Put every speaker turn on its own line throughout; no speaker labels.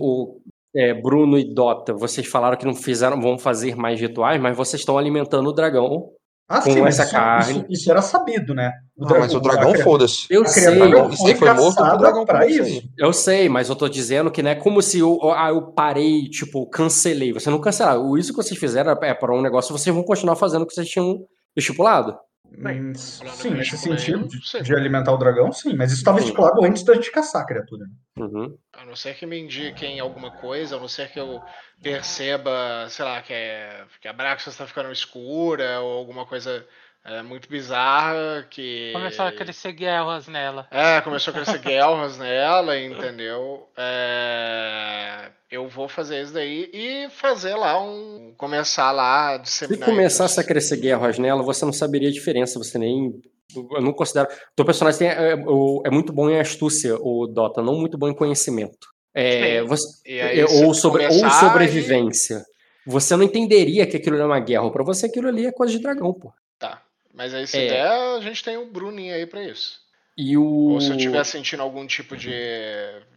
o é, Bruno e Dota, vocês falaram que não fizeram, vão fazer mais rituais, mas vocês estão alimentando o dragão.
Ah,
Com
sim, mas
essa
isso,
carne.
Isso, isso era sabido, né?
Não, mas Então, o dragão,
a-
foda-se.
Eu
Ah,
a
sei,
criatura
Dragão,
foi
isso aí foi morto
caçada
pro dragão
pra
comer isso
isso.
aí.
eu sei, mas eu tô dizendo que não é como se eu, ah, eu parei, tipo, cancelei. Você não cancelaram. Isso que vocês fizeram é para um negócio, vocês vão continuar fazendo o que vocês tinham estipulado.
Hum,
Falando
Sim,
em
nesse
Chico Leão,
sentido,
sim.
de, de alimentar o dragão, sim. Mas isso estava
Sim.
estipulado antes da gente caçar a criatura.
Uhum.
A não ser que me indiquem alguma coisa, a não ser que eu perceba, sei lá, que, é, que a Braxas está ficando escura ou alguma coisa é, muito bizarra que.
Começou a crescer guerras nela.
É, começou a crescer guerras nela, entendeu? É, eu vou fazer isso daí e fazer lá um. Começar lá a
Se
disseminar.
começasse
isso.
a crescer guerras nela, você não saberia a diferença, você nem. Eu não considero. Teu personagem tem, é, o- é muito bom em astúcia, o Dota, não muito bom em conhecimento. É,
Sim.
você-
E aí,
é,
se
ou, sobre, ou
começar,
sobrevivência. Você não entenderia que aquilo não é uma guerra. Pra você, aquilo ali é coisa de dragão, pô.
Tá. Mas aí se
É.
der, a gente tem o Bruninho aí pra isso.
E o.
Ou se eu estiver sentindo algum tipo de.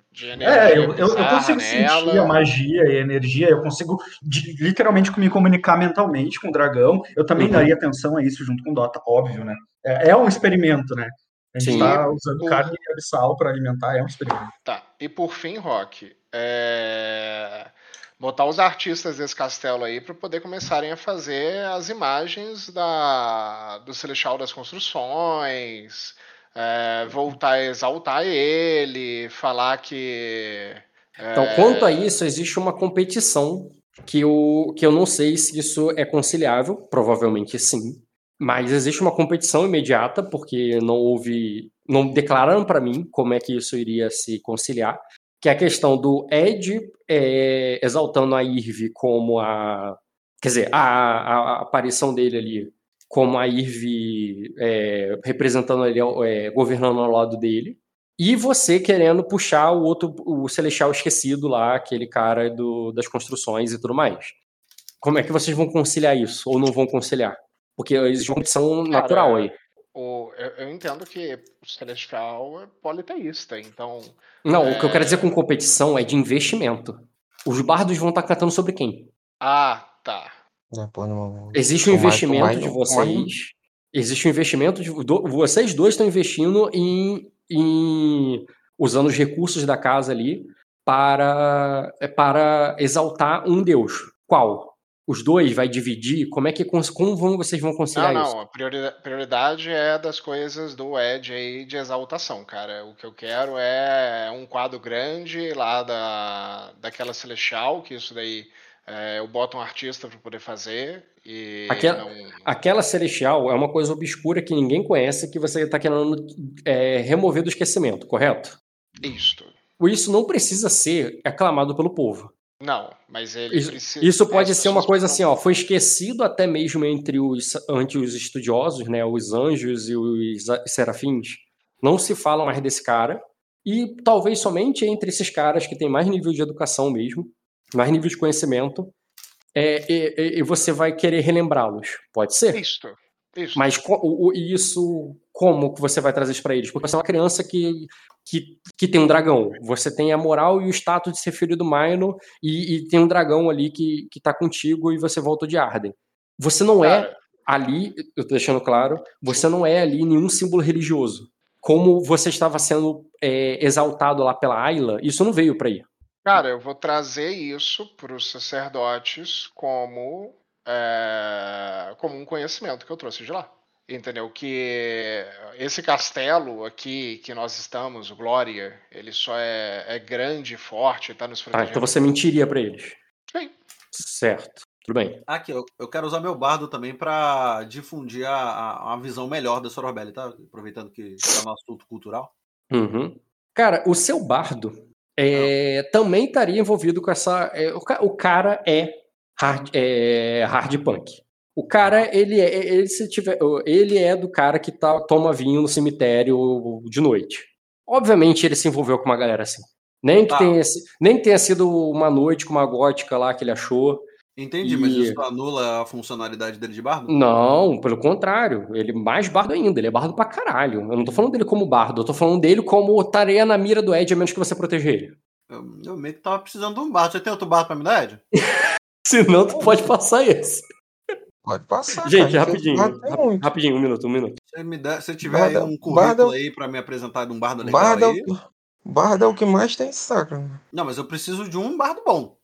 de energia
É, eu, eu- eu
bizarra
consigo sentir
nela.
a magia e a energia, eu consigo de- literalmente me comunicar mentalmente com o dragão. Eu também
Uhum.
daria atenção a isso junto com o Dota, óbvio, né? É, é um experimento, né? A gente
Sim.
está usando
Uhum.
carne e abissal para alimentar, é um experimento.
Tá. E por fim, Rock, é, botar os artistas desse castelo aí para poder começarem a fazer as imagens da... do Celestial das Construções, é, voltar a exaltar ele, falar que. é,
Então, quanto a isso, existe uma competição que eu, que eu não sei se isso é conciliável, provavelmente sim, mas existe uma competição imediata, porque não houve. Não declararam para mim como é que isso iria se conciliar, que é a questão do Ed eh, exaltando a Irve como a. Quer dizer, a, a- a aparição dele ali como a Irve eh, representando ali, eh, governando ao lado dele. E você querendo puxar o outro, o Celestial esquecido lá, aquele cara do, das construções e tudo mais. Como é que vocês vão conciliar isso? Ou não vão conciliar? Porque eles vão são natural aí.
o- Eu, eu entendo que o Celestial é politeísta, então.
Não, o que eu
É.
quero dizer com competição é de investimento. Os bardos vão estar cantando sobre quem?
Ah, tá.
Não, É, pô, não-
Existe um
O Michael
investimento de
Myers-
vocês. Existe um investimento de. do- vocês dois estão investindo em, em- usando os recursos da casa ali para, é, para exaltar um deus. Qual? Os dois vai dividir? Como é que cons- como vão, vocês vão
Não,
conciliar é isso?
não, a priori- prioridade é das coisas do Ed aí de exaltação, cara. O que eu quero é um quadro grande lá da, daquela Celestial, que isso daí é, eu boto um artista pra poder fazer e
Aquela-
não-
Aquela celestial é uma coisa obscura que ninguém conhece que você está querendo é, remover do esquecimento, correto?
Isto.
Isso não precisa ser aclamado pelo povo.
Não, mas ele
Isso-
precisa...
Isso pode
as
ser uma
pessoas
coisa
precisam-
assim, ó, foi esquecido até mesmo entre os, ante os estudiosos, né, os anjos e os a- serafins, não se fala mais desse cara, e talvez somente entre esses caras que têm mais nível de educação mesmo, mais nível de conhecimento, é, e, e- e você vai querer relembrá-los, pode ser?
Isto, isto.
assim, Mas co- o- o- e isso, como que você vai trazer isso pra eles? Porque você é uma criança que, que, que tem um dragão. Você tem a moral e o status de ser filho do Maino e, e tem um dragão ali que, que tá contigo e você volta de Arden. Você não é
Cara,
ali, eu tô deixando claro, você não é ali nenhum símbolo religioso. Como você estava sendo é, exaltado lá pela Ayla, isso não veio pra aí.
Cara, eu vou trazer isso para os sacerdotes como, eh, como um conhecimento que eu trouxe de lá. Entendeu? Que esse castelo aqui que nós estamos, o Glória, ele só é, é grande, forte, está nos
Ah,
protegendo.
então você mentiria pra eles.
Sim.
Certo, tudo bem.
Aqui, eu, eu quero usar meu bardo também pra difundir a, a, a visão melhor da Sorobelli, tá? Aproveitando que tá no assunto cultural.
Uhum. Cara, o seu bardo é, também estaria envolvido com essa. é, o, ca- o cara é hard, é hard punk. O cara, ele é, ele, se tiver, ele é do cara que tá, toma vinho no cemitério de noite. Obviamente ele se envolveu com uma galera assim. Nem que,
Ah.
tenha, si- nem que tenha sido uma noite com uma gótica lá que ele achou.
Entendi, mas
E-
isso anula a funcionalidade dele de bardo?
Não, pelo contrário. Ele é mais bardo ainda. Ele é bardo pra caralho. Eu não tô falando dele como bardo. Eu tô falando dele como tareia na mira do Ed, a menos que você proteja ele.
Eu, eu meio que tava precisando de um bardo. Você tem outro bardo pra me dar, Ed?
Senão, tu pode passar esse.
Pode passar.
Gente,
cara,
rapidinho.
porque eu- tem muito.
Rapidinho, um minuto, um minuto.
Se, me der, se tiver
Bardo-
aí um currículo
bardo-
aí pra me apresentar de um bardo legal
Bardo é o
aí.
que- Bardo é o que mais tem, saca?
Não, mas eu preciso de um bardo bom.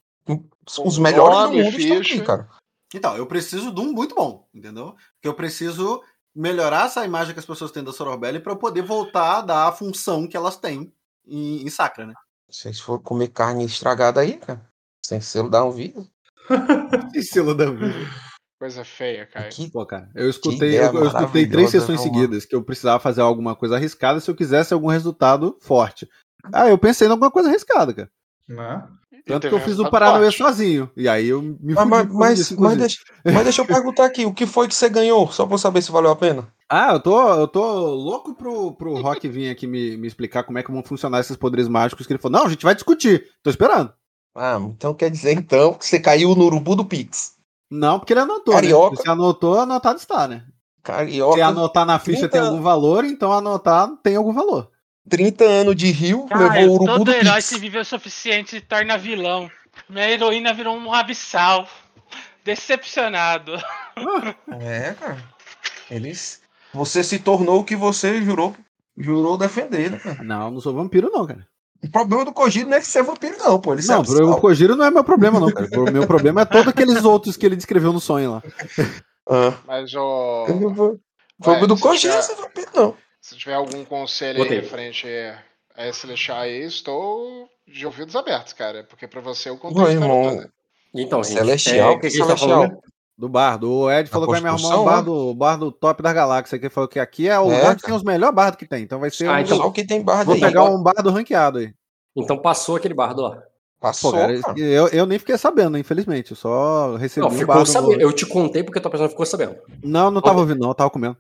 Os melhores
nome,
do mundo estão aqui,
ficha.
cara.
Então, eu preciso de um muito bom, entendeu? Porque eu preciso melhorar essa imagem que as pessoas têm da Sorobelli pra eu poder voltar a dar a função que elas têm em, em Sacra, né?
Se vocês for comer carne estragada aí, cara, sem selo dá um vídeo.
Estilo da vida.
Coisa feia, cara.
Aqui,
Pô, cara, eu
Que
escutei,
ideia
eu, eu escutei três
maravilhosa, né,
sessões
Romano.
seguidas que eu precisava fazer alguma coisa arriscada se eu quisesse algum resultado forte. Ah, eu pensei em alguma coisa arriscada, cara.
Né?
E
Tanto
teve
que eu
um
fiz o
resultado
Paranauê
forte.
sozinho. E aí eu me
Mas,
fudi
mas,
por causa
mas,
disso,
mas
inclusive.
deixa, mas deixa eu perguntar aqui, o que foi que você ganhou? Só pra eu saber se valeu a pena.
Ah, eu tô, eu tô louco pro, pro Rock vir aqui me, me explicar como é que vão funcionar esses poderes mágicos que ele falou. Não, a gente vai discutir. Tô esperando.
Ah, então quer dizer então que você caiu no urubu do Pix.
Não, porque ele anotou.
Carioca.
Né? Se anotou, anotado está, né? Se
Carioca,
anotar na ficha tem
Trinta-
algum valor, então anotar tem algum valor.
30 anos de rio,
Cara,
levou o urubu
todo
do
herói
Pix.
que viveu o suficiente se torna vilão. Minha heroína virou um abissal. Decepcionado.
É, cara. Eles. Você se tornou o que você jurou, jurou defender, né, cara?
Não, eu não sou vampiro, não, cara.
O problema do Kojiro não é que você é vampiro, não, pô. Ele
não,
sabe
o problema do Kojiro não é meu problema, não, cara. O meu problema é todos aqueles outros que ele descreveu no sonho lá.
Ah,
Mas, ô,
eu não vou- o problema do
se
Kojiro
tiver-
não é vampiro, não.
se tiver algum conselho aí
Botei.
referente a esse lixar aí, estou de ouvidos abertos, cara. Porque pra você o
Meu
contexto tá
irmão,
todo.
Então, gente.
Celestial,
é,
que
a gente tá
celestial?
falando?
Do bardo. O Ed falou que vai me arrumar um
construção,
bardo, bardo top da galáxia, que falou que aqui é o
É,
lugar que
cara.
tem os melhores bardos que tem. Então vai ser.
Ah,
um-
então-
só que tem barra
Vou
daí.
pegar um bardo ranqueado aí.
Então passou aquele bardo lá.
Passou,
Pô, cara,
cara.
eu, eu nem fiquei sabendo, infelizmente. Eu só recebi
Não,
um
ficou
bardo.
sabendo.
no-
Eu te contei porque a tua personagem ficou sabendo.
Não, não tava ouvindo, não, eu tava comendo.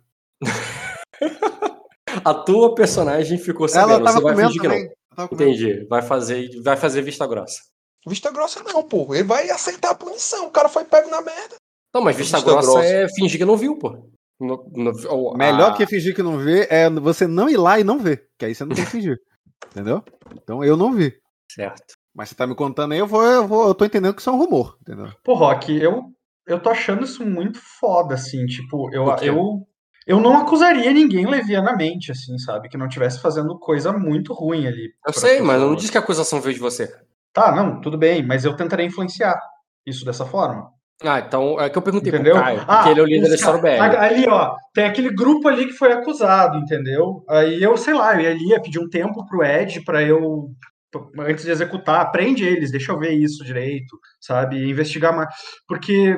A tua personagem ficou sabendo.
Ela tava
Você vai
comendo
fingir que
também.
não.
Ela tava comendo.
Entendi. Vai fazer, vai fazer vista grossa.
Vista grossa não, pô. Ele vai aceitar a punição. O cara foi pego na merda.
Não, mas vista,
Vista
grossa,
grossa.
é fingir que não viu, pô. No- no- ou ah, a-
Melhor que fingir que não vê é você não ir lá e não ver. Que aí você não tem que fingir. Entendeu? Então eu não vi.
Certo.
Mas você tá me contando aí, eu vou, eu vou, eu tô entendendo que isso é um rumor, entendeu?
Pô, Rock, eu, eu tô achando isso muito foda, assim, tipo, eu,
Por quê?
eu, eu não acusaria ninguém levianamente, assim, sabe? Que não estivesse fazendo coisa muito ruim ali.
Eu
pra
sei, mas eu não
pessoa.
disse que a acusação veio de você.
Tá, não, tudo bem, mas eu tentarei influenciar isso dessa forma.
Ah, então é que eu perguntei
Entendeu?
pro Caio,
Ah,
porque ele é o líder
os
da história BR.
A- Ali, ó, tem aquele grupo ali que foi acusado, entendeu? Aí eu, sei lá, eu ia ali ia pedir um tempo pro Ed pra eu, p- antes de executar, prende eles, deixa eu ver isso direito, sabe? Investigar mais. Porque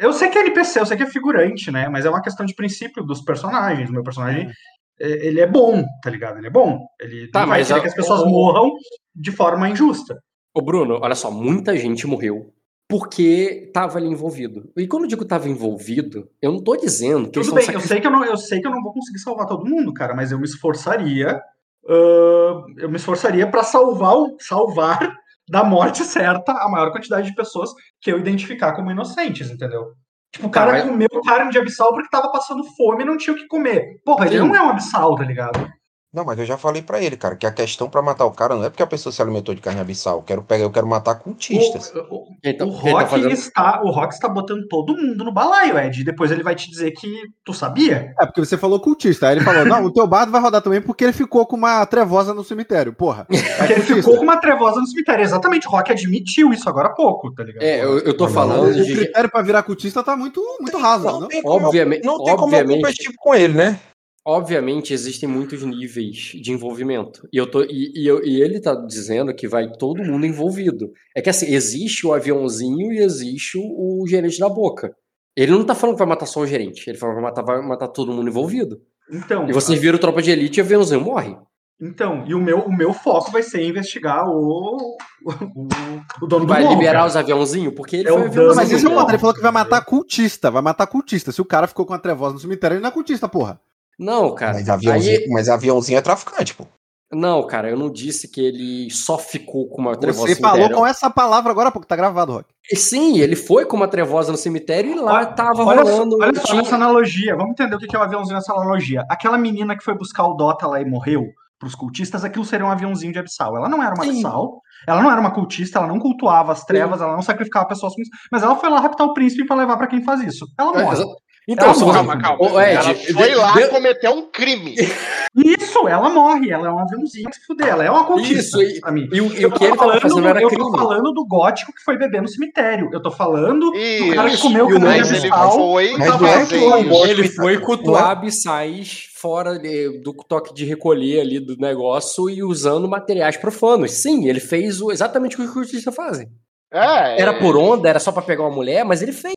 eu sei que é NPC, eu sei que é figurante, né? Mas é uma questão de princípio dos personagens. O meu personagem, é, ele é bom, tá ligado? Ele é bom. Ele
Tá,
não vai
mas
querer
a-
que as pessoas morram de forma injusta.
Ô, Bruno, olha só, muita gente morreu porque tava ali envolvido. E quando eu digo tava envolvido, eu não tô dizendo que eles
Tudo
estão
bem, eu
sacri-
sei, que eu, não, eu sei que eu não vou conseguir salvar todo mundo, cara, mas eu me esforçaria. ah, eu me esforçaria para salvar, o- salvar da morte certa a maior quantidade de pessoas que eu identificar como inocentes, entendeu? Tipo, o cara
Tá, mas-
comeu carne de abissal porque tava passando fome e não tinha o que comer. Porra, ele
Sim.
não é um abissal, tá ligado?
Não, mas eu já falei pra ele, cara, que a questão pra matar o cara não é porque a pessoa se alimentou de carne abissal. Eu quero pegar, eu quero matar cultistas.
O, o,
Quem
o
tá- quem tá
Rock
fazendo-
está, o Rock está botando todo mundo no balaio, Ed, e depois ele vai te dizer que tu sabia.
É, porque você falou cultista. Aí ele falou: não, o teu bardo vai rodar também porque ele ficou com uma trevosa no cemitério. Porra.
É
Porque ele ficou
né?
com uma trevosa no cemitério. Exatamente, o Rock admitiu isso agora há pouco, tá ligado?
É, eu, eu tô
Mas
falando
O
de.
critério pra virar cultista tá muito, muito raso,
Não,
não?
tem como, eu-
Obviamente,
não tem como eu
obviamente,
competir com ele, né?
obviamente existem muitos níveis de envolvimento. E, eu tô, e, e eu- e ele tá dizendo que vai todo mundo envolvido. É que assim, existe o aviãozinho e existe o, o gerente da boca. Ele não tá falando que vai matar só o gerente, ele falou que vai matar, vai matar todo mundo envolvido.
Então,
E vocês viram tropa de elite e o aviãozinho morre.
Então, e o meu, o meu foco vai ser investigar o, o, o dono
Vai
do morro,
liberar
cara.
os aviãozinhos, porque ele
É
foi
o
aviãozinho.
Não, mas isso é
Não,
um
não.
padre. Ele falou que vai matar cultista. Vai matar cultista. Se o cara ficou com a trevosa no cemitério, ele não é cultista, porra.
Não, cara.
Mas aviãozinho,
Aí,
mas aviãozinho é traficante, pô.
não, cara, eu não disse que ele só ficou com uma trevosa
Você
no
falou
cemitério. é um-
com essa palavra agora, porque tá gravado, Rock.
E Sim, ele foi com uma trevosa no cemitério e lá tava
Olha, só-
rolando.
olha
um
só
tiro.
nessa analogia, vamos entender o que que é o aviãozinho nessa analogia. Aquela menina que foi buscar o Dota lá e morreu, Para os cultistas, aquilo seria um aviãozinho de abissal. Ela não era uma abissal, ela não era uma cultista, ela não cultuava as trevas, ela não sacrificava pessoas com isso, mas ela foi lá raptar o príncipe para levar para quem faz isso. Ela
Mas-
morre.
Então,
Ela
se
morre.
você...
Calma, calma.
Ô, Ed,
ela foi
de-
lá
de-
cometer um crime.
Isso, ela morre, ela é um aviãozinho que se fuder, ela é uma
Isso,
cultista.
e,
pra mim.
e o, e
Eu
o
tô
que ele tava
falando
fazendo
do-
era
Eu
crime.
tô falando do gótico que foi beber no cemitério. Eu tô falando do cara que
Isso.
comeu o
E o
caminho
Mas
de
ele
abissal.
foi
mas não é
fazer
que o
isso.
Ele foi
Não é?
cultuar abissais fora de- do toque de recolher ali do negócio e usando materiais profanos. Sim, ele fez o- exatamente o que os cultistas fazem.
É,
Era por onda, era só pra pegar uma mulher, mas ele fez.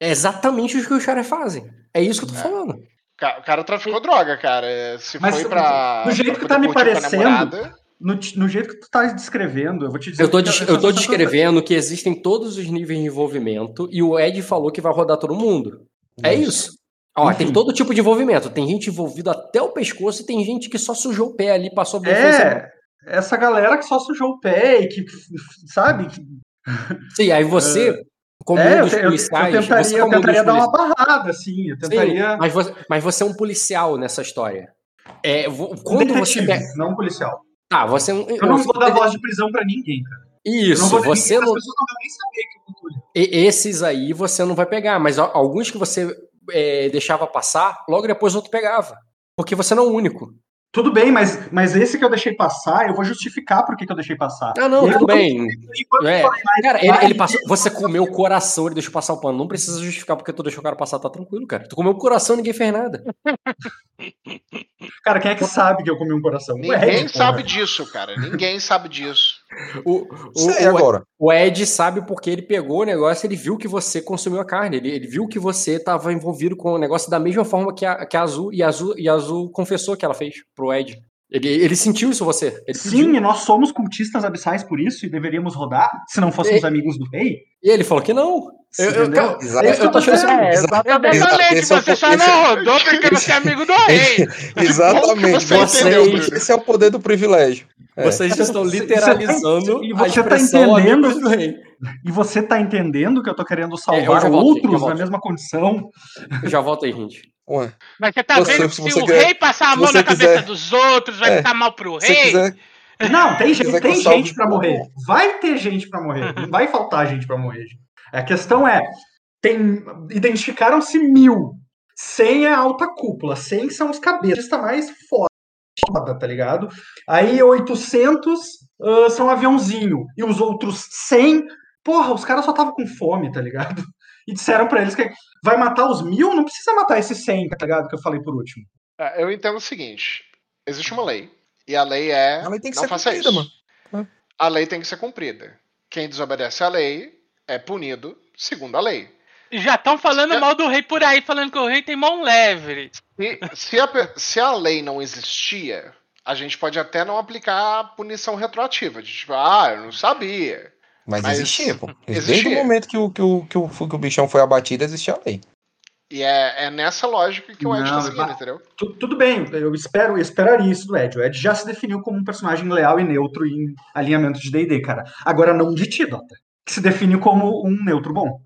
É exatamente o que os caras fazem. É isso que eu tô
É.
falando.
ca- O cara traficou droga, cara. Se
Mas
foi pra.
do jeito
pra
que tá
poder
me
curtir com a
parecendo,
namorada,
No, ti- no jeito que tu tá descrevendo, eu vou te dizer.
Eu tô,
é que
des-
essa
eu tô
sensação-
descrevendo que existem todos os níveis de envolvimento e o Ed falou que vai rodar todo mundo. É isso. Ó,
Enfim.
tem todo tipo de envolvimento. Tem gente envolvida até o pescoço e tem gente que só sujou o pé ali, passou a
É, essa galera que só sujou o pé e que, sabe? que-
Sim, aí você, como
é,
um
eu,
dos
te- eu, te- eu
policiais,
tentaria,
você
eu
como um dos
tentaria dar uma
polici-
barrada, assim. Eu tentaria.
Sim, mas, você, mas você é um policial nessa história. É, vo- quando você
detetive,
pega.
não um policial.
Tá, você é um.
Eu não vou dar voz de prisão pra ninguém, cara. Eu
Isso,
não vou dar
você
ninguém,
não.
As pessoas não vão nem saber que eu culturo.
e- Esses aí você não vai pegar, mas a- alguns que você é, deixava passar, logo depois o outro pegava. Porque você não é o único.
Tudo bem, mas, mas esse que eu deixei passar, eu vou justificar por que que eu deixei passar.
Ah, não,
E aí,
tudo
quando-
bem.
Enquanto
É.
eu falei, mas
Cara, ele, ele passou. Você comeu o coração, ele deixou passar o pano. Não precisa justificar porque tu deixou o cara passar, tá tranquilo, cara. Tu comeu o coração e ninguém fez nada.
Cara, quem é que sabe que eu comi um coração? O Ed,
Ninguém
porra.
sabe disso, cara. Ninguém sabe disso.
O, o,
Sei
o,
agora.
O Ed sabe porque ele pegou o negócio, ele viu que você consumiu a carne, ele, ele viu que você estava envolvido com o negócio da mesma forma que a, que a Azul, e a Azul, e a Azul confessou que ela fez pro Ed. Ele, ele sentiu isso você. Ele
Sim,
pediu.
e nós somos cultistas abissais por isso e deveríamos rodar, se não fôssemos
E-
amigos do rei.
E ele falou que não. Eu, eu,
Entendeu?
eu,
Exato.
eu tô achando assim,
É,
Exatamente.
exatamente,
Esse é o
você
ponto-
só
né,
esse
não
é-
rodou porque você é amigo do rei.
Exatamente.
Como que você entendeu,
Vocês-
Bruno?
Esse é o poder do privilégio. É.
assim, vocês estão
Você-
literalizando
você- e
a
você tá
expressão
entendendo-
amigos do rei.
E você tá entendendo que eu tô querendo
É, eu
salvar
já volto, eu já
outros
volto.
na mesma condição?
Eu já volto aí, gente.
Ué,
Mas você tá
Você-
vendo que
se
se
você
o
quer-
rei passar a
se
mão
você
na cabeça
quiser-
dos outros, vai
É.
ficar mal pro
Se você
rei.
quiser,
Não, tem
Quiser
gente,
que eu
tem
salve,
gente pra
tá
morrer.
bom.
Vai ter gente pra morrer. Não vai faltar gente pra morrer. gente. A questão é, tem identificaram-se mil. 100 é a alta cúpula, 100 são os cabeças tá mais foda, foda, tá ligado? Aí 800 ah, são aviãozinho e os outros 100, porra, os caras só estavam com fome, tá ligado? E disseram pra eles que vai matar os mil, não precisa matar esses 100, tá ligado? Que eu falei por último.
É, Eu entendo o seguinte: existe uma lei. E a lei é.
A lei tem que
não
ser
faça
cumprida, É.
isso. A lei tem que ser cumprida. Quem desobedece à lei é punido segundo a lei.
E já estão falando mal do rei por aí, falando que o rei tem mão leve.
E se, a, pe- se a lei não existia, a gente pode até não aplicar a punição retroativa. De tipo, ah, eu não sabia.
mas,
Mas
existia, pô. Desde o
existia.
momento que o, que, o, que, o, que o bichão foi abatido, existia a lei.
E é, é nessa lógica que o Ed
Não,
tá seguindo,
mas-
entendeu?
Tu- tudo bem, eu espero, eu esperaria isso do Ed. O Ed já se definiu como um personagem leal e neutro em alinhamento de D&D, cara. Agora não de ti, Dota, que se define como um neutro bom.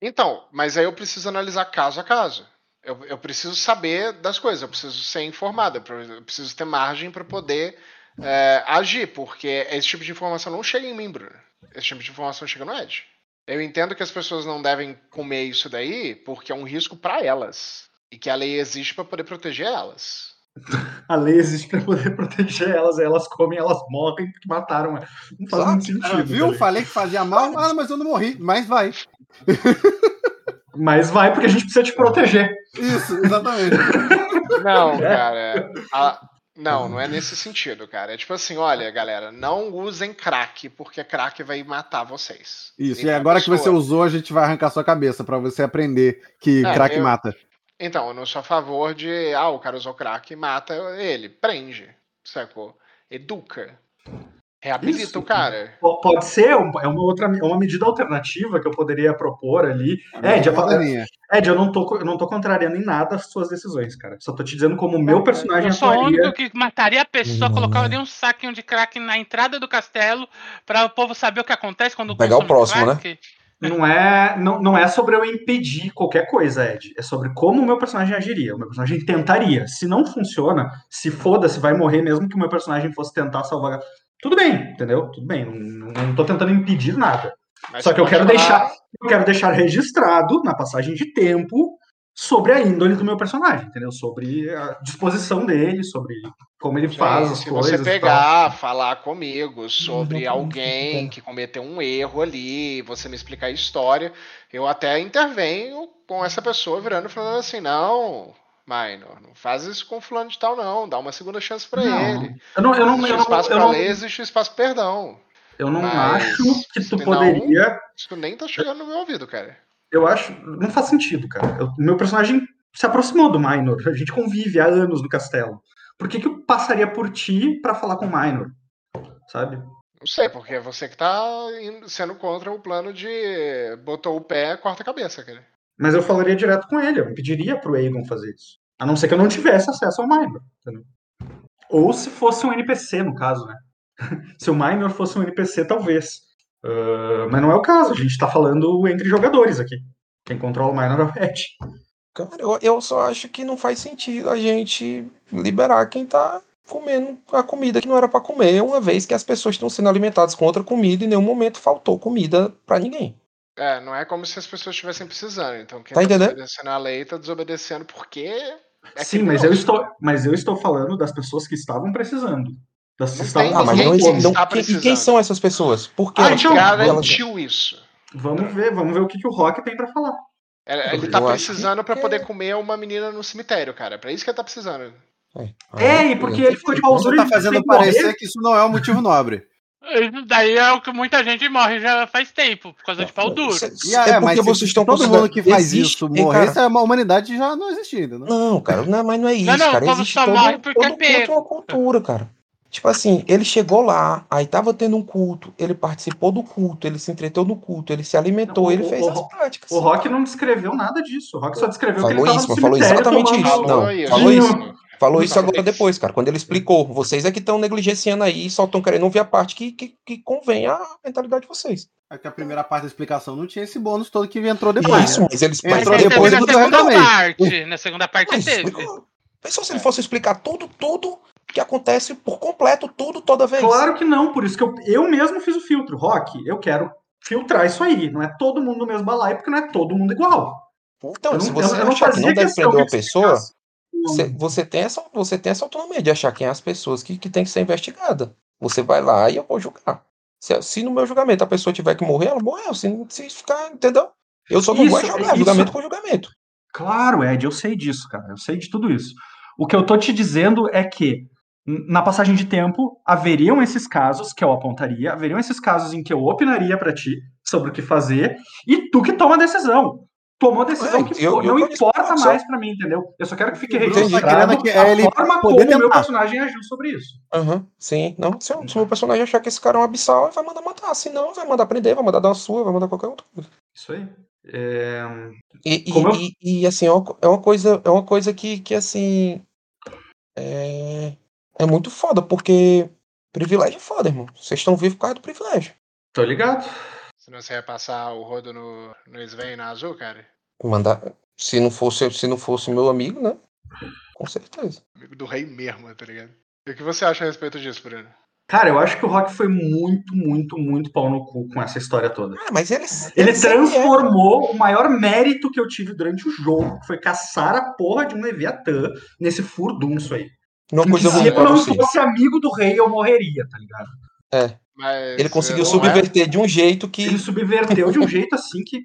Então, mas aí eu preciso analisar caso a caso. Eu, eu preciso saber das coisas, eu preciso ser informada, pra- eu preciso ter margem para poder é, agir, porque esse tipo de informação não chega em mim, Bruno. Esse tipo de informação chega no Ed. Eu entendo que as pessoas não devem comer isso daí porque é um risco para elas e que a lei existe para poder proteger elas.
A lei existe pra poder proteger elas, aí elas comem, elas morrem porque mataram. elas. Não faz muito sentido.
Ah,
tá
viu?
ligado?
Falei que fazia mal. Ah, mas eu não morri. Mas vai.
Mas vai porque a gente precisa te proteger.
Isso, exatamente.
É.
Não, cara. a- não, não é nesse sentido, cara. É tipo assim, olha, galera, não usem crack porque crack vai matar vocês.
Isso. E
Então,
agora que você
pessoa-
usou, a gente vai arrancar sua cabeça pra você aprender que
É,
crack
eu-
mata.
Então, eu não sou a favor de. Ah, o cara usou crack, mata ele, prende, sacou? Educa. Reabilita
Isso.
o cara.
P- Pode ser um- é uma outra é uma medida alternativa que eu poderia propor ali.
É,
Ed, eu, fal-
Galerinha.
Ed, eu não tô co- eu não tô contrariando em nada as suas decisões, cara. Só tô te dizendo como o meu personagem
Eu sou o
atuaria.
único que mataria a pessoa,
Não,
colocaria
né?
um saquinho de crack na entrada do castelo pra o povo saber o que acontece quando
Pegar o
consome
próximo, né?
crack.
não é, não, não é sobre eu impedir qualquer coisa, Ed. É sobre como o meu personagem agiria. O meu personagem tentaria. Se não funciona, se foda-se, vai morrer mesmo que o meu personagem fosse tentar salvar. Tudo bem, entendeu? Tudo bem. Não, não, não tô tentando impedir nada.
Mas
Só que eu
pode
quero
falar-
deixar- Eu quero deixar registrado na passagem de tempo sobre a índole do meu personagem, entendeu? Sobre a disposição dele, sobre como ele
Sim,
faz as
se
coisas.
você
e
pegar, falar comigo sobre
Exatamente,
alguém
então.
cara.
que cometeu um erro ali, você me explicar a história, eu até intervenho com essa pessoa virando e falando assim, não, Minor, não faz isso com fulano de tal não, dá uma segunda chance pra
Não,
ele.
tal. Eu não, eu não,
existe
eu não,
espaço
eu
pra
não,
ler, existe espaço pra perdão.
eu não
mas um,
acho que
se
tu
não-
poderia
Isso nem tá chegando no meu ouvido, cara.
Eu acho. Não faz sentido, cara. Eu- meu personagem se aproximou do Minor. A gente convive há anos no castelo. Por que, que eu passaria por ti pra falar com o Minor? Sabe?
Não sei, porque é você que tá indo- sendo contra o plano de botou o pé, corta a cabeça, cara.
Mas eu falaria direto com ele. Eu impediria pro Aegon fazer isso. A não ser que eu não tivesse acesso ao Minor. entendeu? Ou se fosse um NPC, no caso, né? se o Minor fosse um NPC, talvez. Ah, mas não é o caso. A gente tá falando entre jogadores aqui. Quem controla o Minor é o Red.
Cara, eu, eu só acho que não faz sentido a gente liberar quem tá comendo a comida que não era pra comer, uma vez que as pessoas estão sendo alimentadas com outra comida e em nenhum momento faltou comida pra ninguém.
É, não é como se as pessoas estivessem precisando. Então, quem
Tá
tá,
entendendo?
desobedecendo a lei tá desobedecendo porque. É
Sim, mas eu,
criminoso.
estou, mas eu estou falando das pessoas que estavam precisando. Das que
Não
estavam
tem
Ah, mas
passando
não,
Ninguém
fome.
existe- não-
está
quem- e quem
precisando.
são essas pessoas? Por que
Ah,
elas
então,
estão- elas-
garantiu isso.
Vamos ver, vamos ver o que, que o Rock tem pra falar.
É, Ele
Eu
tá
acho
precisando pra
que-
poder comer uma menina no cemitério, cara. Pra isso que ele tá precisando.
Ah,
É, e porque ele ficou de
Você
balzura
tá fazendo parecer que isso não é um motivo nobre.
Isso Daí é o que muita gente morre já faz tempo, por causa de pau duro.
Isso- isso
E é,
é porque
mas se
vocês estão
todo mundo que
considerando-
faz
existe-
isso
hein, cara?
morrer, a humanidade já não existindo, né?
Não, cara, não, mas não é isso,
não,
cara.
o povo
Existe
só
todo,
morre porque
todo
é
culto
pego.
é uma cultura, cara. Tipo assim, ele chegou lá, aí tava tendo um culto, ele participou do culto, ele se entreteu no culto, ele se alimentou,
Não, o-
ele fez
o-
as práticas.
O Rock não descreveu nada disso. O Rock só descreveu que
Falou
ele tava
isso,
no
mas falou
cemitério
exatamente
tomando-
isso. Não, falou
isso.
Falou isso
Não,
agora
tem que-
depois, cara, quando ele explicou. Vocês é que estão negligenciando aí, só estão querendo ouvir a parte que, que, que convém à mentalidade de vocês.
É que a primeira parte da explicação não tinha esse bônus todo que entrou depois.
Isso,
né?
mas ele
Mas
entrou
aí
depois
na
do
segunda
Renan.
parte. Na segunda parte
Mas,
teve.
claro. Pensou É se ele fosse explicar tudo, tudo que acontece por completo, tudo, toda vez.
Claro que não, por isso que eu, eu mesmo fiz o filtro. Rock, eu quero filtrar isso aí. Não é todo mundo no mesmo balaio, porque não é todo mundo igual.
Então,
Eu
se
não-
você
eu- eu não
achar que
fazia
não deve
questão
prender uma
que ele
pessoa,
explicasse. Não.
você, você tem essa, você tem essa autonomia de achar quem é as pessoas que, que tem que ser investigada. Você vai lá e eu vou julgar. Se, se no meu julgamento a pessoa tiver que morrer, ela morreu. Se, se ficar, entendeu? Eu só não
Isso,
vou é julgar,
isso.
julgamento por julgamento.
Claro, Ed, eu sei disso, cara. Eu sei de tudo isso. O que eu tô te dizendo é que n- na passagem de tempo haveriam esses casos que eu apontaria, haveriam esses casos em que eu opinaria pra ti sobre o que fazer e tu que toma a decisão. Tomou a decisão
É,
que
eu-
for,
eu
não
tô
importa
disposto,
mais pra mim, entendeu? Eu só quero que fique
O Bruno
tá
registrado
querendo que-
a
é ele
forma como
poder
o meu
tentar.
personagem agiu sobre isso.
Aham, sim. Não, se, o- se o meu personagem achar que esse cara é um abissal, ele vai mandar matar. Se não, vai mandar prender, vai mandar dar uma sua, vai mandar qualquer um. outra coisa.
Isso aí. É,
E, e,
Como eu-
e- e, assim, é uma, co- é uma coisa, é uma coisa que, que assim. É, é muito foda, porque privilégio é foda, irmão. Vocês estão vivos por causa do privilégio.
Tô ligado.
Senão você ia passar o rodo no, no Sven na azul, cara.
Mandar, se não fosse, se não fosse meu amigo, né? Com certeza.
Amigo do rei mesmo, tá ligado? E o que você acha a respeito disso, Bruno?
Cara, eu acho que o Rock foi muito, muito, muito pau no cu com essa história toda.
Ah, mas ele,
Ele
sempre é.
transformou o maior mérito que eu tive durante o jogo, que foi caçar a porra de um Leviatã nesse furdunço aí.
Uma
Em que
coisa assim.
se
ruim
eu
Um pra
não
vocês.
fosse amigo do rei, eu morreria, tá ligado?
Mas,
Ele conseguiu
não é
subverter de um jeito que.
Ele subverteu de um jeito assim que.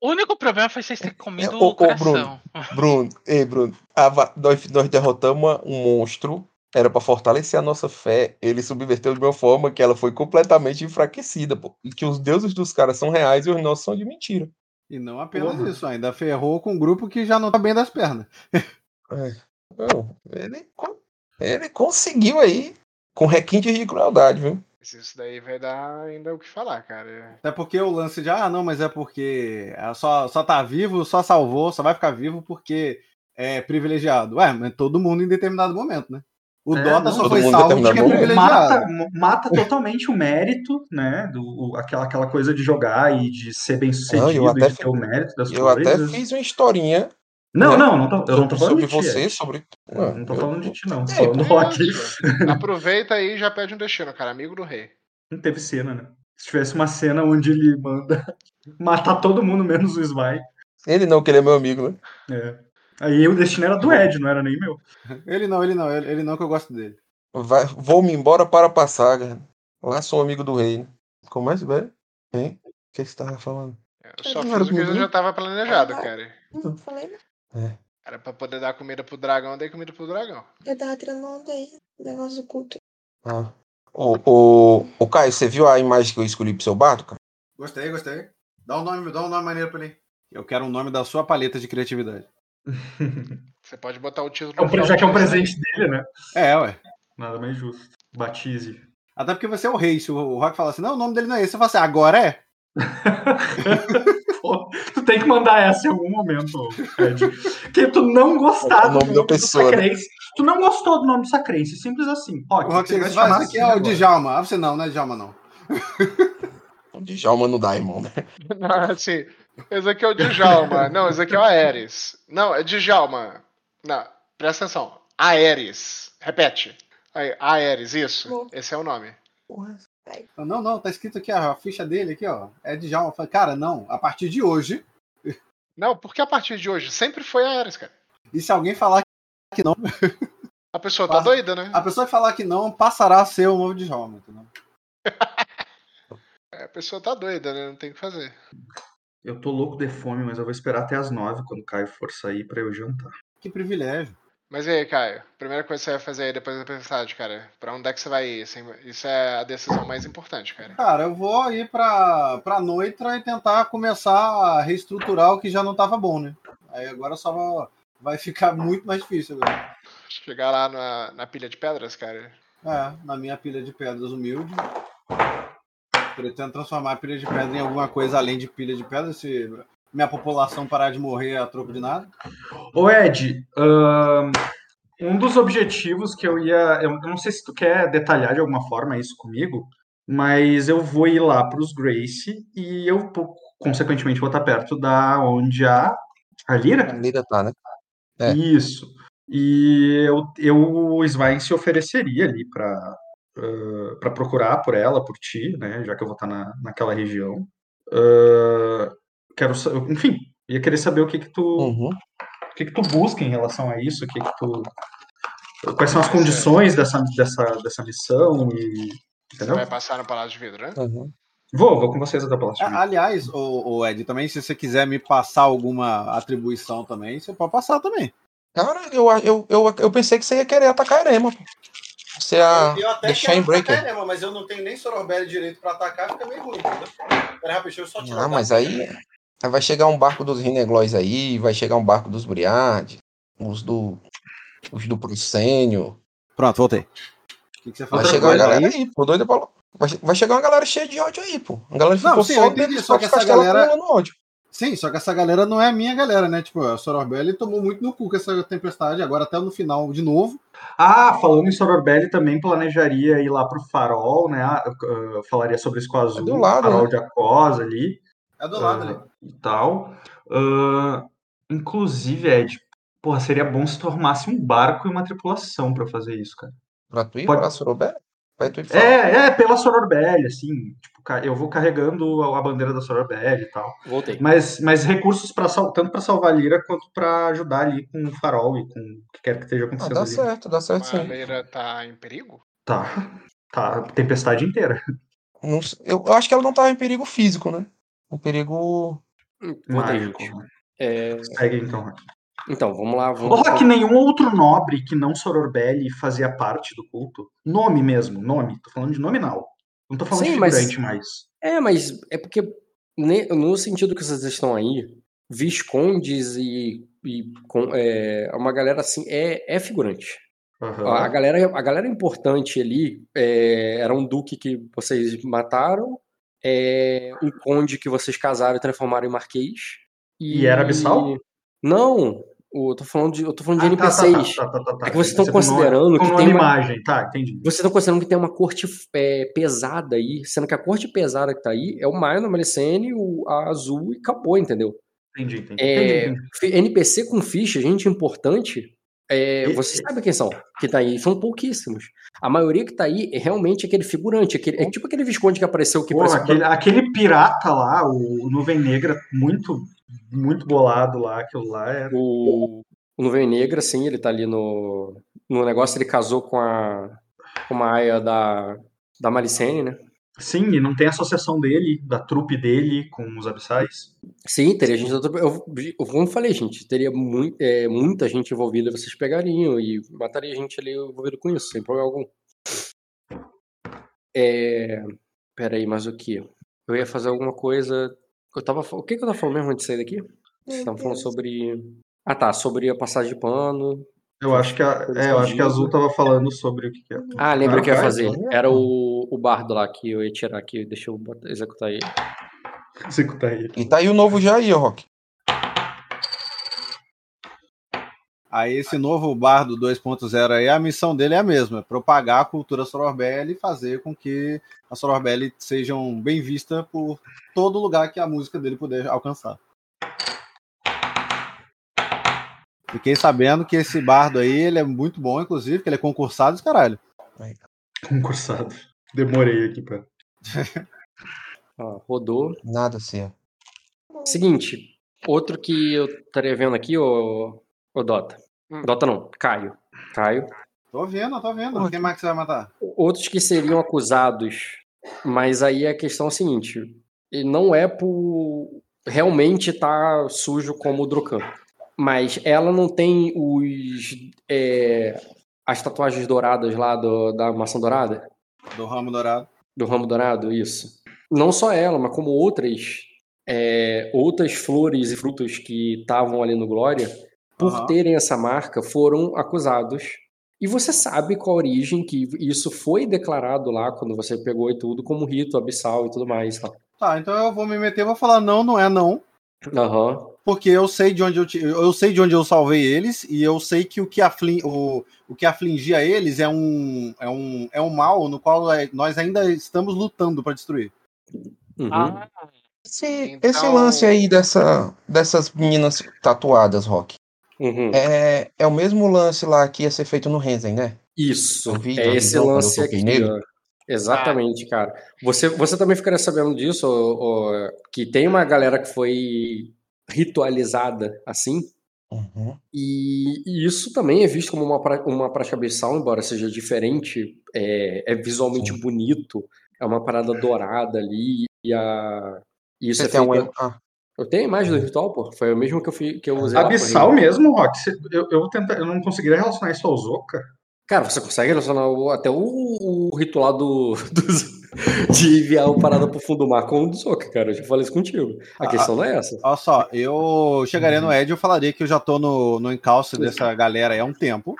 O único problema foi vocês terem comido
Ô, ô,
o coração.
Bruno, ei, Bruno, a va- nós, nós derrotamos um monstro, era pra fortalecer a nossa fé, ele subverteu de uma forma que ela foi completamente enfraquecida, pô. E que os deuses dos caras são reais e os nossos são de mentira.
E não apenas
Porra.
isso, ainda ferrou com um grupo que já não tá bem das pernas.
Não, ele, co- ele conseguiu aí, com requintes de crueldade, viu?
Mas Isso daí vai dar ainda o que falar, cara.
Até porque o lance de, ah, não, mas é porque é só, só tá vivo, só salvou, só vai ficar vivo porque é privilegiado. Ué, mas todo mundo em determinado momento, né? O
É,
Dota
não,
só
todo
foi
mundo
salvo de
determinou
que é
Tá bom.
privilegiado.
tipo, mata, mata totalmente o mérito, né? Do, o- aquela, aquela coisa de jogar e de ser bem
Não,
sucedido
eu
e
até
de
fi-
ter o mérito das
Eu até
coisas.
fiz uma historinha
Não,
né,
não, não tô, eu não tô falando
sobre
de ti.
você,
Ed.
sobre.
Eu Não tô falando de ti, não. Tô
É,
falando do
é,
Rock.
Aproveita aí e já pede um destino, cara. Amigo do rei.
Não teve cena, né? Se tivesse uma cena onde ele manda matar todo mundo, menos o Sly.
Ele não, que ele é meu amigo, né?
É. Aí o destino era do Ed, não era nem meu.
Ele não, ele não, ele, ele não é que eu gosto dele.
Vai- Vou-me embora para Passaga. Lá sou amigo do rei. Né? Ficou mais velho? Hein? O que você estava falando?
Eu só
um
Ele não
fiz
era
o que eu
bonito?
já tava planejado,
Ah,
cara.
Não falei, né?
Era pra poder dar comida pro dragão, eu dei comida pro dragão.
Eu tava tirando onda é aí, negócio do culto.
Ah. Ô, ô, ô, Caio, você viu a imagem que eu escolhi pro seu bardo, cara?
Gostei, gostei. Dá um nome, dá um nome maneiro pra ele. Eu quero um nome da sua paleta de criatividade.
Você pode botar o título
É um pre- já que é um presente dele, né?
É, ué.
Nada mais justo. Batize.
Até porque você é o rei. Se o Rock falar assim, não, o nome dele não é esse, você fala assim, agora é?
Pô, tu tem que mandar essa em algum momento, Ed. Que tu não gostar
O nome da pessoa, né?
Sacrense. Tu não gostou do nome do Sacrense, simples assim. Ó,
O
que
Rock
você
chega
vai
e
se
fala,
chamar
"Esse aqui
assim
é o
agora.
Djalma. Ah, você não, não é Djalma, não.
O Djalma não dá, irmão. Né?
Não, assim, esse aqui é o Djalma. Não, esse aqui é o Aeres. Não, é Djalma. Não, presta atenção. Aeres. Repete. Aí, Aeres, isso.
Bom.
Esse é o nome.
Porra.
Eu, Não, não, tá escrito aqui a ficha dele aqui, ó. É Djalma. Eu falei, Cara, não, a partir de hoje,
Não, porque a partir de hoje sempre foi Aeres, cara.
e se alguém falar que não,
A pessoa tá
Passa.
doida, né?
a pessoa que falar que não passará a ser o novo Djalma, entendeu?
É, A pessoa tá doida, né? Não tem o que fazer.
Eu tô louco de fome, mas eu vou esperar até as nove quando o Caio for sair pra eu jantar.
Que privilégio.
Mas e aí, Caio? Primeira coisa que você vai fazer aí depois da tempestade, cara. Pra onde é que você vai ir? Assim, Isso é a decisão mais importante, cara.
Cara, eu vou ir pra, pra Noitra e tentar começar a reestruturar o que já não tava bom, né? Aí agora só vai- vai ficar muito mais difícil agora.
Chegar lá na, na pilha de pedras, cara.
É, na minha pilha de pedras humilde. Pretendo transformar a pilha de pedra em alguma coisa além de pilha de pedra, se minha população parar de morrer a troco de nada.
Ô, Ed, ahn, um dos objetivos que eu ia. Eu eu não sei se tu quer detalhar de alguma forma isso comigo, mas eu vou ir lá pros Grace e eu, po- consequentemente, vou estar perto da onde a. A Lira?
A Lira tá, né? É.
Isso. E eu, eu, o Svain se ofereceria ali para para procurar por ela, por ti, né? Já que eu vou estar na, naquela região. Ah, quero, sa- enfim, ia querer saber o que que tu,
Uhum.
o que que tu busca em relação a isso, o que que tu, quais são as condições dessa, dessa, dessa missão e
Você
entendeu?
vai passar no Palácio de Vidro, né?
uhum.
Vou, vou com vocês até o Palácio. de
A- Aliás, o, Ed, também, se você quiser me passar alguma atribuição também, você pode passar também.
Cara, eu, eu, eu, eu pensei que você ia querer atacar a Erema. pô. Você a. Deixar Ah, em breaker.
né, mas eu não tenho nem Sorobel direito pra atacar, fica meio ruim. Pera, deixa eu só
Ah, mas aí, aí vai chegar um barco dos Rineglóis aí, vai chegar um barco dos Briard, os do. Os do Procênio.
Pronto, voltei. O que, que você
Vai
Outra
chegar uma
coisa
galera aí, pô, doida pra. Vai, che- vai chegar uma galera cheia de ódio aí, pô. A galera
Não,
ficou
sim,
só
eu entendi,
dentro dos
só que
próprios
essa
castelos
galera-
acumulando ódio.
Sim, só que essa galera não é a minha galera, né? Tipo, a Sorobel tomou muito no cu com essa tempestade, agora até no final de novo.
Ah, falando em Sororbelli, também planejaria ir lá pro Farol, né? Ah, ah, falaria sobre isso com a Azul,
do lado,
Farol
né?
de Acosa ali ah,
É do lado ali.
e tal. Ah, inclusive, Ed, porra, seria bom se tu armasse um barco e uma tripulação pra fazer isso, cara.
Pra tu ir
Pode-
pra Sorobé? Vai tu ir pra.
É, é, pela Sororbelli, assim, tipo, ca- eu vou carregando a a bandeira da Sororbelli e tal.
Voltei.
Mas, mas recursos para tanto pra salvar a Lira quanto pra ajudar ali com o Farol e com o que quer que esteja
Ah,
acontecendo
dá
ali.
certo, dá certo
A
sim.
Leira tá em perigo?
Tá. Tá, tempestade inteira.
Não sei- eu, eu acho que ela não tava em perigo físico, né? Um perigo.
Voltei,
Mágico,
gente.
né?
É,
Segue então, Rock.
então, vamos lá. Vamos
Ô, Rock, nenhum outro nobre que não Sororbelli fazia parte do culto? Nome mesmo, nome. Tô falando de nominal. Não tô falando de
Sim, mas-
figurante mais.
É, mas é porque ne- no sentido que vocês estão aí, viscondes e, e com- é, uma galera assim é, é figurante.
Aham. Ah,
A galera, a galera importante ali é, era um duque que vocês mataram, é, um conde que vocês casaram e transformaram em marquês.
E era abissal?
Não, O- eu tô falando de, eu tô falando de
Ah, tá, tá,
NPCs.
tá, tá, tá, tá.
É que vocês
Você
estão
falou-
considerando que
falou
tem
uma
uma-
imagem, tá, entendi.
Vocês estão considerando que tem uma corte é, pesada aí, sendo que a corte pesada que tá aí é o Maio na Melicene, o a Azul e acabou, entendeu?
Entendi, entendi. entendi,
É,
entendi.
fi- NPC com ficha, gente importante, é,
E-
vocês sabem quem são que tá aí, são pouquíssimos. A maioria que tá aí é realmente aquele figurante, aquele, é tipo aquele Visconde que apareceu que
Porra,
parecia-
aquele, aquele pirata lá, o Nuvem Negra, muito, muito bolado lá, aquilo lá é.
O, o Nuvem Negra, sim, ele tá ali no, no negócio, ele casou com a, com uma aia da, da Malicene, né?
Sim, e não tem associação dele, da trupe dele com os abissais.
Sim, teria gente. da outra- Eu, eu, como eu falei, gente, teria mui- é, muita gente envolvida, vocês pegariam e mataria gente ali envolvida com isso, sem problema algum. É, peraí, mas o que? Eu ia fazer alguma coisa. Eu tava, fa- o que, que eu tava falando mesmo antes de sair daqui? Vocês estavam falando sobre. Ah, tá, sobre a passagem de pano.
Eu acho que a, é, eu acho que a Azul tava
né?
falando sobre o que, que é.
Uhum.
Ah, lembra o que eu ia
vai,
fazer. Era o, o bardo lá que eu ia tirar aqui, deixa eu botar- executar ele.
Executar ele.
E tá aí o novo Jair, ó, Rock.
Aí esse novo bardo 2.0 aí, a missão dele é a mesma, é propagar a cultura Sororbelli e fazer com que a Sororbelli sejam bem vista por todo lugar que a música dele puder alcançar. Fiquei sabendo que esse bardo aí, ele é muito bom, inclusive, que ele é concursado, esse caralho.
Concursado. Demorei aqui, pra.
Ó, rodou.
Nada, assim, ó.
Seguinte, outro que eu estaria vendo aqui, o, o Dota. Dota não, Caio. Caio.
Tô vendo, tô vendo.
Porra.
Quem mais que você vai matar?
Outros que seriam acusados, mas aí a questão é a seguinte: e não é por realmente tá sujo como o Drokan, mas ela não tem os é, as tatuagens douradas lá do- da maçã dourada.
Do Ramo Dourado.
do ramo dourado, isso. Não só ela, mas como outras é, outras flores e frutos que estavam ali no Glória, por
Aham.
terem essa marca, foram acusados. E você sabe qual a origem que isso foi declarado lá quando você pegou e tudo, como um rito abissal e tudo mais. Tá?
Tá, então eu vou me meter, vou falar não, não é não.
Aham.
Porque eu sei de onde eu, ti- eu sei de onde eu salvei eles e eu sei que o que, afli, o, o que afligia eles é um, é, um, é um mal no qual é- nós ainda estamos lutando para destruir.
Uhum.
Ah,
Esse,
Então-
esse lance aí dessa, dessas meninas tatuadas, Rock,
Uhum.
é, é o mesmo lance lá que ia ser feito no Renzen, né?
Isso,
Eu vi,
é
eu vi,
esse
não, quando eu
lance
toquei
aqui.
nele.
ó. Exatamente, cara. Você, você também ficaria sabendo disso, ô- ô, que tem uma galera que foi ritualizada assim,
Uhum.
e, e isso também é visto como uma, pra- uma prática abissal, embora seja diferente, é, é visualmente
Sim.
bonito, é uma parada dourada ali, e, a, e isso
Você
é
tem
feito...
um... ah,
Eu tenho a imagem do ritual, pô, foi o mesmo que eu, fi, que eu usei lá. pro
Abissal
rei.
mesmo, Rock. Cê- Eu, eu, tenta- eu não conseguiria relacionar isso ao Zoka.
Cara, você consegue relacionar o- até o, o ritual do, dos- de enviar o parada pro fundo do mar com o do Zoka, cara. Eu já falei isso contigo. A
Ah.
questão não é essa.
Olha só, eu chegaria no Ed e eu falaria que eu já tô no, no encalço dessa galera aí há um tempo.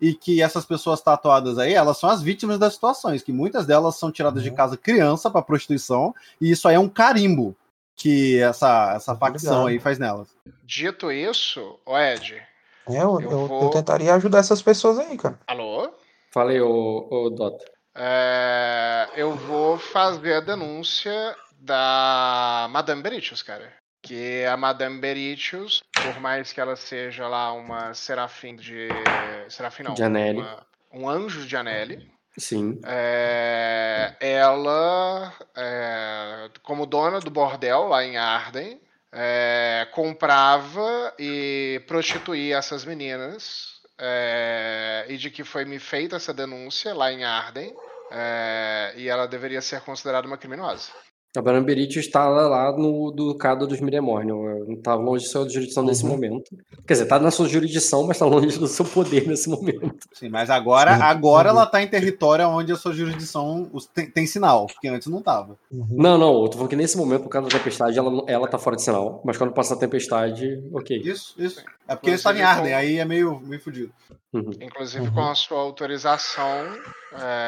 E que essas pessoas tatuadas aí, elas são as vítimas das situações, que muitas delas são tiradas de casa criança para prostituição, e isso aí é um carimbo que essa, essa facção aí faz nelas.
Dito isso, ô Ed.
é, eu,
Eu
eu- eu
vou-
tentaria ajudar essas pessoas aí, cara.
Alô?
Falei, ô, ô Dota.
É, eu vou fazer a denúncia da Madame Beritius, cara. Que a Madame Beritius, por mais que ela seja lá uma serafim de. Serafim não.
De Anelli.
uma- um anjo de Anelli.
Sim.
é, ela, é, como dona do bordel lá em Arden, é, comprava e prostituía essas meninas. é, e de que foi me feita essa denúncia lá em Arden. é, e ela deveria ser considerada uma criminosa.
A Baramberite está lá no ducado dos Miremórnio. Não está longe da sua jurisdição nesse
Uhum.
momento. Quer dizer, está na sua jurisdição, mas está longe do seu poder nesse momento.
Sim, mas agora,
Sim,
agora
entendi.
ela tá em território onde a sua jurisdição os- tem, tem sinal, porque antes não tava.
Uhum.
Não, não. Eu tô falando que nesse momento, por causa da tempestade, ela, não- ela tá fora de sinal. Mas quando passa a tempestade, ok.
Isso, isso. É porque eles estavam em Arden, aí é meio, meio fudido.
Uhum.
Inclusive
Uhum.
com a sua autorização.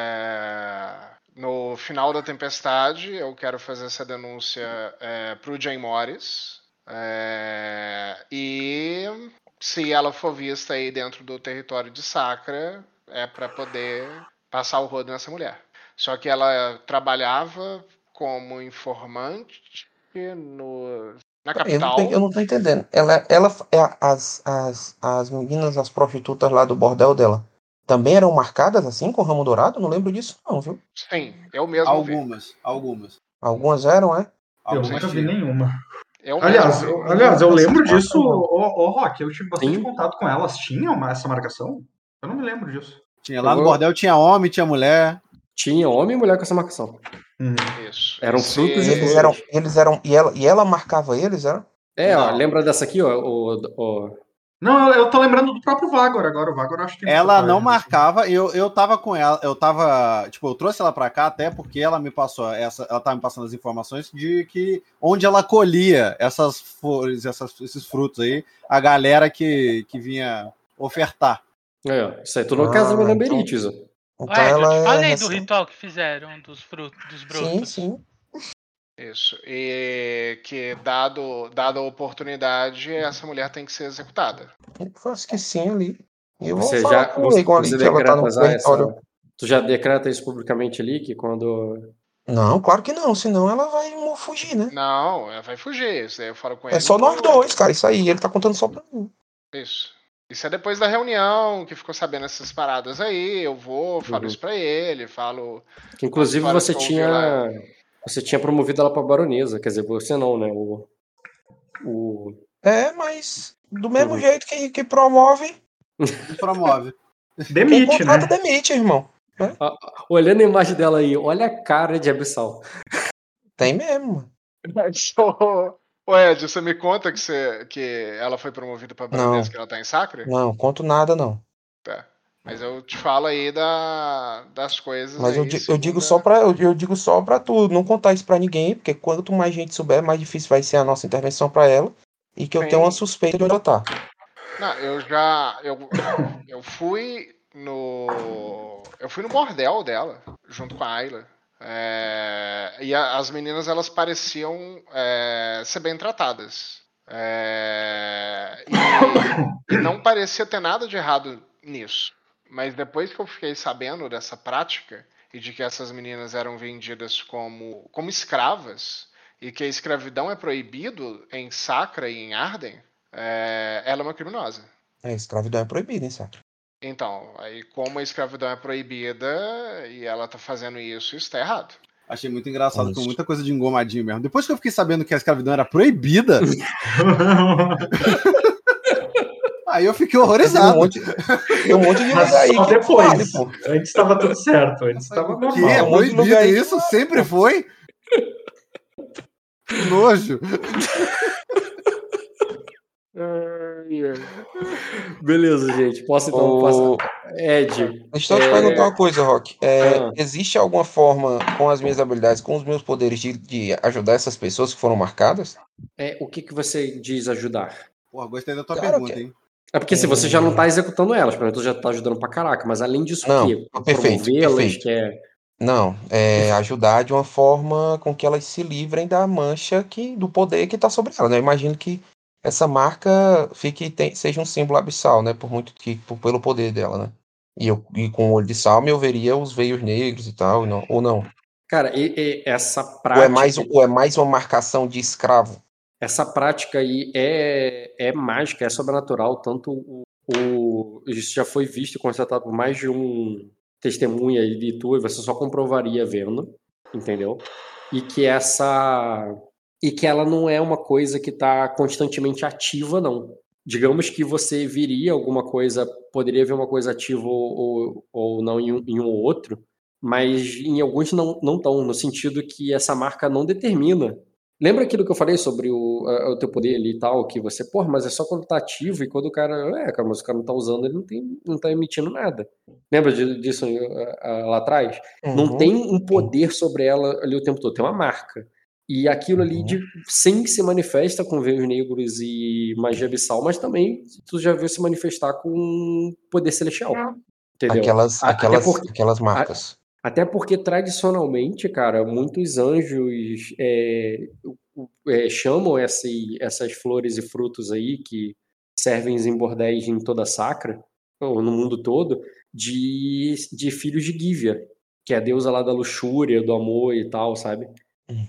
é, no final da tempestade, eu quero fazer essa eh, denúncia é, pro Jay Morris. é, eh, e se ela for vista aí dentro do território de Sacra, é para poder passar o rodo nessa mulher. Só que ela trabalhava como informante no, na
Eu não,
capital.
tô, eu não tô entendendo. Ela, ela, é a- as, as, as meninas, as prostitutas lá do bordel dela, também eram marcadas assim com o ramo dourado? Não lembro disso, não, viu?
Sim, eu mesmo vi.
Algumas, algumas.
Algumas eram, é?
Eu
Ah,
algumas
nunca vi
sim.
nenhuma.
Eu
é
mesmo
Aliás,
vi.
eu, aliás, eu lembro
Essa
disso,
marcação.
ô, ô Rock, eu tive bastante
Sim.
contato com elas. Tinha uma- essa marcação? Eu não me lembro disso.
Tinha lá no
Eu-
bordel, tinha homem, tinha mulher.
Tinha homem e mulher com essa marcação.
Hum.
Isso.
Eram
Esse-
frutos
E
de
eles
flores.
eram, e eles eram, e ela, e ela marcava eles, era?
É, ó,
Ah.
Não.
lembra dessa aqui, ó? O, o-
Não, eu, eu tô lembrando do próprio Vagor agora. O Vagor eu acho que. tem né?
Ela
muita
não
coisa.
marcava, eu, eu tava com ela, eu tava, tipo, eu trouxe ela pra cá até porque ela me passou essa, ela tava me passando as informações de que onde ela colhia essas flores, essas, esses frutos aí, a galera que, que vinha ofertar.
é, ó, isso aí tudo é
Ah,
uma casa
então-
Lamberites, ó.
Então
Ué, eu
ela
te
é
falei do
assim.
ritual que fizeram dos frutos dos
Sim,
brotos.
sim.
Isso. E que, dado, dada a oportunidade, essa mulher tem que ser executada.
Eu acho que sim ali. E Eu vou
Você
falar
já
com o
você,
Egon ali,
você
que ela tá no
decreta já
território.
essa, tu já decreta isso publicamente ali que quando
Não, claro que não, senão ela vai mo- fugir, né?
Não, ela vai fugir. Isso aí eu falo com ele.
É só nós
no-
dois, cara, isso aí. Ele tá contando só pra mim.
Isso. Isso é depois da reunião, que ficou sabendo essas paradas aí. Eu vou, falo
Uhum.
isso pra ele, falo.
que inclusive
Fora
você
que eu ouvi
tinha
lá.
você tinha promovido ela pra baronesa, quer dizer, você não, né? O, o
É, mas do mesmo
Uhum.
jeito que, que promove,
Não promove.
quem
Demite, né?
contrata demite, irmão.
olhando a imagem dela aí, olha a cara de abissal.
Tem mesmo.
Ô, Ô Ed, você me conta que, você, que ela foi promovida pra baronesa,
Não.
que ela tá em Sacre?
Não, conto nada, não.
Tá. Mas eu te falo aí da, das coisas.
Mas eu,
aí,
di- eu
segundo
digo
a-
só pra, eu, eu digo só pra tu não contar isso pra ninguém, porque quanto mais gente souber, mais difícil vai ser a nossa intervenção pra ela. E que eu
Sim.
tenho uma suspeita de onde ela tá.
Não, eu já. Eu, eu fui no. Eu fui no bordel dela, junto com a Ayla. É, e a- as meninas elas pareciam é, ser bem tratadas. É, e, e não parecia ter nada de errado nisso. Mas depois que eu fiquei sabendo dessa prática e de que essas meninas eram vendidas como, como escravas e que a escravidão é proibido em Sacra e em Arden, é, ela é uma criminosa.
É, escravidão é proibida, hein, Sacra?
Então, aí como a escravidão é proibida e ela tá fazendo isso, isso tá errado.
Achei muito engraçado,
Isso.
com muita coisa de engomadinho mesmo. Depois que eu fiquei sabendo que a escravidão era proibida, aí eu fiquei
Tem um
horrorizado.
monte, tem um monte de
Mas
lugar aí
só
que
depois.
vale, pô.
Antes tava tudo certo. Antes tava
Que
Tem
é
um
normal.
monte de lugar
proibido
aí que
isso? Sempre foi? Que Nojo.
Beleza, gente. Posso então
Ô,
passar? Ed,
Deixa eu só te
É.
perguntar uma coisa, Rock. É,
Ah.
Existe alguma forma, com as minhas habilidades, com os meus poderes, de, de ajudar essas pessoas que foram marcadas?
é, o que que você diz ajudar?
Porra, gostei da tua
Claro
pergunta,
que-
hein?
É porque se você já não tá executando elas, pelo menos tu já tá ajudando pra caraca, mas além disso,
Não,
o quê?
perfeito,
Promovê-las,
perfeito.
que é.
Não, é ajudar de uma forma com que elas se livrem da mancha que, do poder que está sobre elas. né? Eu imagino que essa marca fique, tem- seja um símbolo abissal, né? Por muito que, por- pelo poder dela, né? E, eu, e com o olho de salme eu veria os veios negros e tal, e não- ou não.
Cara, e- e essa
Ou
prática.
é, mais, ou é mais uma marcação de escravo?
essa prática aí é, é mágica, é sobrenatural, tanto o, o- isso já foi visto e constatado por mais de um testemunha aí de tu, e você só comprovaria vendo, entendeu? E que essa e que ela não é uma coisa que está constantemente ativa, não. Digamos que você viria alguma coisa, poderia ver uma coisa ativa ou, ou, ou não em um, em um ou outro, mas em alguns não não estão, no sentido que essa marca não determina Lembra aquilo que eu falei sobre o, a- o teu poder ali e tal, que você, porra, mas é só quando tá ativo e quando o cara. É, cara, mas o cara não tá usando, ele não, tem, não tá emitindo nada. Lembra de- disso ah, ah, lá atrás? Não
Uhum.
tem um poder sobre ela ali o tempo todo, tem uma marca. E aquilo ali
Uhum.
de, sim se manifesta com veios negros e magia abissal, mas também tu já viu se manifestar com poder celestial. Entendeu?
Aquelas,
A- até
aquelas,
porque-
aquelas marcas.
Até porque tradicionalmente, cara, muitos anjos é, o- o- é, chamam esse- essas flores e frutos aí que servem em bordéis em toda Sacra, ou no mundo todo, de, de filhos de Gívia, que é a deusa lá da luxúria, do amor e tal, sabe?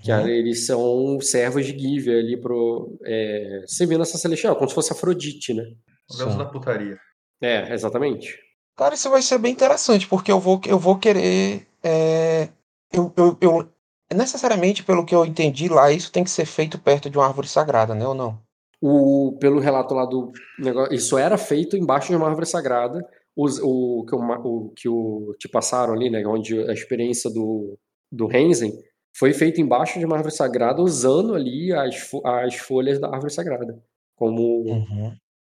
Que
Uhum.
a- eles são servos de Gívia ali pro. É, servindo essa celestial, como se fosse Afrodite, né?
O deus da putaria.
É, exatamente.
Cara, isso vai ser bem interessante, porque eu vou, eu vou querer. é, eu, eu, eu- necessariamente, pelo que eu entendi lá, isso tem que ser feito perto de uma árvore sagrada, né? Ou não?
O, pelo relato lá do negócio, isso era feito embaixo de uma árvore sagrada. Os- o, que o, ma- o que o te passaram ali, né? Onde a experiência do, do Renzen foi feita embaixo de uma árvore sagrada, usando ali as, fo- as folhas da árvore sagrada como,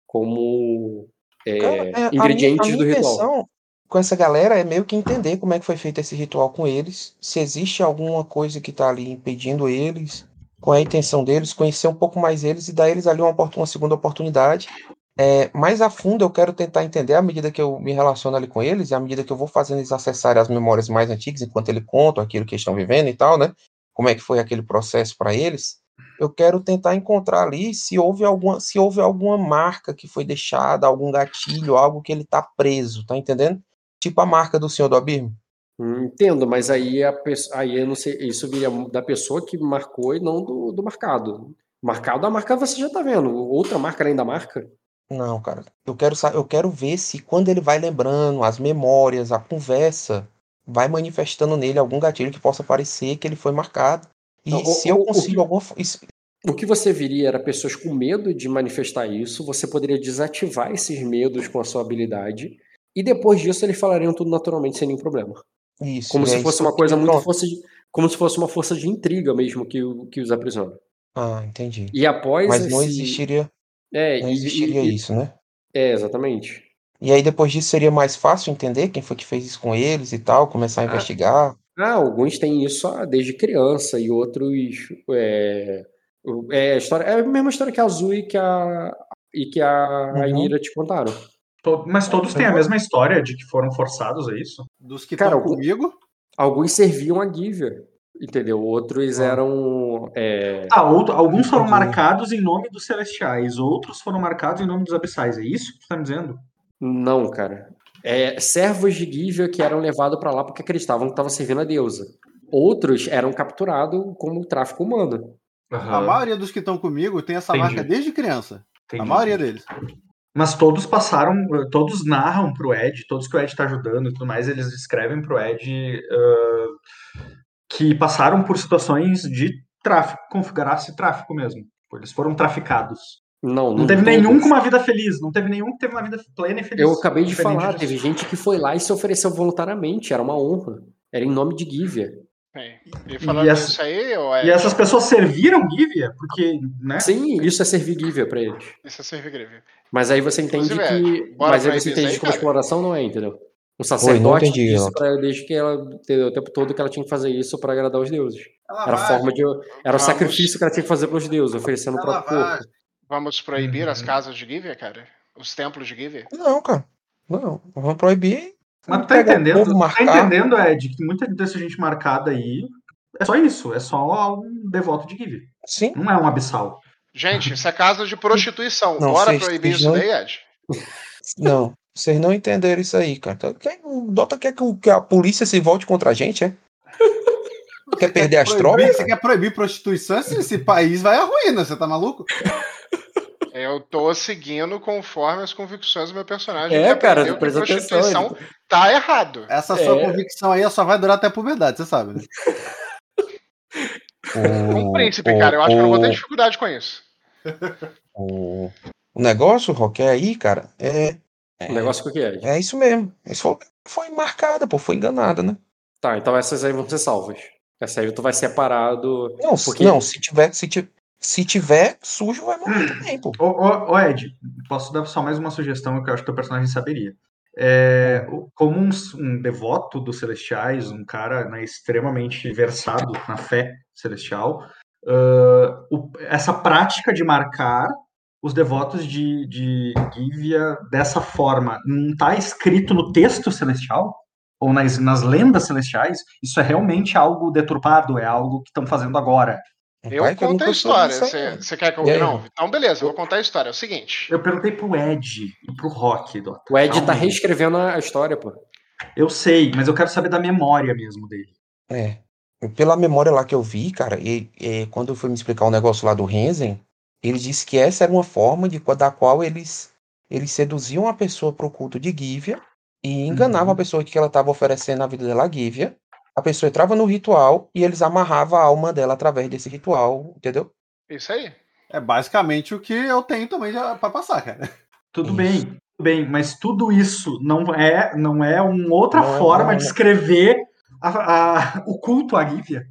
como é,
Hum. Cara, é, a minha-
ingredientes
a minha
do ritual.
intenção com essa galera é meio que entender como é que foi feito esse ritual com eles, se existe alguma coisa que tá ali impedindo eles, qual é a intenção deles, conhecer um pouco mais eles e dar eles ali uma, opor- uma segunda oportunidade. É, mais a fundo eu quero tentar entender à medida que eu me relaciono ali com eles, e à medida que eu vou fazendo eles acessarem as memórias mais antigas, enquanto eles contam aquilo que eles estão vivendo e tal, né? Como é que foi aquele processo para eles? eu quero tentar encontrar ali se houve alguma, se houve alguma marca que foi deixada, algum gatilho, algo que ele tá preso, tá entendendo? Tipo a marca do senhor do abismo.
Hum, Entendo, mas aí a pesso- aí eu não sei, isso viria da pessoa que marcou e não do, do marcado. Marcado a marca você já tá vendo. Outra marca além da marca?
Não, cara. Eu quero, sa- eu quero ver se quando ele vai lembrando, as memórias, a conversa, vai manifestando nele algum gatilho que possa parecer que ele foi marcado. E
Não, o-
se eu
o- o
consigo
que-
alguma fo- isso-
O que você viria era pessoas com medo de manifestar isso, você poderia desativar esses medos com a sua habilidade, e depois disso eles falariam tudo naturalmente sem nenhum problema.
isso,
Como
é
se
isso
fosse
que eu
uma coisa
queria,
muito
pronto.
força de, como se fosse uma força de intriga mesmo que, o- que os aprisiona.
Ah, entendi.
E após
Mas não
esse-
existiria,
é,
não
assim, e- e-
existiria
e-
isso, né?
É, exatamente.
E aí depois disso seria mais fácil entender quem foi que fez isso com eles e tal, começar a investigar.
Ah, alguns têm isso ah, desde criança e outros é, o- é, a história, é a mesma história que a Azul e que a e que a
Uhum.
Anira te contaram.
To- Mas todos têm a mesma história de que foram forçados a isso?
Dos que
Cara,
estão
o-
comigo,
Alguns serviam a Givia, entendeu? Outros
Ah.
eram é,
Ah, outro- alguns foram
Entendi.
marcados em nome dos celestiais, outros foram marcados em nome dos abissais. É isso que tu tá me dizendo?
não, cara, é, servos de Givia que eram levados pra lá porque acreditavam que estavam servindo a deusa. Outros eram capturados como tráfico humano.
Ah.
a maioria dos que estão comigo tem essa
Entendi.
marca desde criança.
Entendi.
A maioria deles.
Mas todos passaram, todos narram pro Ed, todos que o Ed tá ajudando e tudo mais, eles escrevem pro Ed ah, que passaram por situações de tráfico, configurar-se tráfico mesmo. Eles foram traficados.
Não,
Não teve
todos.
nenhum com uma vida feliz, não teve nenhum que teve uma vida plena e feliz.
Eu acabei de
Diferente
falar,
disso.
teve gente que foi lá e se ofereceu voluntariamente, era uma honra. Era em nome de Givia.
Bem, E falando
essa-
nisso aí, é, ô Ed,
E essas pessoas serviram Givia, porque, né?
Sim, isso é servir Givia pra eles.
isso é serve greve.
Mas aí você entende
Inclusive,
que.
é, bora
Mas aí
pra
você
Ibiza
entende
aí,
que uma
cara?
exploração não é, entendeu? Um
não
sacerdote
entendi,
disse
Elton.
pra ela desde que ela. Entendeu? O tempo todo que ela tinha que fazer isso pra agradar os deuses. Era a forma de. Era o
Ah, Vamos- Ah,
sacrifício que ela tinha que fazer pros deuses, oferecendo o
Ela
próprio
vai.
corpo.
Vamos proibir as casas de Givea, cara? Os templos de Givea?
Não, cara. Não, vamos proibir.
Mas tu tá
Pega o
entendendo,
povo
tu tá
marcar.
entendendo, Ed, que muita dessa gente marcada aí é só isso, é só um devoto de Givia.
Sim.
Não é um abissal.
Gente, isso é casa de prostituição.
Não,
Bora
vocês-
proibir
vocês
isso
não-
daí, Ed?
Não, vocês não entenderam isso aí, cara. Então, quer- o Dota quer que, o- que a polícia se volte contra a gente, é? Quer perder as
Proibir-
tropas?
Você quer proibir prostituição? Esse, esse país vai à ruína, você tá maluco?
Eu tô seguindo conforme as convicções do meu personagem.
É,
que
cara,
aprendeu que
presta atenção,
prostituição tá errado.
Essa sua
É.
convicção aí só vai durar até a puberdade, você sabe, né?
Um príncipe, cara. Eu acho que eu não vou ter dificuldade com isso.
O, o negócio, Rock, é aí, cara. É,
O negócio que o que é?
é isso mesmo. Isso foi, foi marcada, pô. Foi enganada, né?
Tá, então essas aí vão ser salvas. Essa aí tu vai separado.
Não, se-
Porque-
não se tiver, se tiver, se tiver sujo, vai morrer também, pô.
Ô, ô, ô, Ed, posso dar só mais uma sugestão que eu acho que o personagem saberia. É, o- como um, s- um devoto dos celestiais, um cara né, extremamente versado na fé celestial, ah, o- essa prática de marcar os devotos de, de Gívia dessa forma não está escrito no texto celestial? Ou nas, nas lendas celestiais? Isso é realmente algo deturpado, é algo que estão fazendo agora.
Eu
Vai que
conto a
nunca soube
história.
disso aí,
Você
não.
você quer que eu.
E aí?
Não, então beleza, eu vou contar a história. É o seguinte.
Eu perguntei pro Ed e pro Rock, Dota.
O Ed tá
Calma.
reescrevendo a a história, pô.
Eu sei, mas eu quero saber da memória mesmo dele.
É. Pela memória lá que eu vi, cara, e, e quando foi me explicar o negócio lá do Renzen, ele disse que essa era uma forma de, da qual eles, eles seduziam a pessoa pro culto de Gívia e enganavam
Uhum.
a pessoa que ela estava oferecendo a vida dela a Gívia. A pessoa entrava no ritual e eles amarravam a alma dela através desse ritual, entendeu?
Isso aí.
É basicamente o que eu tenho também já pra passar, cara.
Tudo
Isso.
bem, tudo bem, mas tudo isso não é não é uma outra
Não é-
forma
não,
de
não.
escrever a- a- o culto à Lívia.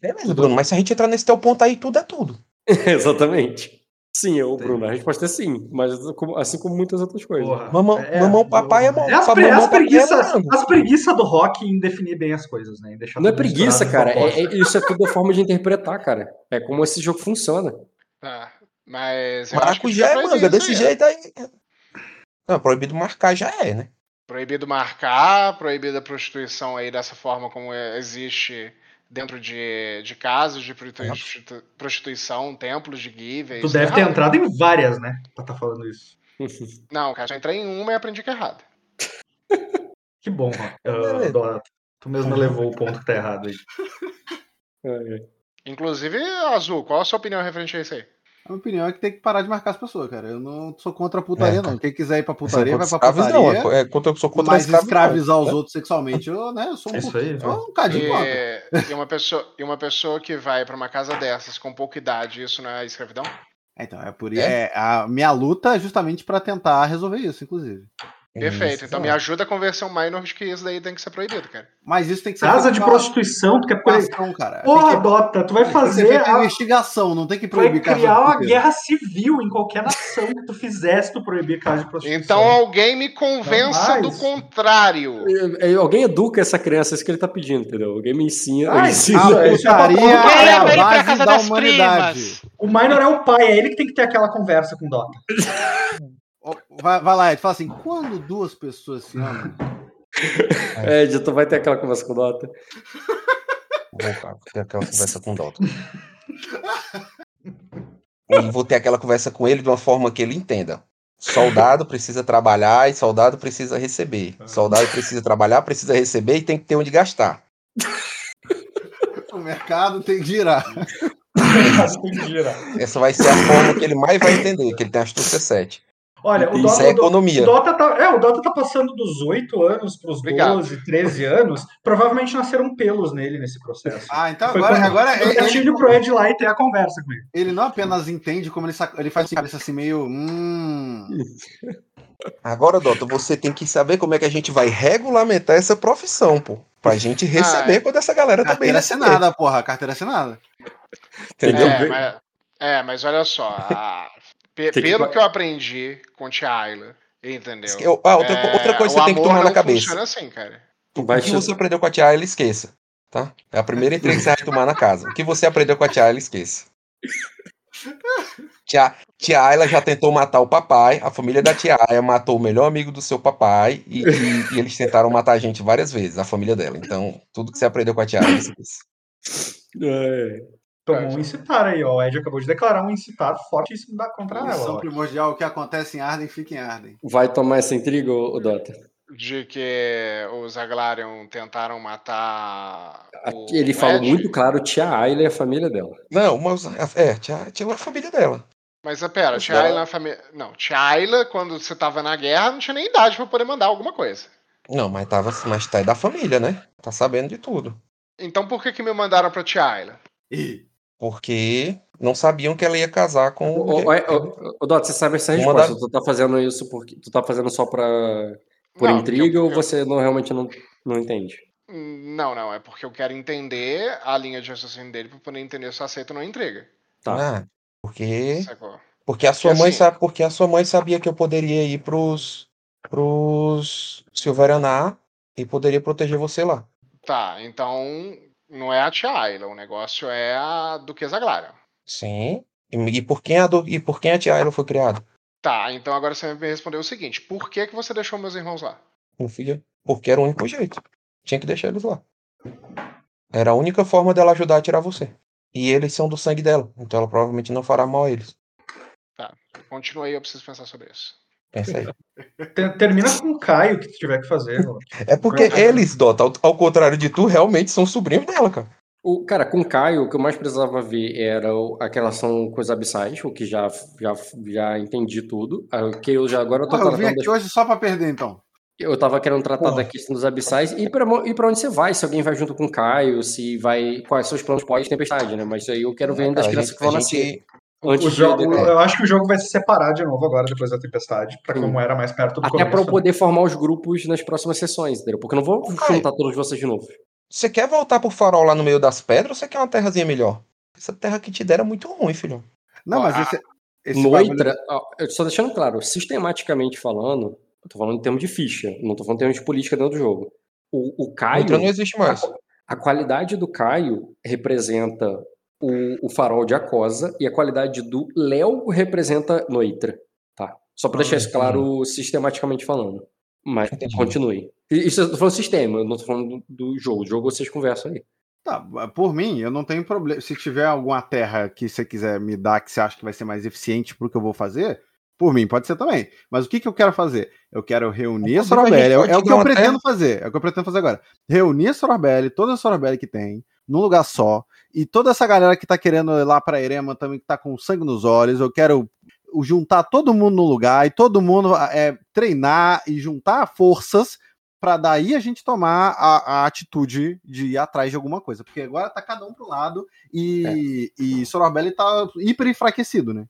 Beleza, Bruno, mas se a gente entrar nesse teu ponto aí, tudo é tudo.
Exatamente. Sim, eu, Bruno. A resposta é sim, mas como- assim como muitas outras coisas.
Porra,
Mamão,
é,
mamão papai é mão.
É as,
pa-
pre- as
mamão papai é
preguiças,
morango.
as preguiças do rock em definir bem as coisas, né? Em deixar
Não é
tudo
preguiça,
misturado
cara.
com
é-
propósito.
é- isso é tudo a forma de interpretar, cara. É como esse jogo funciona.
Tá. Mas. eu acho que
Maracujá
devia
é
proibir
manga,
isso
desse
aí.
jeito aí. Não, proibido marcar já é, né?
Proibido marcar, proibida a prostituição aí dessa forma como é- existe dentro de, de casos de prostitu- prostitu- prostituição, templos de né? give.
Tu deve ter entrado em várias, né? Pra tá falando isso.
Não, cara, já entrei em uma e aprendi que é errado.
Que bom, Rock.
Beleza.
Eu, Dora, tu mesmo levou o ponto que tá errado aí.
É,
Inclusive, Azul, qual a sua opinião referente a isso aí?
A minha opinião é que tem que parar de marcar as pessoas, cara. Eu não sou contra a putaria,
É, cara.
não. Quem quiser ir pra putaria, vai pra
Escravos
putaria.
não, é co- é contra, eu sou contra
mas
escravos,
escravizar
não,
os
né?
outros sexualmente, eu, né, eu sou um,
É isso aí,
eu sou um
Ah,
cadinho contra.
E, e uma pessoa, e uma pessoa que vai pra uma casa dessas com pouca idade, isso não é escravidão?
Então, é por isso. é, a minha luta é justamente pra tentar resolver isso, inclusive.
Perfeito.
É Isso, Ah,
Então
ó.
me ajuda a convencer o Minor de que isso daí tem que ser proibido, cara.
Mas isso tem que ser.
Casa
feito
de
com
prostituição, tu quer proibir.
ação, cara.
Porra,
tem que,
Dota, tu vai
tem que ser
fazer.
feito
A...
investigação, não tem que
Tu vai
proibir
criar uma
de puteiro.
guerra civil em qualquer nação que tu fizesse tu proibir casa de prostituição.
Então alguém me convença do
Jamais.
contrário.
é, alguém educa essa criança, isso que ele tá pedindo, entendeu? Alguém me ensina.
Ah,
ensina.
isso é-
A
isso é pra
putaria
provocar.
é a
Leva ele pra
base
casa
da
das
humanidade.
primas.
O Minor é o pai, é ele que tem que ter aquela conversa com o Dota.
Ó, Vai, vai lá, Ed, fala assim: quando duas pessoas se amam,
É, Ed, tu vai ter aquela conversa com o Dota.
Vou cara, ter aquela conversa com o Dalton. e vou ter aquela conversa com ele de uma forma que ele entenda. Soldado precisa trabalhar e soldado precisa receber.
Ah.
Soldado precisa trabalhar, precisa receber e tem que ter onde gastar.
o mercado tem que girar.
Essa vai ser a forma que ele mais vai entender, que ele tem a astúcia 7.
Olha, o
Isso
Dota,
é
o Do-
economia.
o Dota tá, é, o Dota tá passando dos 8 anos para os
Obrigado.
12, 13 anos. Provavelmente nasceram pelos nele nesse processo.
Ah, então
Foi
agora,
quando-
É,
agora
Eu
ele-
tipo
gatilho pro Ed lá e ter a conversa com ele.
ele não apenas entende, como ele, saca- ele faz de cabeça assim meio. Hum,
Agora, Dota, você tem que saber como é que a gente vai regulamentar essa profissão, pô. Pra gente
Ah,
receber
é.
quando essa galera também
carteira
receber.
assinada, porra, carteira assinada.
Entendeu?
É, mas, é, mas olha só. a- pe-
Tem que-
pelo que eu aprendi com Tia Ayla, entendeu?
Eu- ah, outra, co-
É,
outra coisa que
o
você tem que
amor
tomar na
não
cabeça.
Funciona assim, cara.
Tu
O
vai
que
te-
você aprendeu com a tia Ayla, esqueça. Tá? É a primeira entrega que você vai tomar na casa. O que você aprendeu com a tia Ayla, esqueça. Tia, tia Ayla já tentou matar o papai. A família da tia Ayla matou o melhor amigo do seu papai. E, e- e eles tentaram matar a gente várias vezes, a família dela. Então, tudo que você aprendeu com a tia Ayla, esqueça.
É.
Tomou um incitar aí, ó. O Ed acabou de declarar um incitar fortíssimo da contra ela.
Missão
ó.
primordial: o que acontece em Arden, fica em Arden.
Vai tomar essa intriga, ô, ô Dota?
De que os Aglarion tentaram matar. o
Aqui ele falou
Ed,
muito claro, tia Ayla e a família dela.
Não, mas. É, tia, tia Ayla é a família dela.
Mas ah, pera, Tia Ayla na família. Não, Tia Ayla, quando você tava na guerra, não tinha nem idade pra poder mandar alguma coisa.
Não, mas, tava, mas tá aí da família, né? Tá sabendo de tudo.
Então por que, que me mandaram pra Tia Ayla?
Ih,
Porque não sabiam que ela ia casar com
Ô, ô,
o.
ô, ô, Dota, você sabe essa
Vou
resposta?
mandar-
Tu tá fazendo isso porque tu tá fazendo só pra por
Não,
intriga
eu-
ou
eu-
você não, realmente não, não entende?
Não, não, é porque eu quero entender a linha de raciocínio dele pra poder entender se eu aceito ou não entrega.
tá.
Ah, porque.
Sacou?
Porque a sua
Porque
mãe
assim-
sabe, porque a sua mãe sabia que eu poderia ir pros pros Silveraná e poderia proteger você lá.
Tá, então não é a Tia Ayla, o negócio é a Duquesa Glarion.
Sim. E, e por quem a do, e por quem a Tia Ayla foi criada?
Tá, então agora você me respondeu o seguinte: por que, que você deixou meus irmãos lá?
Meu filho, porque era o único jeito. Tinha que deixar eles lá. Era a única forma dela ajudar a tirar você. E eles são do sangue dela, então ela provavelmente não fará mal a eles.
Continua aí, eu preciso pensar sobre isso.
Pensa aí.
Ter- Termina com o Caio que tu tiver que fazer. mano.
É porque
Verdade.
eles, Dota, ao, ao contrário de tu, realmente são sobrinhos dela, cara.
O, cara, com o Caio, o que eu mais precisava ver era o- a relação com os abissais, o que já, já, já entendi tudo. Ah, o Que eu já agora eu tô
Porra, eu vim
tratando das-
aqui hoje só pra perder, então.
Eu tava querendo tratar
Porra.
da questão dos abissais e pra mo- e pra onde você vai, se alguém vai junto com o Caio, se vai. Quais são os planos pós-tempestade, né? Mas isso aí eu quero ver ainda as
É, A
crianças
gente-
que vão
a gente-
nascer. Antes
O
de-
jogo, eu acho que o jogo vai se separar de novo agora, depois da tempestade, pra
Sim.
como era mais perto do
Até pra eu
começo.
poder formar os grupos nas próximas sessões, entendeu? Porque eu não vou
Caio.
juntar todos vocês de novo.
Você quer voltar pro farol lá no meio das pedras ou você quer uma terrazinha melhor? Essa terra que te deram é muito ruim, filhão.
Não,
Ó,
mas
a-
esse, esse bagulho-
Noitra, ó, eu só deixando claro, sistematicamente falando, eu tô falando em termos de ficha, não tô falando em termos de política dentro do jogo. O, o Caio,
Outra não existe
Ah,
mais.
a qualidade do Caio representa o, o farol de Acosa e a qualidade do Léo representa Noitra, tá? Só pra deixar isso claro sistematicamente falando. Mas
Ah, Entendi.
continue. E- Isso eu tô falando sistema, eu não tô falando do, do jogo. O jogo vocês conversam aí.
Tá, por mim, eu não tenho problema. Se tiver alguma terra que você quiser me dar que você acha que vai ser mais eficiente pro que eu vou fazer, por mim, pode ser também. Mas o que, que eu quero fazer? Eu quero
Inclusive,
reunir a
a gente
Sorobelli. É,
pode
é o
te
que
dar
eu
uma
pretendo fazer. É o que eu pretendo fazer agora. Reunir a Sorobelli, toda a Sorobelli que tem, num lugar só. E toda essa galera que tá querendo ir lá pra Erema também, que tá com sangue nos olhos. Eu quero juntar todo mundo no lugar e todo mundo é, treinar e juntar forças para daí a gente tomar a, a atitude de ir atrás de alguma coisa. Porque agora tá cada um pro lado e, e Sorobelli tá hiper enfraquecido, né?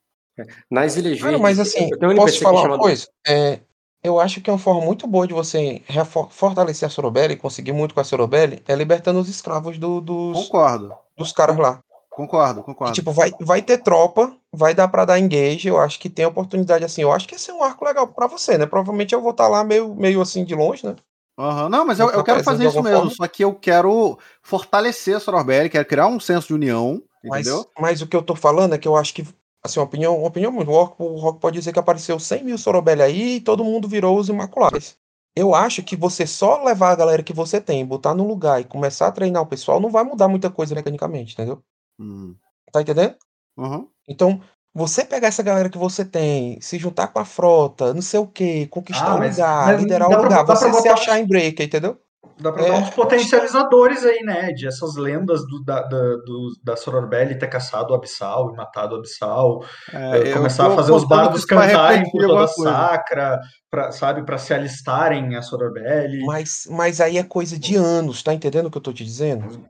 Nas Ilhas
Cara,
Verdes,
mas assim,
eu tenho um
posso
NPC
te
que é
falar uma
chamado
coisa? É, eu acho que é uma forma muito boa de você refor- fortalecer a Sorobelli, conseguir muito com a Sorobelli, é libertando os escravos do- dos,
Concordo,
dos caras lá.
concordo,
Que,
concordo.
tipo, vai, vai ter tropa, vai dar pra dar engage, eu acho que tem oportunidade assim. Eu acho que esse é um arco legal pra você, né? Provavelmente eu vou estar lá meio, meio assim de longe, né?
Aham, Não, mas eu, eu quero
Fortalecendo
fazer
de
isso
alguma
mesmo,
forma.
só que eu quero fortalecer a Sorobelli, quero criar um senso de união,
Mas,
entendeu?
mas o que eu tô falando é que eu acho que, assim, uma opinião, uma opinião muito. O Rock, o Rock pode dizer que apareceu 100 mil Sorobelli aí e todo mundo virou os Imaculados. Eu acho que você só levar a galera que você tem, botar no lugar e começar a treinar o pessoal, não vai mudar muita coisa mecanicamente, entendeu?
Hum,
Tá entendendo?
aham.
Então, você pegar essa galera que você tem, se juntar com a frota, não sei o quê, conquistar
Ah,
o
mas-
lugar,
mas
liderar
dá
o
pra-
lugar,
dá pra
você se
botar-
achar em break, entendeu?
Dá pra
É.
dar uns potencializadores aí, né? De essas lendas do, da, da, do, da Sororbelli ter caçado o Abissal e matado o Abissal.
É, eu
começar
tô
a fazer os
apostando que
bardos
isso vai
cantarem
refletir
por toda
alguma
a
coisa.
sacra, pra, sabe? Pra se alistarem a Sororbelli.
Mas, mas aí é coisa de anos, tá entendendo o que eu tô te dizendo?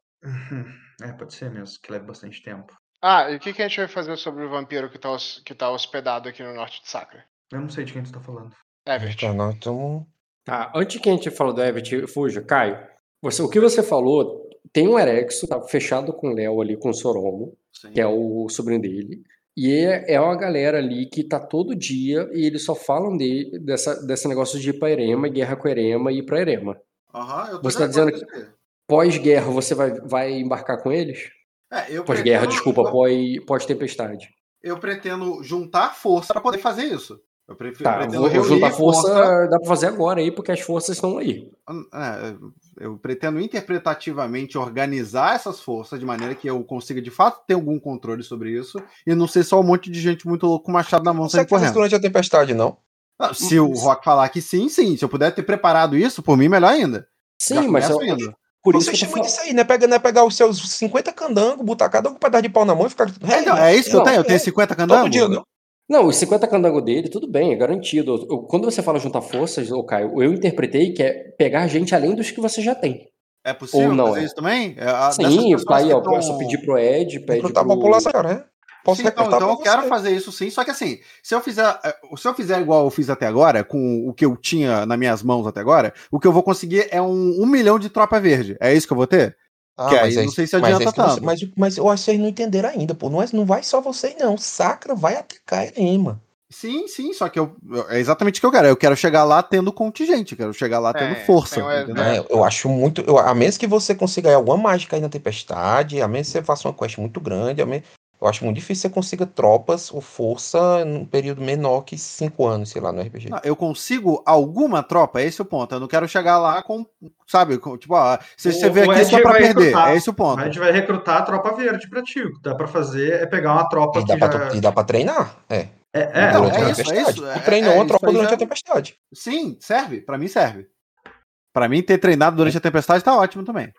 É, pode ser mesmo, que leva bastante tempo.
Ah, e o que, que a gente vai fazer sobre o vampiro que tá, hos- que tá hospedado aqui no norte de Sacra? É,
Eu não sei de quem tu tá falando.
Everett.
Então, nós estamos.
Tá, antes que a gente fale do Evet, fuja, Caio. Você, o que você falou, tem um Erexo tá, fechado com o Léo ali, com o Soromo,
Sim.
que é o sobrinho dele. E é, é uma galera ali que tá todo dia e eles só falam de, dessa, desse negócio de ir pra Erema, guerra com Erema e ir pra Erema.
Aham, eu tô
Você tá
de
dizendo
acordo com você.
Pós-guerra, você vai, vai embarcar com eles?
É, eu
Pós-guerra,
pretendo-
desculpa, pós- pós-tempestade.
Eu pretendo juntar força pra poder fazer isso. Eu prefiro
tá,
pretendo
vou,
reunir
juntar força, dá pra fazer agora aí, porque as forças estão aí.
É, eu pretendo interpretativamente organizar essas forças de maneira que eu consiga de fato ter algum controle sobre isso e não ser só um monte de gente muito louco com machado na mão
Você
saindo
que fez isso
correndo.
durante a tempestade, não?
Ah, se o Rock falar que sim, sim. Se eu puder ter preparado isso, por mim, melhor ainda. Já
Sim, mas
começo
eu-
indo.
por isso
Você
que eu tô
chama
falando.
disso aí, né? Pega, né? Pegar os seus 50 candangos, botar cada um com um pedaço de pau na mão e ficar.
É, então, é isso que eu
Não,
tenho? Eu tenho
é.
50
Todo
candangos?
dia, não?
Não, os 50 candango dele, tudo bem, é garantido. Eu- eu- quando você fala juntar forças, ô Caio, eu interpretei que é pegar gente além dos que você já tem.
É possível
Ou não,
fazer
é.
isso também? É,
Ah,
a- dessas
Sim,
pessoas
tá aí,
que
ó,
tão-
é só pedir pro Ed, pede pro...
Recrutar a população, cara, né? Posso
Sim, então,
recrutar
então eu
pra
quero
você.
fazer isso sim, só que assim, se eu fizer, eh, se eu fizer igual eu fiz até agora, com o que eu tinha nas minhas mãos até agora, o que eu vou conseguir é um, um milhão de tropa verde. É isso que eu vou ter?
Ah,
que aí
mas é
não
isso-
sei se
mas é
adianta
isso que você-
tanto.
Mas, mas eu acho que vocês não entenderam ainda, pô. Não, é, não vai só vocês, não. Sacra vai atacar Erema.
Sim, sim, só que eu, eu- é exatamente o que eu quero. Eu quero chegar lá tendo contingente, eu quero chegar lá tendo
Tem,
força.
tem um
entendeu?
É.
né? Eu acho muito. eu- a menos que você consiga alguma mágica aí na tempestade, a menos que você faça uma quest muito grande, a menos. Eu acho muito difícil você consiga tropas ou força num período menor que cinco anos, sei lá, no RPG.
Não, eu consigo alguma tropa, esse é o ponto. Eu não quero chegar lá com, sabe, com- tipo, ah, se você
O-
vê
o
aqui
Ed
só pra
vai
perder,
recrutar.
é esse o ponto.
A gente vai recrutar a tropa verde pra ti. O que dá pra fazer é pegar uma tropa
E dá,
que
pra,
já...
tu- e dá pra treinar. É.
É, é,
Não,
durante a
né?
é isso, é
tempestade.
isso,
Tu
é-
treinou
é
uma
isso
tropa
aí
durante
já-
a tempestade.
Sim, serve, pra mim serve. Pra mim ter treinado durante a tempestade tá ótimo também.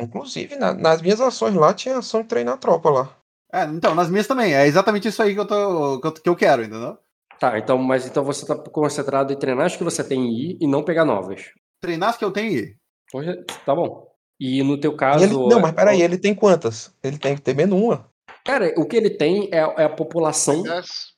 Inclusive, na- nas minhas ações lá tinha ação de treinar tropa lá.
É, então, nas minhas também, é exatamente isso aí que eu tô que eu, que eu quero, entendeu?
Tá, então, mas então você tá concentrado em treinar as que você tem em I e não pegar novas.
Treinar as que eu tenho e ir.
Pois é, Tá bom. E no teu
E
caso. é,
ele- não, mas peraí, ele tem quantas? Ele tem que ter menos uma.
Cara, o que ele tem é, é a população.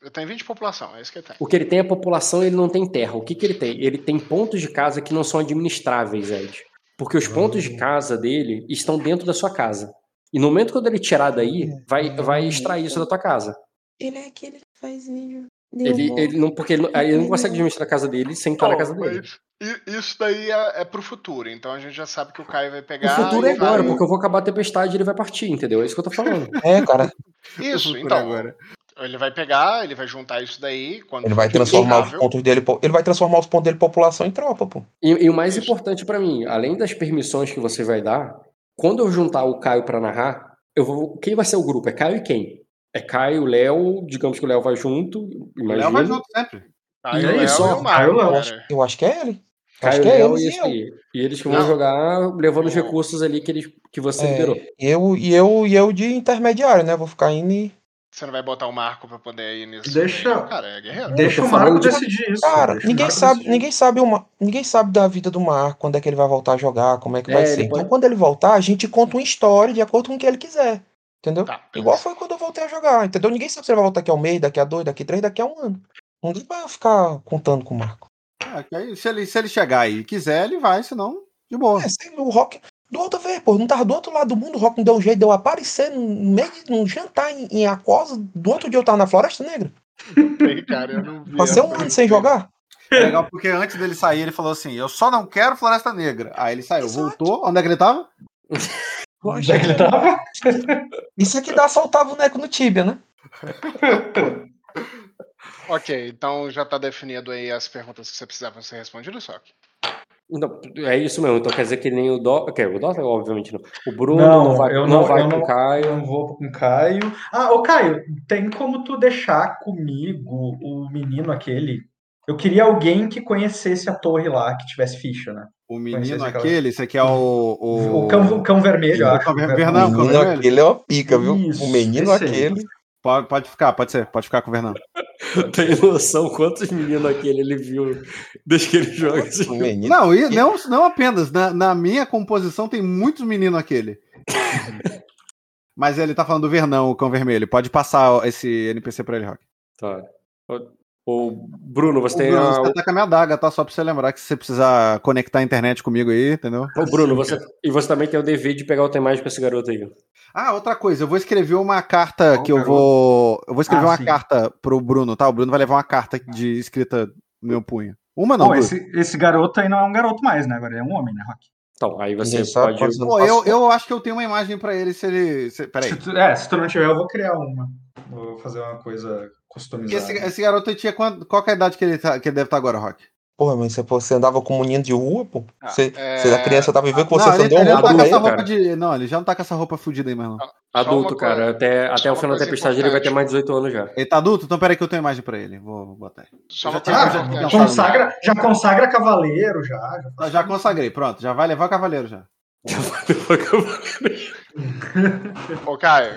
Eu tenho 20 de população, é isso que tem.
O que ele tem é a população ele não tem terra. O que, que ele tem? Ele tem pontos de casa que não são administráveis, Ed. Porque os pontos de casa dele estão dentro da sua casa. E no momento quando ele tirar daí, vai, vai extrair isso da tua casa.
Ele é aquele que faz vídeo. de
Ele,
horror.
ele não, porque ele, aí ele não consegue administrar a casa dele sem estar Tá na
Bom,
casa dele.
mas i- Isso daí é, é pro futuro, então a gente já sabe que o Caio vai
O
pegar.
futuro é
e vai-
agora, porque eu vou acabar a tempestade e ele vai partir, entendeu? É isso que eu tô falando.
É, cara.
Isso,
Por
então.
agora.
Ele vai pegar, ele vai juntar isso daí. Quando
Ele vai
for
transformar os
viável.
pontos dele. po- Ele vai transformar os pontos dele em população em tropa, pô.
E, e o mais importante pra mim, além das permissões que você vai dar, quando eu juntar o Caio pra narrar, eu vou. Quem vai ser o grupo? É Caio e quem? É Caio, Léo, digamos que o Léo vai junto,
O
imagina.
Léo vai junto sempre.
Caio
E
Léo
é isso,
e
ó,
né?
o Marco,
Caio um Léo.
cara.
Eu acho que é ele. acho
Caio,
que é
Léo
eles
e
e
esse
eu.
aí. E eles que vão
Não.
jogar levando os
Eu-
recursos ali que, eles, que você
É,
liberou.
eu, e, eu, e eu de intermediário, né? Vou ficar indo e.
Você não vai botar o Marco pra poder ir nisso.
Deixa-
daí, cara, é guerreiro.
Deixa
Eu
o
tô falando
Marco
de-
decidir isso.
Cara,
deixa o
ninguém
Marco
sabe,
decidir.
ninguém sabe uma, ninguém sabe da vida do Marco, quando é que ele vai voltar a jogar, como é que
É,
vai
ele
ser. Então,
pode-
quando ele voltar, a gente conta uma história de acordo com o que ele quiser. Entendeu?
Tá, beleza.
Igual foi quando eu voltei a jogar, entendeu? Ninguém sabe se ele vai voltar daqui a um mês, daqui a dois, daqui a três, daqui a um ano. Não dá pra ficar contando com o Marco.
É, que aí, se, ele, se ele chegar aí e quiser, ele vai, senão, de boa.
É, sei lá, o Rock. Do outra vez, pô, não tava do outro lado do mundo, o Rock não deu um jeito de eu aparecer no meio de um jantar em, em Aquosa, do outro dia eu tava na Floresta Negra.
Sei, cara, eu não vi
Passei um
essa.
ano sem jogar.
É legal porque antes dele sair, ele falou assim: Eu só não quero Floresta Negra. Aí ele saiu, voltou. Onde é que ele tava?
Onde é que ele tava?
Isso aqui dá soltar boneco no Tibia, né?
Ok, então já tá definido aí as perguntas que você precisava ser respondidas, só que.
Então, é isso mesmo. Então quer dizer que nem o Dó. quer dizer, o Dó, obviamente, não. O Bruno não,
Não,
vai,
eu
não,
não-
vai
eu
com o
não-
Caio.
Eu não vou com o Caio. Ah, ô Caio, tem como tu deixar comigo o menino aquele? Eu queria alguém que conhecesse a torre lá, que tivesse ficha, né?
O
Conheci
menino
aquela-
aquele, esse aqui é o. O,
O cão, o cão vermelho, eu
O
acho.
cão ver- Vernão,
O
cão
menino
vermelho.
aquele é uma pica, viu?
Isso,
o menino
esse aí.
aquele.
Pode, pode ficar, pode ser, pode ficar com o Vernão.
Tem noção quantos meninos aquele ele viu desde que ele joga esse
O menino.
Não, e não, não apenas. Na, na minha composição tem muitos meninos aquele. Mas ele tá falando do Vernão, o cão vermelho. Pode passar esse NPC pra ele, Rock.
Tá. O- O Bruno, você
Ô,
tem
Bruno,
a-
você tá com a minha adaga, tá? Só pra você lembrar que se você precisar conectar a internet comigo aí, entendeu?
Ô, Bruno, você e você também tem o dever de pegar o temático com esse garoto aí.
Ah, outra coisa, eu vou escrever uma carta
Ô,
que eu
garoto.
vou. Eu vou escrever
Ah,
uma
sim.
carta pro Bruno, tá? O Bruno vai levar uma carta de escrita no meu punho. Uma não,
Bom,
duas.
esse, esse garoto aí não é um garoto mais, né? Agora ele é um homem, né, Rock?
Então, aí você
Ninguém sabe é
pode.
quantos anos
Pô, eu,
passou.
eu acho que eu tenho uma imagem pra ele se ele. se-
Se
Peraí.
tu- é, se tu não tiver, eu vou criar uma. Vou fazer uma coisa customizada.
Esse, esse garoto aí tinha quant- qual que é a idade que ele, tá- que ele deve estar agora, Rock?
Porra, mas você, pô, você andava com menino de rua, pô?
Ah,
Você,
é-
você da criança tava vivendo que você
não, ele,
andou um
ele não tá
lado
com
lado
essa
meio,
meio.
roupa
cara.
de. Não, ele já não tá com essa roupa fudida aí, mais não.
Adulto,
Só uma
cara. Até, até
só
o
uma
final da
coisa
tempestade ele vai ter
importante.
mais 18 anos já.
Ele tá adulto? Então peraí que eu tenho imagem pra ele. Vou, vou botar aí.
Só
Já
uma
tinha-
coisa
já-
importante.
já- já-
Ah, Consagra, já consagra cavaleiro, já. já
Ah, Já consagrei, pronto. Já vai levar o cavaleiro já.
Ô, Caio,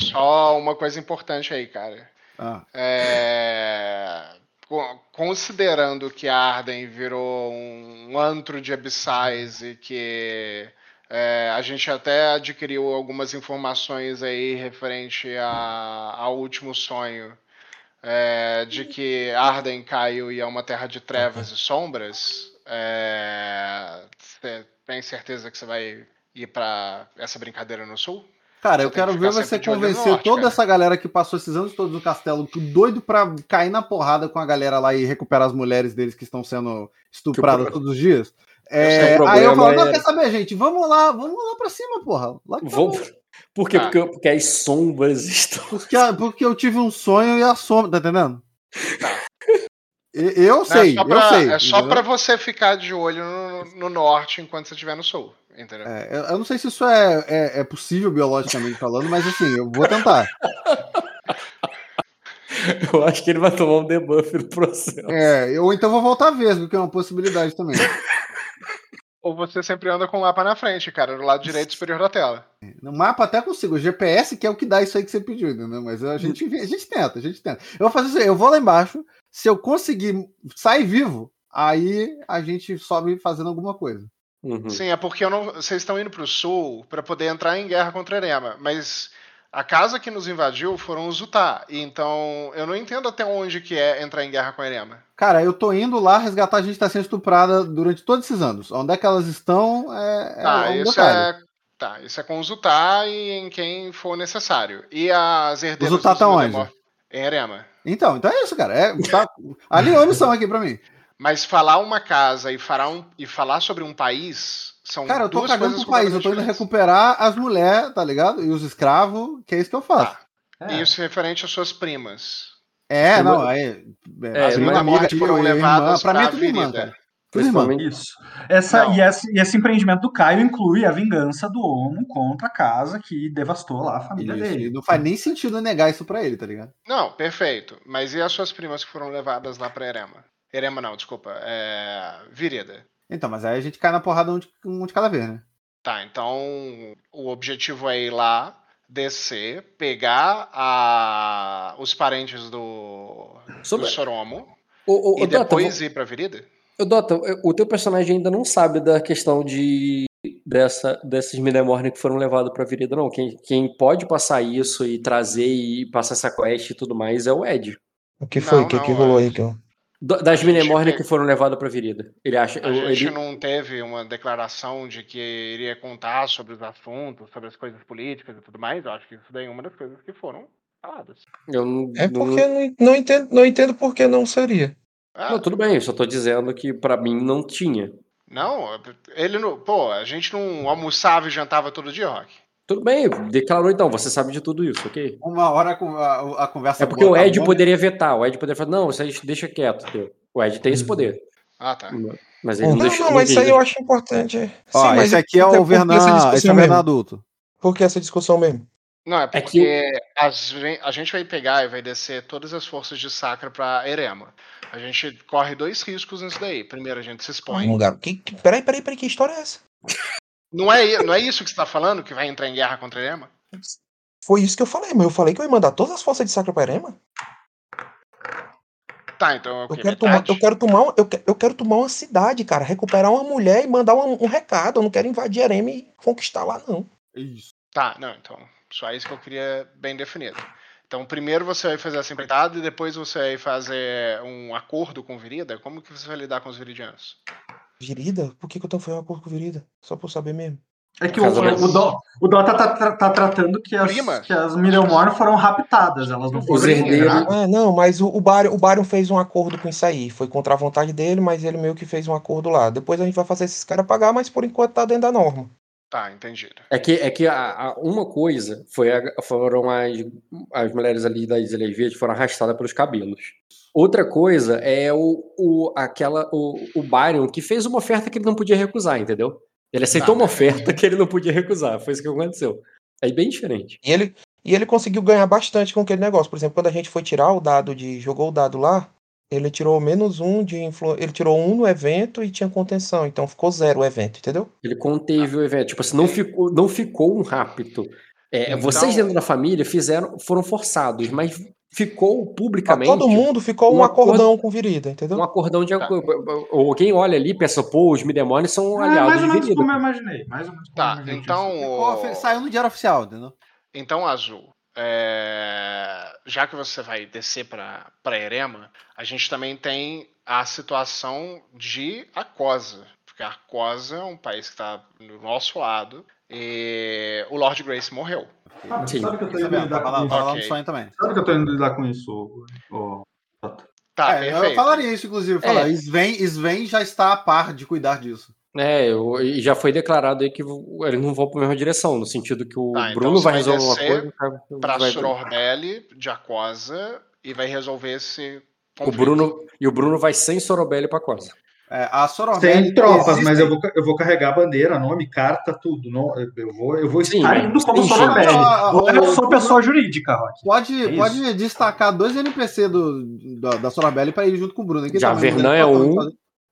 só uma coisa importante aí, cara.
Ah,
É, co- Considerando que Arden virou um antro de abissais e que é, a gente até adquiriu algumas informações aí referente a- ao último sonho é, de que Arden caiu e é uma terra de trevas e sombras, você tem certeza que você vai ir pra essa brincadeira no sul?
Cara, eu
Você tem
quero
que
ver
ficar
você
sempre de olho no
convencer
norte,
toda
cara.
essa galera que passou esses anos todos no castelo, que doido pra cair na porrada com a galera lá e recuperar as mulheres deles que estão sendo estupradas
Que o pro-
todos os dias.
sei,
É,
o
aí eu
problema
falo, não,
é-
quer saber, gente? Vamos lá, vamos lá pra cima, porra. Lá que tá
Vamos,
bom.
Por quê?
Ah.
Porque, porque as sombras estão.
Porque, porque eu tive um sonho e a sombra, tá entendendo? E- Eu
Tá. Não,
sei,
é só pra,
eu sei.
é só
entendeu?
pra você ficar de olho no, no norte enquanto você estiver no sul, entendeu?
É, eu- eu não sei se isso é, é, é possível biologicamente falando, mas assim, eu vou tentar.
Eu acho que ele vai tomar um debuff no processo.
É, ou então vou voltar vesgo, que é uma possibilidade também.
Ou você sempre anda com o mapa na frente, cara, do lado direito superior da tela.
No mapa até consigo. O GPS que é o que dá isso aí que você pediu, entendeu? Mas a gente, a gente tenta, a gente tenta. Eu vou fazer isso aí, eu vou lá embaixo. Se eu conseguir sair vivo, aí a gente sobe fazendo alguma coisa.
Uhum.
Sim, é porque eu não- vocês estão indo pro sul pra poder entrar em guerra contra Erema, mas a casa que nos invadiu foram os Utah, e então eu não entendo até onde que é entrar em guerra com Erema.
Cara, eu tô indo lá resgatar a gente que tá sendo estuprada durante todos esses anos. Onde é que elas estão é, é
Tá,
um
isso
detalhe.
é, tá, isso é com os Utah e em quem for necessário. E as herdeiras
Os Utah
do
tá onde?
Voldemort? Em Erema.
Então, então é isso, cara. É, tá, ali é uma missão aqui pra mim.
Mas falar uma casa e falar, um- e falar sobre um país são
Cara, eu tô
duas
cagando
coisas
pro país. Eu tô indo
completamente
recuperar as mulheres, tá ligado? E os escravos, que é isso que eu faço.
É.
Tá. diferentes. Isso referente às suas primas.
É,
Eu-
não, aí.
É,
as
eu-
minhas
eu-
amigas
eu- foram
eu- eu- irmã,
levadas
pra mim é
pra
tudo irmã,
avenida.
cara. Tudo irmã.
Principalmente.
Isso. Essa,
Não.
e, essa- e esse empreendimento do Caio inclui a vingança do Ono contra a casa que devastou lá a família
Isso, e
dele.
não faz nem sentido eu negar isso pra ele, tá ligado?
Não, perfeito. Mas e as suas primas que foram levadas lá pra Erema? Erema não, desculpa. É... Virida.
Então, mas aí a gente cai na porrada um de, um de cada vez, né?
Tá, então o objetivo é ir lá, descer, pegar a... os parentes do, do
Sobre...
Soromo
O, o,
e
o Dota,
depois ir pra Virida?
vo- o Dota, o teu personagem ainda não sabe da questão de dessa, dessas Midemorne que foram levadas pra Virida, não. Quem, quem pode passar isso e trazer e passar essa quest e tudo mais é o Ed.
O que foi?
Não,
O que,
não,
que rolou
é.
aí, então?
Da- Das
A gente
Midemorne
pe-
que foram levadas pra Virida. Ele acha.
A
eu-
gente
ele-
não teve uma declaração de que iria contar sobre os assuntos, sobre as coisas políticas e tudo mais. Eu acho que isso daí é uma das coisas que foram faladas.
eu não-
É
não-
porque eu não, não entendo, não entendo por que não seria.
Ah,
Não, tudo bem, eu só tô dizendo que pra mim não tinha.
Não, ele não. Pô, a gente não almoçava e jantava todo dia, Rock.
Tudo bem, declarou então, você sabe de tudo isso, ok?
Uma hora a, con- a- a conversa.
É porque o
boa tá
Ed
bom.
poderia vetar, o Ed poderia falar, não, você deixa quieto. teu. O Ed tem esse poder.
Ah, tá.
Mas ele
Não,
não
Uhum. não,
deixou.
mas isso aí
ele-
eu acho importante. Sim,
Ó,
mas
esse aqui é
por que
o
um
essa
Vernan.
discussão
Esse é o
mesmo?
Vernan adulto.
Por que essa discussão mesmo?
Não, é
que
porque as gen- a gente vai pegar e vai descer todas as forças de Sacra pra Erema. A gente corre dois riscos nisso daí. Primeiro, a gente se expõe.
Não, garoto. Que, que- peraí, peraí, peraí, que história é essa?
Não, é, i- não é isso que você tá falando, que vai entrar em guerra contra Erema?
Foi isso que eu falei, mas eu falei que eu ia mandar todas as forças de Sacra para Erema.
Tá, então é o
Eu
quê?
quero, tomar, eu,
Metade?
quero tomar, um- eu, que- eu quero tomar uma cidade, cara. Recuperar uma mulher e mandar um, um recado. Eu não quero invadir Erema e conquistar lá, não.
Isso.
Tá, não, então. Só isso que eu queria bem definido. Então, primeiro você vai fazer essa empreitada e depois você vai fazer um acordo com Virida? Como que você vai lidar com os viridianos?
Virida? Por que, que eu tô fazendo uma cor com Virida? Só pra eu saber mesmo.
É que o,
Casamento.
o, Dó- o Dota tá, tá- tá tratando que as,
Prima.
que as Middlemore foram raptadas, elas não foram
herdeiros.
integradas.
Ah, não, mas o, o, Barion, o Barion fez um acordo com isso aí. Foi contra a vontade dele, mas ele meio que fez um acordo lá. Depois a gente vai fazer esses caras pagar, mas por enquanto tá dentro da norma.
Tá, entendido.
É que, é que a- a- uma coisa foi a- foram as, as mulheres ali das Ilhas Verdes foram arrastadas pelos cabelos. Outra coisa é o, o aquela o, o Byron que fez uma oferta que ele não podia recusar, entendeu? Ele aceitou
Tá.
uma oferta que ele não podia recusar, foi isso que aconteceu. É bem diferente.
E ele, e ele conseguiu ganhar bastante com aquele negócio. Por exemplo, quando a gente foi tirar o dado de. jogou o dado lá, ele tirou menos um de influ, Ele tirou um no evento e tinha contenção. Então ficou zero o evento, entendeu?
Ele
Tá.
conteve o evento. Tipo assim, não ficou, não ficou um rapto. É,
Então-
vocês dentro da família fizeram, foram forçados, mas ficou
Pra
publicamente
todo mundo ficou um,
um acordo-
acordão com virida, entendeu?
um acordão de
Tá.
acordo. Ou quem olha ali pensa, pô, os Midemônios são
Ah,
É
aliados
mais
de
ou menos
Virida.
como eu imaginei. Mais ou menos como eu
Tá,
imaginei.
então.
Ficou-
o-
Saiu no diário oficial, entendeu?
Então, Azul, é, já que você vai descer para Erema, a gente também tem a situação de Arcosa. Porque Arcosa é um país que está no nosso lado e o Lord Grace morreu.
Sabe,
Sim.
sabe que eu tô indo
Isabel, tá
lidar com
vai lá,
isso?
vai lá no
Ok.
sonho também.
Sabe que eu tô indo lidar com isso? ô-
Tá,
É, eu
perfeito.
falaria isso, inclusive. Falar. Sven, Sven já está a par de cuidar disso.
É, eu- e já foi declarado aí que vo- eles não vão para a mesma direção, no sentido que o
Tá, então
Bruno
você
vai
vai
resolver uma
descer
coisa. o Thiago
Pra
vai-
Sororbelli, Jacosa, e vai resolver esse
o
conflito.
Bruno e o Bruno vai sem Sorobelli para coisa.
É, a Sorobel
Tem tropas,
existe-
mas eu vou, ca- eu vou carregar bandeira, nome, carta, tudo. Não, eu vou, eu vou
Sim,
estar
mas-
indo como
sim,
só na
sim.
pele.
Ah, ah,
Agora eu
ah,
sou pessoa jurídica, Rock.
É
Pode,
isso.
pode destacar dois NPC do, da, da Sorabelli pra ir junto com o Bruno. Aqui
Já
também,
Vernan
né?
é um.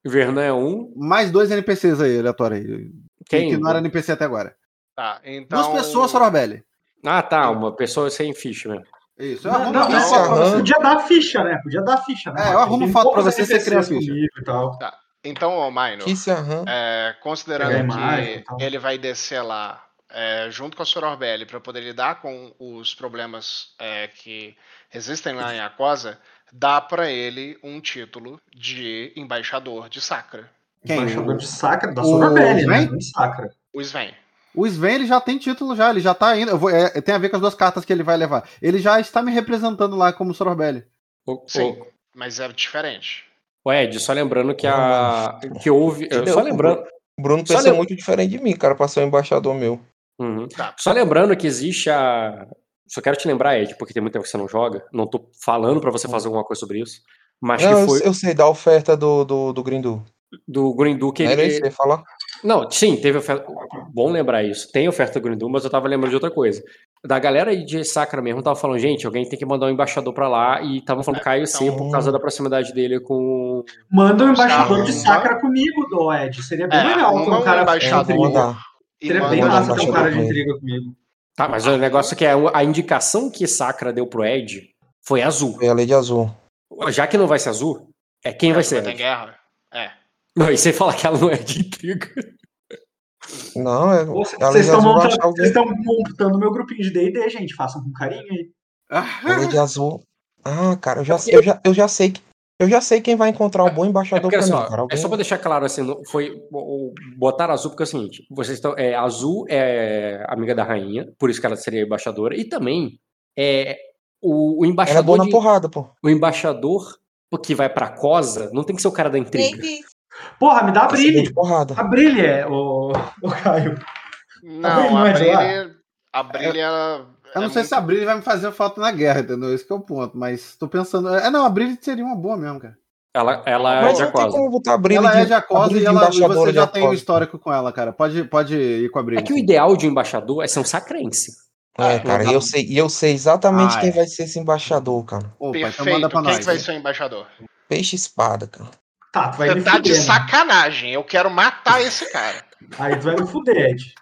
Vernan é um.
Mais dois NPCs aí, aleatório aí.
Quem?
Que não era NPC até agora.
Tá, então...
Duas pessoas, Sorabelli.
Ah, tá. Uma pessoa sem ficha mesmo.
Isso, eu
Não,
arrumo
não,
um
isso
pra
é-
você.
não, podia dar a ficha, né? Podia dar a ficha, né?
É, eu
Rock?
arrumo
Tem
foto pra
poucos
você, você cria a
NPCs
ficha.
comigo E tal.
Então, ô, Minor,
Que se arran...
é, considerando
Pegar
que
imagem e tal.
ele vai descer lá é, junto com a Sororbelli para poder lidar com os problemas é, que existem lá em Acosa, dá para ele um título de embaixador de Sacra.
Quem?
Embaixador de sacra, da
o-
sua pele, né?
Vem?
Não de sacra.
O Sven.
O Sven ele já tem título já, ele já tá indo. eu vou- é, tem a ver com as duas cartas que ele vai levar. Ele já está me representando lá como Sorobelli.
O,
Sim. Mas é diferente.
o Ed, só lembrando que a que houve,
Não,
só lembrando,
O Bruno
Só
pensa
lembra-
muito diferente de mim, cara, pra ser um embaixador meu.
Uhum.
Tá.
só lembrando que existe a só quero te lembrar, Ed, porque tem muito tempo que você não joga, não tô falando pra você fazer alguma coisa sobre isso, mas
Não,
que
eu-
foi
eu sei da oferta do, do, do Grindu.
do Grindu que
Era
ele,
isso que eu ia falar?
Não, sim, teve oferta. Bom lembrar isso. Tem oferta do Grindu, mas eu tava lembrando de outra coisa. Da galera aí de Sacra mesmo, tava falando, gente, alguém tem que mandar um embaixador pra lá. E tava falando Caio C
então-
por causa da proximidade dele com.
Manda um embaixador
Tá,
de
tá.
sacra comigo, do Ed. Seria bem
É,
legal ter
arruma
um
um
cara
É,
embaixador.
de
vou
intriga.
mandar.
E
Seria bem
Vou mandar um
massa ter um
embaixador
cara de
pra ele.
intriga comigo.
Tá, mas o negócio é que a a indicação que Sacra deu pro Ed foi azul.
Foi É a lei de azul.
Já que não vai ser azul, é quem vai ser.
Tem
Ed.
guerra. É.
Não, e sem falar que ela não é de intriga.
Não, é.
Pô, c-
a
Vocês
lei de
estão
azul vai
montando,
achar
vocês
alguém.
estão montando meu grupinho de D&D, gente. Façam com carinho aí.
A lei de azul. Ah, cara, eu já, eu já, eu já sei que. Eu já sei quem vai encontrar um bom
É,
embaixador
porque,
pra
olha
mim,
só, é
cara. Alguém...
só pra deixar claro assim, não- foi o- o- botar azul porque é o seguinte, vocês estão é, azul é amiga da rainha, por isso que ela seria embaixadora e também é o, o
Ela é boa
embaixador
na
de-
porrada, pô.
o embaixador que vai pra Cosa, não tem que ser o cara da intriga.
Baby,
Porra, me dá a
Ela é boa
brilhe.
de porrada.
A brilhe é, ô, ô Caio.
Não,
não
a
é de lá?
Brilha. A Brilha. ela
Eu não
é
sei se a Brilli vai me fazer falta na guerra, entendeu? Esse que é o ponto, mas tô pensando. É, não, a Brilli seria uma boa mesmo, cara.
Ela,
Ah,
ela é
Mas
de
não tem
Cosa.
como botar a brilha
ela
de,
é de Acosa
Brilli
e,
de
ela, e
embaixadora
você
de
já tem um
Acosa.
histórico com ela, cara. Pode, pode ir com a Brilli.
É que o ideal de um embaixador é ser um sacrense.
É, cara, e eu sei, e eu sei exatamente
Ah,
quem
é.
vai ser esse embaixador, cara.
Opa, então
Perfeito.
manda pra
Quem
nós.
que vai ser o embaixador?
Peixe espada, cara.
Tá, tu vai me
Você tá de
fuder, né?
sacanagem. Eu quero matar esse cara.
Aí tu vai me fuder, Ed.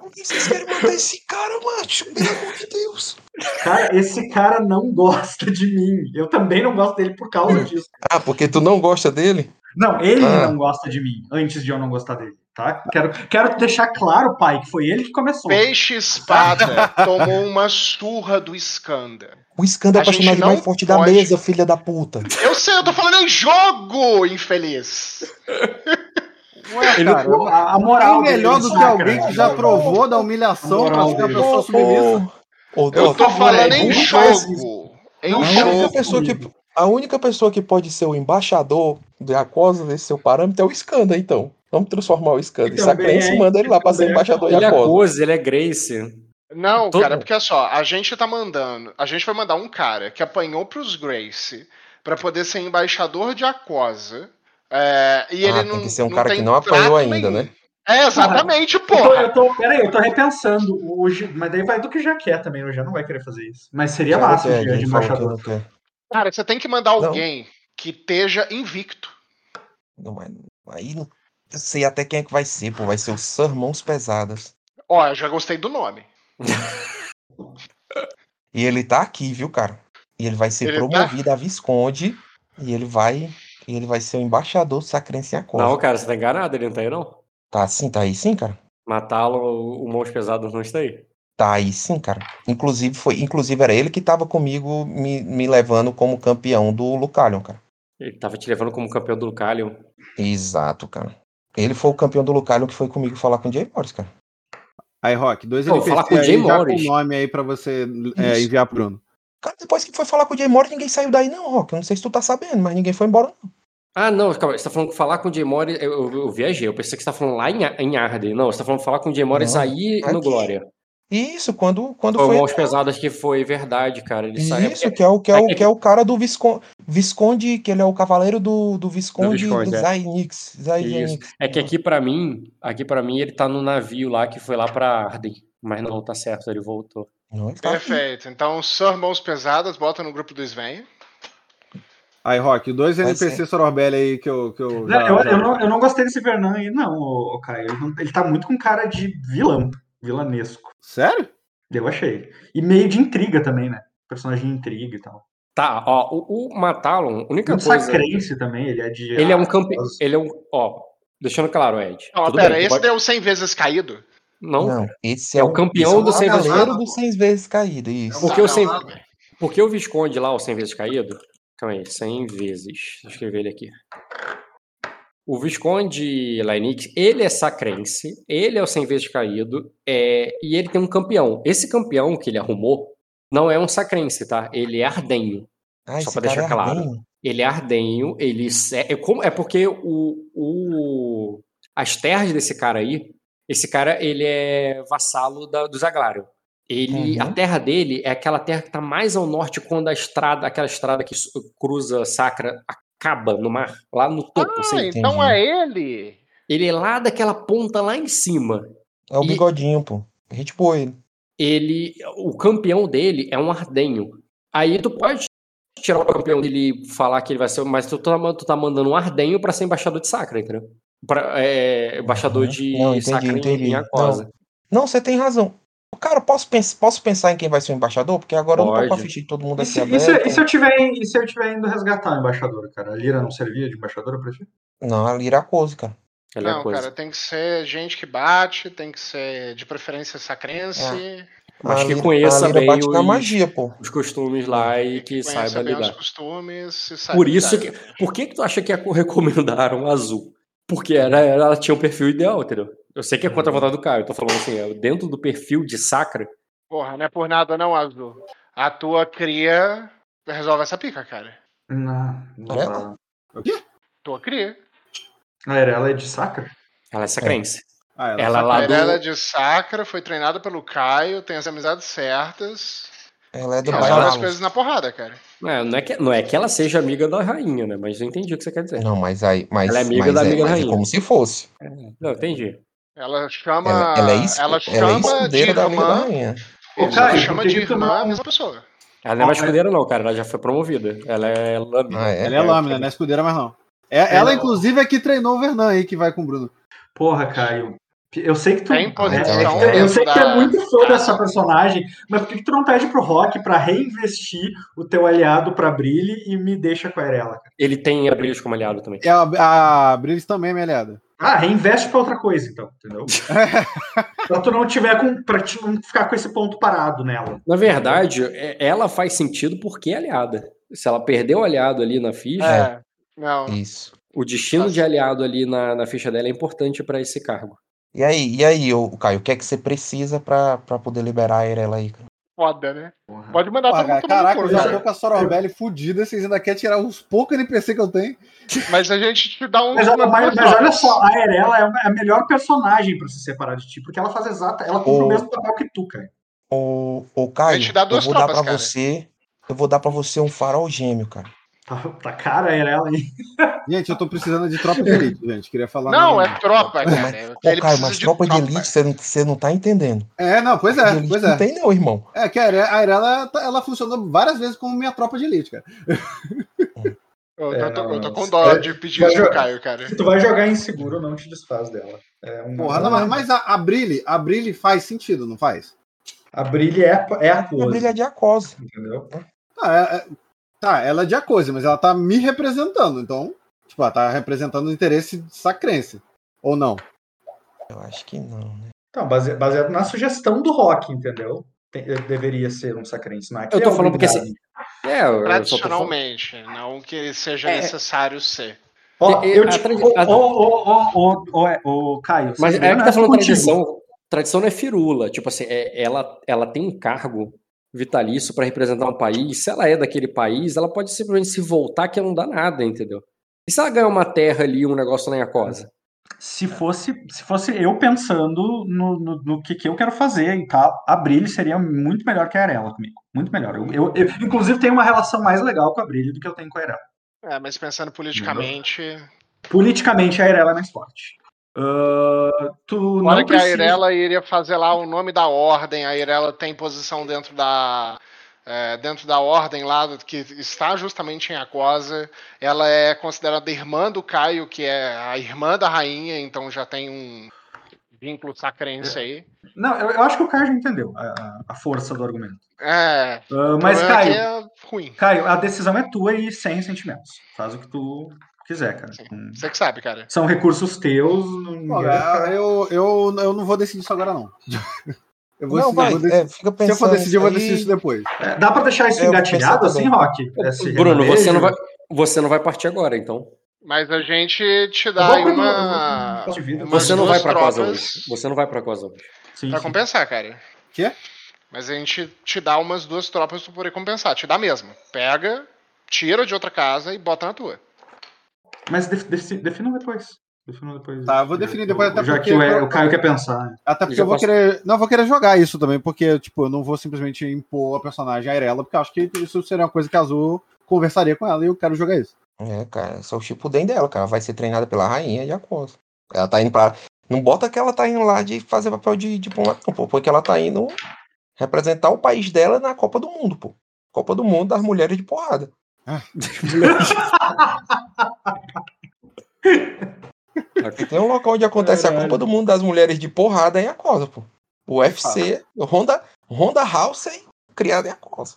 Por que vocês querem matar esse cara, macho? Pelo amor de Deus.
Cara, esse cara não gosta de mim. Eu também não gosto dele por
Hum.
causa disso.
Ah, porque tu não gosta dele?
Não, ele
Ah.
não gosta de mim, antes de eu não gostar dele, tá? Quero, quero deixar claro, pai, que foi ele que começou.
Peixe Espada tomou uma surra do Skanda.
O escândalo é o
A gente
personagem
não
mais forte da
pode.
mesa, filha da puta.
Eu sei, eu tô falando em jogo, infeliz.
Ué,
Ele-
cara,
a, a moral
quem é melhor
dele,
do que
sacra,
alguém que já
né?
provou da humilhação pra
Moral
ser uma
dele.
pessoa submissa?
Ô,
Eu
ô,
tô
é
falando em
não faz
jogo. Em
a,
Não
única
jogo.
jogo.
pessoa que, a única pessoa que pode ser o embaixador de Acosa desse seu parâmetro é o Skanda, então. Vamos transformar o Skanda em
Que também
Sacrense
é-
e manda ele lá pra ser
também é-
embaixador de
Ele é
Acosa.
Cosa, ele é Grace.
Não,
Todo-
cara, porque olha só, a gente tá mandando. A gente vai mandar um cara que apanhou pros Grace pra poder ser embaixador de Acosa. é, e
Ah,
ele
tem
não,
que ser um cara que não
trato
apanhou ainda,
nenhum.
né?
É, exatamente,
Eu tô,
porra.
eu tô, peraí, eu tô repensando. O, Gi- mas daí vai do que já quer também, o já não vai querer fazer isso. Mas seria
Já não
é massa o
quer,
Jean de
é, ele falou que
embaixador.
não quer.
Cara, você tem que mandar
Não.
alguém que esteja invicto.
Não, mas aí não- eu sei até quem é que vai ser, pô. Vai ser os Sermãos Pesadas.
Ó, eu já gostei do nome.
E ele tá aqui, viu, cara? E ele vai ser
Ele tá?
promovido a Visconde. E ele vai. E ele vai ser o embaixador sacrense em Acosta.
Não, cara, você tá enganado, ele não tá aí não.
Tá sim, tá aí sim, cara.
Matá-lo, o- o Mãos Pesadas não está aí.
Tá aí sim, cara. Inclusive, foi, inclusive era ele que tava comigo me, me levando como campeão do Lucalion, cara.
Ele tava te levando como campeão do Lucalion.
Exato, cara. Ele foi o campeão do Lucalion que foi comigo falar com o Jay Morris, cara.
Aí, Rock, dois
Não,
NPCs
fala com o Jay
aí, já com
Morris.
o nome aí pra você é,
Isso.
enviar pro Bruno.
Cara, depois que foi falar com o Jay Morris, ninguém saiu daí, não, Rock. Eu não sei se tu tá sabendo, mas ninguém foi embora,
Ah, não, calma, você tá falando que falar com o Jay Morris. Eu, eu- eu viajei, eu pensei que você tá falando lá em, A- em Arden. Não, você tá falando falar com o Jay Morris
Não,
aí
aqui.
no Glória.
Isso, quando, quando
Foi
foi.
o Mãos Pesadas que foi verdade, cara. Ele saiu.
Isso, que é o, que é o,
é-
que é o cara do Visconde, Visconde, que ele é o cavaleiro do, do Visconde do,
Visconde, é.
Zainix. Zainix.
Isso. É que aqui pra mim, aqui para mim ele tá no navio lá que foi lá pra Arden. Mas não, tá certo, ele voltou.
Não, ele tá aqui.
Perfeito. Então, Sir Mãos Pesadas, bota no grupo do Sven.
Aí, Rock, dois
Vai
NPC Sorobelli aí que eu. Que eu,
Não,
já-
eu,
já-
eu não, eu não gostei desse Vernon aí, não, ô, ô, Caio. Ele não- Ele tá muito com cara de vilão, vilanesco.
Sério?
Eu achei. E meio de intriga também, né? Personagem de intriga e tal.
Tá, ó, o, o Matalon, a única
Muito
coisa. né?
sacrense também, ele é de.
Ele é um campe...
Nossa.
Ele é um. Ó, deixando claro, Ed.
Não,
tudo
pera,
bem, tu
esse
pode-
deu 100 vezes caído?
Não,
Não, esse é,
é o campeão do
esse é
Sem
o
Vezes
cavaleiro
Caído.
Caído.
do 100 vezes caído. Isso.
Porque eu
não,
sei- um
tudo bem.
Porque o Visconde lá, o 100 vezes caído. Calma aí, 100 vezes. Deixa eu escrever ele aqui. O Visconde Lainix, ele é sacrense, ele é o 100 vezes caído, é, e ele tem um campeão. Esse campeão que ele arrumou não é um sacrense, tá? Ele é ardenho.
Ah,
Só
esse
pra
cara
deixar
é
claro.
ruim.
Ele é ardenho, ele se- é, como- é porque o, o- as terras desse cara aí, esse cara ele é vassalo da, do Zaglário. Ele,
Uhum.
a terra dele é aquela terra que está mais ao norte quando a estrada, aquela estrada que su- cruza Sacra acaba no mar, lá no topo.
Ah,
assim.
então é ele.
Ele é lá daquela ponta lá em cima.
É o
E-
bigodinho, pô. A gente põe ele.
ele o campeão dele é um ardenho. Aí tu pode tirar o campeão dele e falar que ele vai ser, mas tu tá, ma- tu tá mandando um ardenho pra ser embaixador de Sacra, entendeu? Pra, é, embaixador
Uhum.
de
Não, entendi,
Sacra em-
entendi.
em Acosa.
Não, você tem razão. Cara, posso, pens- posso pensar em quem vai ser o embaixador? Porque agora eu não tô com a
Pode.
ficha de todo mundo
E
aqui
se, e se-
aberta.
e se eu tiver, e se eu tiver indo resgatar o embaixador, cara? A Lira não servia de embaixadora pra ti?
Não, ali era a coisa, cara.
Ele é
não,
coisa.
cara, tem que ser gente que bate, tem que ser de preferência sacrense.
Mas
a
que
Lyra-
conheça
a Lyra
bem
bate na
os-
magia, pô.
Os costumes lá e que
conheça
saiba
bem os
lidar.
costumes e saiba
Por isso que.
lidar.
Por que, que tu acha que a- recomendaram a azul? Porque era, era- ela tinha um perfil ideal, entendeu? Eu sei que é
Uhum.
contra a vontade do Caio, eu tô falando assim, é, dentro do perfil de Sacra,
Porra, não é por nada não, Azul. A tua cria resolve essa pica, cara.
Não, não
Ela?
dá.
Tua cria.
Ah, era ela é de sacra?
ela é sacrense.
Ah,
Ela lá
A
do-
Irela de Sacra foi treinada pelo Caio, tem as amizades certas.
Ela é do
Não,
Resolve
ela-
as
Bainalo.
coisas na porrada, cara.
É, não, é que, não é que ela seja amiga da rainha, né? Mas eu entendi o que você quer dizer.
Não, mas aí. Mas,
Ela é amiga
mas
da
é,
amiga da
mas é
rainha.
como se fosse.
Não, entendi.
Ela chama.
Ela, ela é isso.
ela
Ela, é
chama de
escudeira da amiga da
irmã.
rainha.
Ô,
Ela
Caio,
chama
eu
de
queria tomar
irmã a
um-
mesma pessoa.
Ela não é mais
Ah, é.
escudeira, não, cara. Ela já foi promovida. Ela é lâmina.
Ah, é?
Ela é lâmina, não é escudeira mais não. É, ela, inclusive, é que treinou o Vernan aí, que vai com o Bruno.
Porra, Caio. Eu sei que tu.
Tem posição.
É, é,
Eu sei que tu é
da-
muito fã dessa personagem, mas por que, que tu não pede pro Rock pra reinvestir o teu aliado pra Brilhe e me deixa com a Erela? cara?
Ele tem abrilhos como aliado também.
É a, a Brives também, minha aliada.
Ah, reinveste pra outra coisa, então, entendeu? pra tu não tiver com. pra ti não ficar com esse ponto parado nela.
Na verdade, é- ela faz sentido porque é aliada. Se ela perdeu o aliado ali na ficha,
É. Não.
Isso.
o destino de aliado ali na, na ficha dela é importante pra esse cargo.
E aí, e aí, ô, Caio, o que é que você precisa pra, pra poder liberar a Irela aí? cara?
Foda, né?
Porra.
Pode mandar todo mundo
Caraca,
tomar
caraca,
no
eu
cu,
já
cara.
tô com a Sorobelli fudida, vocês ainda querem tirar os poucos NPC que eu tenho.
Mas a gente te dá um.
Mas,
uma-
mas-
uma-
mas olha só, a Erela é uma- é a melhor personagem pra se separar de ti, porque ela faz exata. Ela cumpre
Ô.
o mesmo papel que tu, cara.
Ô, ô Caio,
te dar
eu
duas
vou dar
tropas,
pra
cara.
você. Eu vou dar pra você um farol gêmeo, cara.
Tá, tá cara a Erela, hein?
Gente, eu tô precisando de tropa de elite, gente. Queria falar.
Não,
no-
é tropa,
Pô,
cara.
mas,
Ele
ô, Caio,
precisa
mas tropa é de elite, você não, você não tá entendendo.
É, não, pois
Tropa de
é,
elite
pois
Não
é.
tem, não, irmão.
É que a Are- a Arela, tá- ela funcionou várias vezes como minha tropa de elite, cara.
Eu,
É,
tô,
não,
eu tô
não.
com dó de pedir isso pro
Mas-
Caio, cara.
Se tu vai jogar inseguro, não te desfaz dela. É um-
Porra, não, mas- mas a, a Brilhe, a Brilhe faz sentido, não faz?
A Brilhe é, é a
A
coisa,
brilha de acose.
entendeu?
Tá, é- é- tá, ela é de Acose, mas ela tá me representando, então, tipo, ela tá representando o interesse sacrense. Ou não?
Eu acho que não, né?
Então, base- baseado na sugestão do rock, entendeu? Tem- deveria ser um sacrense. Mas aqui
Eu tô
é
falando porque
obrigado.
É, eu- eu só tô
um
falando-
Tradicionalmente, não que seja
É.
necessário ser.
Ó,
É,
eu
a
te...
tra-
Ô,
a-
ô, ô, ô, ô, é, ô, ô, Caio.
Mas
você
é que tá
nessa
falando
contigo.
tradição. Tradição não é firula. Tipo assim, é- ela, ela tem um cargo vitalício pra representar um país. Se ela é daquele país, ela pode simplesmente se voltar que não dá nada, entendeu? E se ela ganhar uma terra ali, um negócio na Yakosa?
Se fosse, se fosse eu pensando no, no, no que, que eu quero fazer e tal, a Brilho seria muito melhor que a Arela comigo. Muito melhor. Eu, eu- eu, inclusive, tenho uma relação mais legal com a Brilho do que eu tenho com a Arela.
É, mas pensando politicamente.
Politicamente, a Arela é mais forte. Ah, tu
Olha
não
que a
precisa-
Irela iria fazer lá o nome da ordem, a Irela tem posição dentro da. é, dentro da ordem lá, do- que está justamente em Aquosa. Ela é considerada irmã do Caio, que é a irmã da rainha, então já tem um vínculo
É.
sacrense aí.
Não, eu, eu acho que o Caio já entendeu a- a, a força do argumento.
É.
Ah,
o
mas,
problema é
Caio,
que é ruim.
Caio, a decisão é tua e sem sentimentos. Faz o que tu quiser, cara.
Sim.
Hum.
Você que sabe, cara.
São recursos teus. ninguém vai ficar-
Olha, é, eu, eu, eu não vou decidir isso agora, não. Eu vou,
Não,
decidir-
vai,
vou decidir-
é, fica
Se eu
pensando.
for decidir, eu vou decidir
aí.
isso depois.
É, Dá pra deixar isso
É, eu vou
engatilhado
pensar
assim,
também.
Rock?
É
é, Esse
Bruno, você
remédio?
não, vai, você não vai partir agora, então.
Mas a gente te
Eu
dá
vou
aí
pro-
uma.
eu vou pro- eu vou pro-
umas
Você não
duas
vai pra casa
trocas.
hoje. Você não vai pra casa hoje.
é, Sim,
Pra
sim.
compensar, cara.
Quê?
Mas a gente te dá umas duas tropas pra poder compensar. Te dá mesmo. Pega, tira de outra casa e bota na tua.
Mas def- def- definam depois. Definam depois.
Tá, eu vou definir depois, até
Já
porque-
que o, é- o Caio quer pensar.
Até
Eu
porque
já
eu vou
posso-
querer. Não, eu vou querer jogar isso também, porque, tipo, eu não vou simplesmente impor a personagem a Irela, porque eu acho que isso seria uma coisa que a Azul conversaria com ela e eu quero jogar isso.
É, cara, só o Chipuden dela, cara. Vai ser treinada pela rainha e a coisa. Ela tá indo pra. Não bota que ela tá indo lá de fazer papel de diplomata, não, pô. Porque ela tá indo representar o país dela na Copa do Mundo, pô. Copa do Mundo das mulheres de porrada. E tem um local onde acontece a
Caralho.
Copa do Mundo das mulheres de porrada em Acosa, pô. O UFC, Honda, Honda House é criada em Acosa.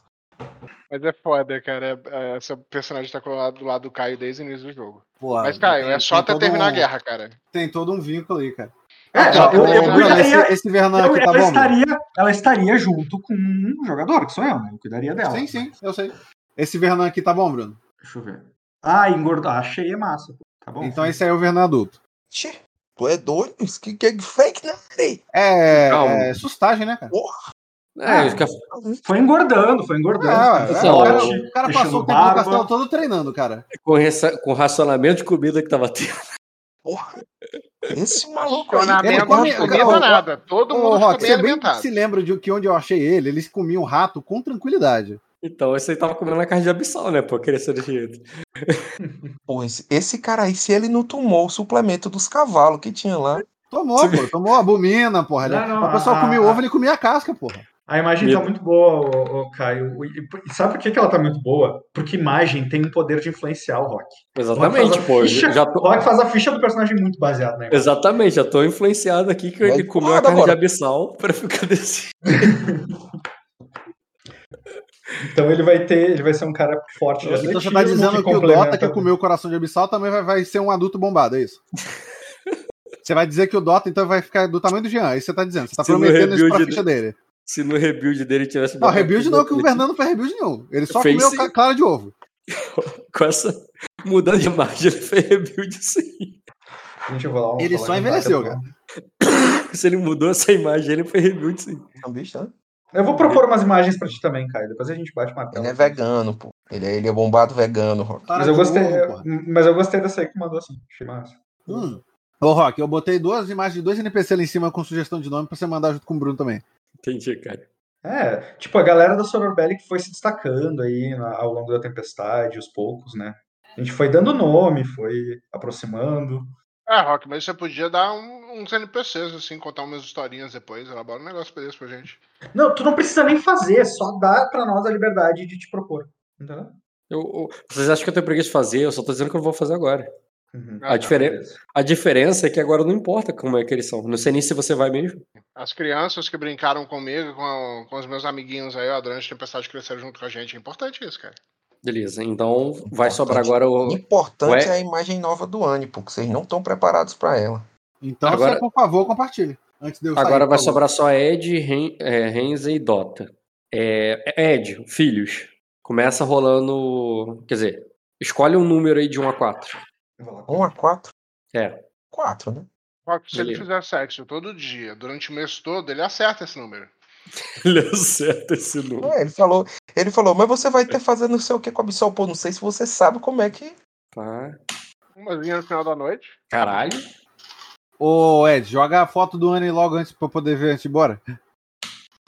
Mas é foda, cara. É- é- Essa personagem tá colado do lado do Caio desde o início do jogo.
Pô,
Mas, Caio,
tem-
é só
tem
até
todo
terminar a
um-
guerra, cara.
Tem todo um vínculo aí, cara. um
É,
já
eu,
Ó,
eu
tô-
ô,
já
Bruno,
cuidaria-
esse, esse Vernan
eu-
aqui tá
ela,
bom. Bruno?
estaria, ela estaria junto com um jogador, que sou eu, né? Eu cuidaria dela.
Sim, sim, eu sei. Esse Vernan aqui tá bom, Bruno.
Deixa eu ver. Ah, engordar. Achei é massa. pô. Tá bom.
Então esse aí é o Vernan adulto.
Tchê, tu é doido? Isso que, que é fake, né?
É,
Calma.
é sustagem, né, cara?
É, isso que eu-
Foi engordando, foi
É,
engordando.
é,
Assim,
o
ó,
cara-
Forte,
o cara
deixando
passou o tempo do
barba.
castelo todo treinando, cara.
com, essa- com o racionamento de comida que tava tendo.
Porra. Esse maluco aí.
Racionamento
Tá ele
não
Ele
come- ele
come-
ó,
comida
ó,
nada. Todo
Ô,
mundo ficou
Rock,
bem
você é bem que
alimentado.
se lembra de que onde eu achei ele, eles comiam um rato com tranquilidade.
Então, esse aí tava comendo a carne de abissal, né? Pô, queria ser desse jeito.
Pô, esse, esse cara aí, se ele não tomou o suplemento dos cavalos que tinha lá.
Tomou, pô. Tomou a bumina, porra. é-
Não, não,
a pessoa
a-
comia
a-
ovo, ele comia a casca, porra.
A imagem
Medo.
tá muito boa, ô, ô, Caio. E e sabe por que, que ela tá muito boa? Porque imagem tem o poder de influenciar o Rock.
Exatamente,
Rock faz a
pô.
ficha-
Já
O
tô,
Rock faz a ficha do personagem muito baseado né? na imagem.
exatamente, já tô influenciado aqui que
Vai
ele comeu a
foda
carne
agora.
de abissal pra ficar desse
Então ele vai ter, ele vai ser um cara forte de
Então
atletismo.
você
um
tá dizendo que, o
complementa-
Dota que comeu o coração de abissal também vai, vai ser um adulto bombado, é isso? Você vai dizer que o Dota então vai ficar do tamanho do Jean, é isso que você tá dizendo. Você tá
Se no
prometendo isso pra
rebuild-
ficha dele.
Se no rebuild dele tivesse.
Não, rebuild não, que o
ele-
Fernando não fez rebuild nenhum. Ele só
Fez
comeu
sim.
ca- clara de ovo.
Com essa mudança de imagem, ele fez rebuild sim.
Gente, eu vou lá, eu
Ele
vou lá
só
jantar,
envelheceu,
que eu tô-
Se ele mudou essa imagem, ele fez rebuild sim.
É um bicho, né?
Eu vou propor umas imagens pra ti também, Caio. Depois a gente bate o martelo.
Ele é vegano, pô. Ele é, ele é bombado vegano, Rock.
Clara
Mas eu
de
gostei,
ovo, porra.
mas eu gostei dessa aí que mandou assim. Achei massa.
é, Hum. Ô, Rock, eu botei duas imagens de dois NPC lá em cima com sugestão de nome pra você mandar junto com o Bruno também.
Entendi, cara.
É, tipo, a galera da Sonorbelly que foi se destacando aí na- ao longo da tempestade, os poucos, né? A gente foi dando nome, foi aproximando.
É, Rock, mas você podia dar um- uns NPCs, assim, contar umas historinhas depois, elaborar um negócio pra isso pra gente.
Não, tu não precisa nem fazer, é só dá pra nós a liberdade de te propor. Entendeu?
Eu- eu- vocês acham que eu tenho preguiça de fazer? Eu só tô dizendo que eu vou fazer agora.
Uhum.
A diferença- A diferença é que agora não importa como é que eles são. Não sei nem se você vai mesmo.
As crianças que brincaram comigo, com, com os meus amiguinhos aí, ó, durante a tempestade cresceram junto com a gente. É importante isso, cara.
Beleza, então vai
Importante.
sobrar agora
O
o.
importante
Ué?
é a imagem nova do Annie, pô, que vocês não estão preparados pra ela.
Então,
Agora-
você, por favor, compartilhe. Antes de eu sair,
Agora
por
vai
favor.
sobrar só Ed, Ren- é, Renzi e Dota. É, Ed, filhos. Começa rolando. Quer dizer, escolhe um número aí de 1 a 4.
Vou lá.
1 a 4?
É.
4, né?
Rock, se ele
Beleza.
fizer sexo todo dia, durante o mês todo, ele acerta esse número.
Ele acerta esse número.
É, ele falou, ele falou, mas você vai ter fazendo não sei o que com a Absol, pô, não sei se você sabe como é que
Tá.
Uma vinha no final da noite.
Caralho.
Ô, Ed, joga a foto do Annie logo antes pra eu poder ver antes de ir embora.